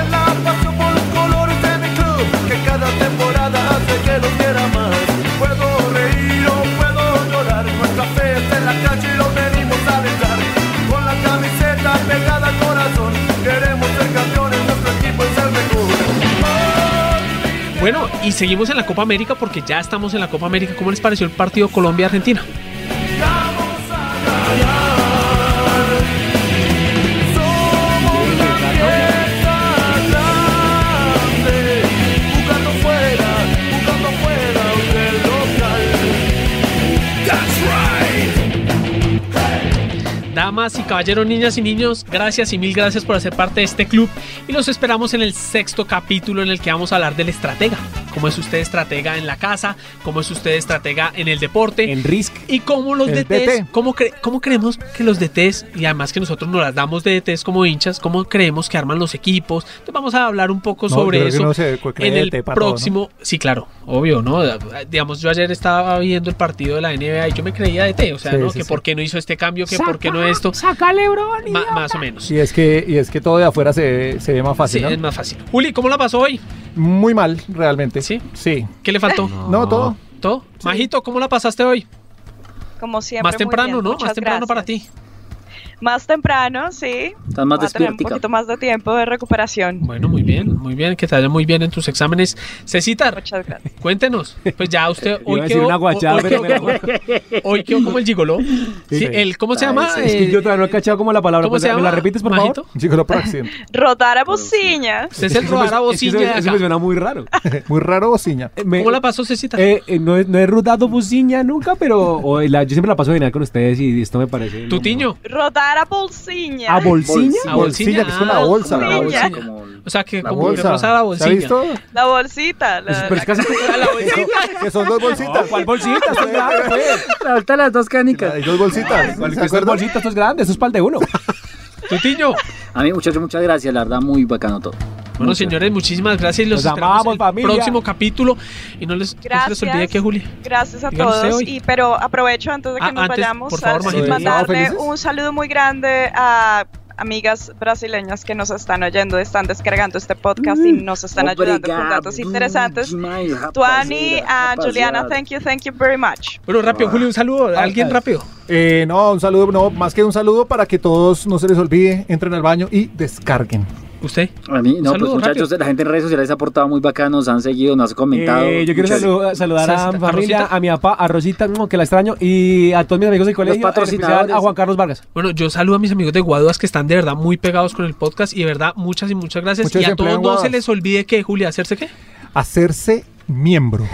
F: Es la pasión por los colores de mi club, que cada temporada hace que los quiera más. Puedo reír o puedo llorar, nuestra fe está en la calle y lo venimos a alentar. Con la camiseta pegada al corazón, queremos ser campeones, nuestro equipo es el mejor.
G: Bueno, y seguimos en la Copa América porque ya estamos en la Copa América. ¿Cómo les pareció el partido Colombia-Argentina?
F: Jugando fuera, jugando fuera del local. That's right.
G: Damas y caballeros, niñas y niños, gracias y mil gracias por hacer parte de este club y los esperamos en el sexto capítulo en el que vamos a hablar del estratega. Cómo es usted estratega en la casa, cómo es usted estratega en el deporte. En
I: Risk.
G: Y cómo los
I: El
G: DTs,
I: DT.
G: Cómo, cre- cómo creemos que los DTs, y además que nosotros nos las damos de DTs como hinchas, cómo creemos que arman los equipos. Entonces vamos a hablar un poco
H: No,
G: sobre
H: yo creo que
G: eso
H: uno se cu- cree
G: en el
H: DT para todo, ¿no?
G: próximo Sí, claro, obvio, ¿no? Digamos, yo ayer estaba viendo el partido de la NBA y yo me creía de T, o sea,
H: Sí,
G: ¿no?
H: sí,
G: que
H: sí.
G: por qué no hizo este cambio, que por qué no esto.
I: Saca Lebron.
G: Ma- más o menos.
H: Y es que, y es que todo de afuera se ve, se ve más fácil,
G: Sí,
H: ¿no?
G: es más fácil. Juli, ¿cómo la pasó hoy?
H: Muy mal, realmente. ¿Sí? Sí.
G: ¿Qué le faltó?
H: No,
G: Ah.
H: todo.
G: ¿Todo? Majito, ¿cómo la pasaste hoy?
J: Como siempre.
G: Más
J: muy
G: temprano,
J: bien,
G: ¿no?
J: muchas
G: Más temprano para
J: gracias.
G: ti.
J: Más temprano, sí.
G: Estás más
J: Voy a tener un
G: despiertica.
J: poquito más de tiempo de recuperación.
G: Bueno, muy bien, muy bien, que te vaya muy bien en tus exámenes. Cecita, cuéntenos. Pues ya usted hoy
I: Iba a decir
G: quedó,
I: una guachada,
G: hoy
I: pero
G: quedó- hoy quedó como el gigoló. Sí, el, ¿Cómo se llama?
I: Es que
G: Eh,
I: yo todavía no he cachado como la palabra.
G: ¿cómo
I: pues,
G: se
I: ¿Me la
G: llama,
I: repites, por
G: Majito?
I: favor? Yo lo
J: Rotar a bociña.
G: Usted es el rodar a bocina de
I: Eso
G: acá.
I: me suena muy raro. eh,
H: muy raro bociña.
G: ¿Cómo la pasó, Cecita?
I: no, he- no he rodado bociña nunca, pero o la- yo siempre la paso genial con ustedes y esto me parece... lo
G: Tutiño.
J: Rotar a bolsiña.
G: Ah,
I: ¿A bolsiña?
G: A bolsiña, que es una bolsa, la bolsiña. O sea, que
I: La
G: como que
I: bolsa.
G: rosa la
I: ¿Se ha
G: bolsilla.
I: visto?
J: La bolsita. La,
I: Pues, Pero es casi...
G: La bolsita.
H: Que son dos bolsitas.
I: ¿Cuál bolsita? Esto es grande, pues.
K: Ahorita las dos canicas.
H: Hay dos bolsitas.
I: ¿Se acuerdan? bolsitas, esto es grande, esto es pal de uno.
G: Tutiño.
K: A mí, muchachos, muchas gracias. La verdad, muy bacano todo.
G: Bueno, señores, muchísimas gracias. Los
K: Los
G: esperamos
K: amamos,
G: el
K: familia.
G: próximo capítulo. Y no les, no se les
J: Gracias.
G: olvide que Julia.
J: Gracias a
G: Díganos
J: todos.
G: hoy.
J: Y, pero aprovecho antes de que
G: Ah,
J: nos
G: antes,
J: vayamos
G: por favor,
J: a-
G: Majito.
J: mandarle
G: ¿Felices?
J: un saludo muy grande a amigas brasileñas que nos están oyendo, están descargando este podcast
H: Mm.
J: y nos están ayudando con datos interesantes. Tuani, a
H: rapaziada.
J: Juliana, thank you, thank you very much.
G: Bueno,
I: Ah.
G: rápido, Julio, un saludo. Alguien rápido.
H: Eh, no, un saludo, no, más que un saludo para que todos no se les olvide, entren al baño y descarguen.
G: ¿Usted?
K: A mí, no, pues
H: Saludos,
K: muchachos,
H: rápido.
K: la gente en redes sociales se ha portado muy bacano, nos han seguido, nos han comentado.
I: Eh, yo quiero
K: Muchas-
I: salu- saludar a mi familia, a mi papá, a Rosita, no, que la extraño, y a todos mis amigos del colegio, en especial a Juan Carlos Vargas.
G: Bueno, yo saludo a mis amigos de Guaduas que están de verdad muy pegados con el podcast y de verdad muchas y muchas gracias.
H: Mucho
G: y a
H: desempleo
G: todos
H: en
G: no
H: Guaduas.
G: se les olvide que Julia, hacerse qué?
H: Hacerse miembro.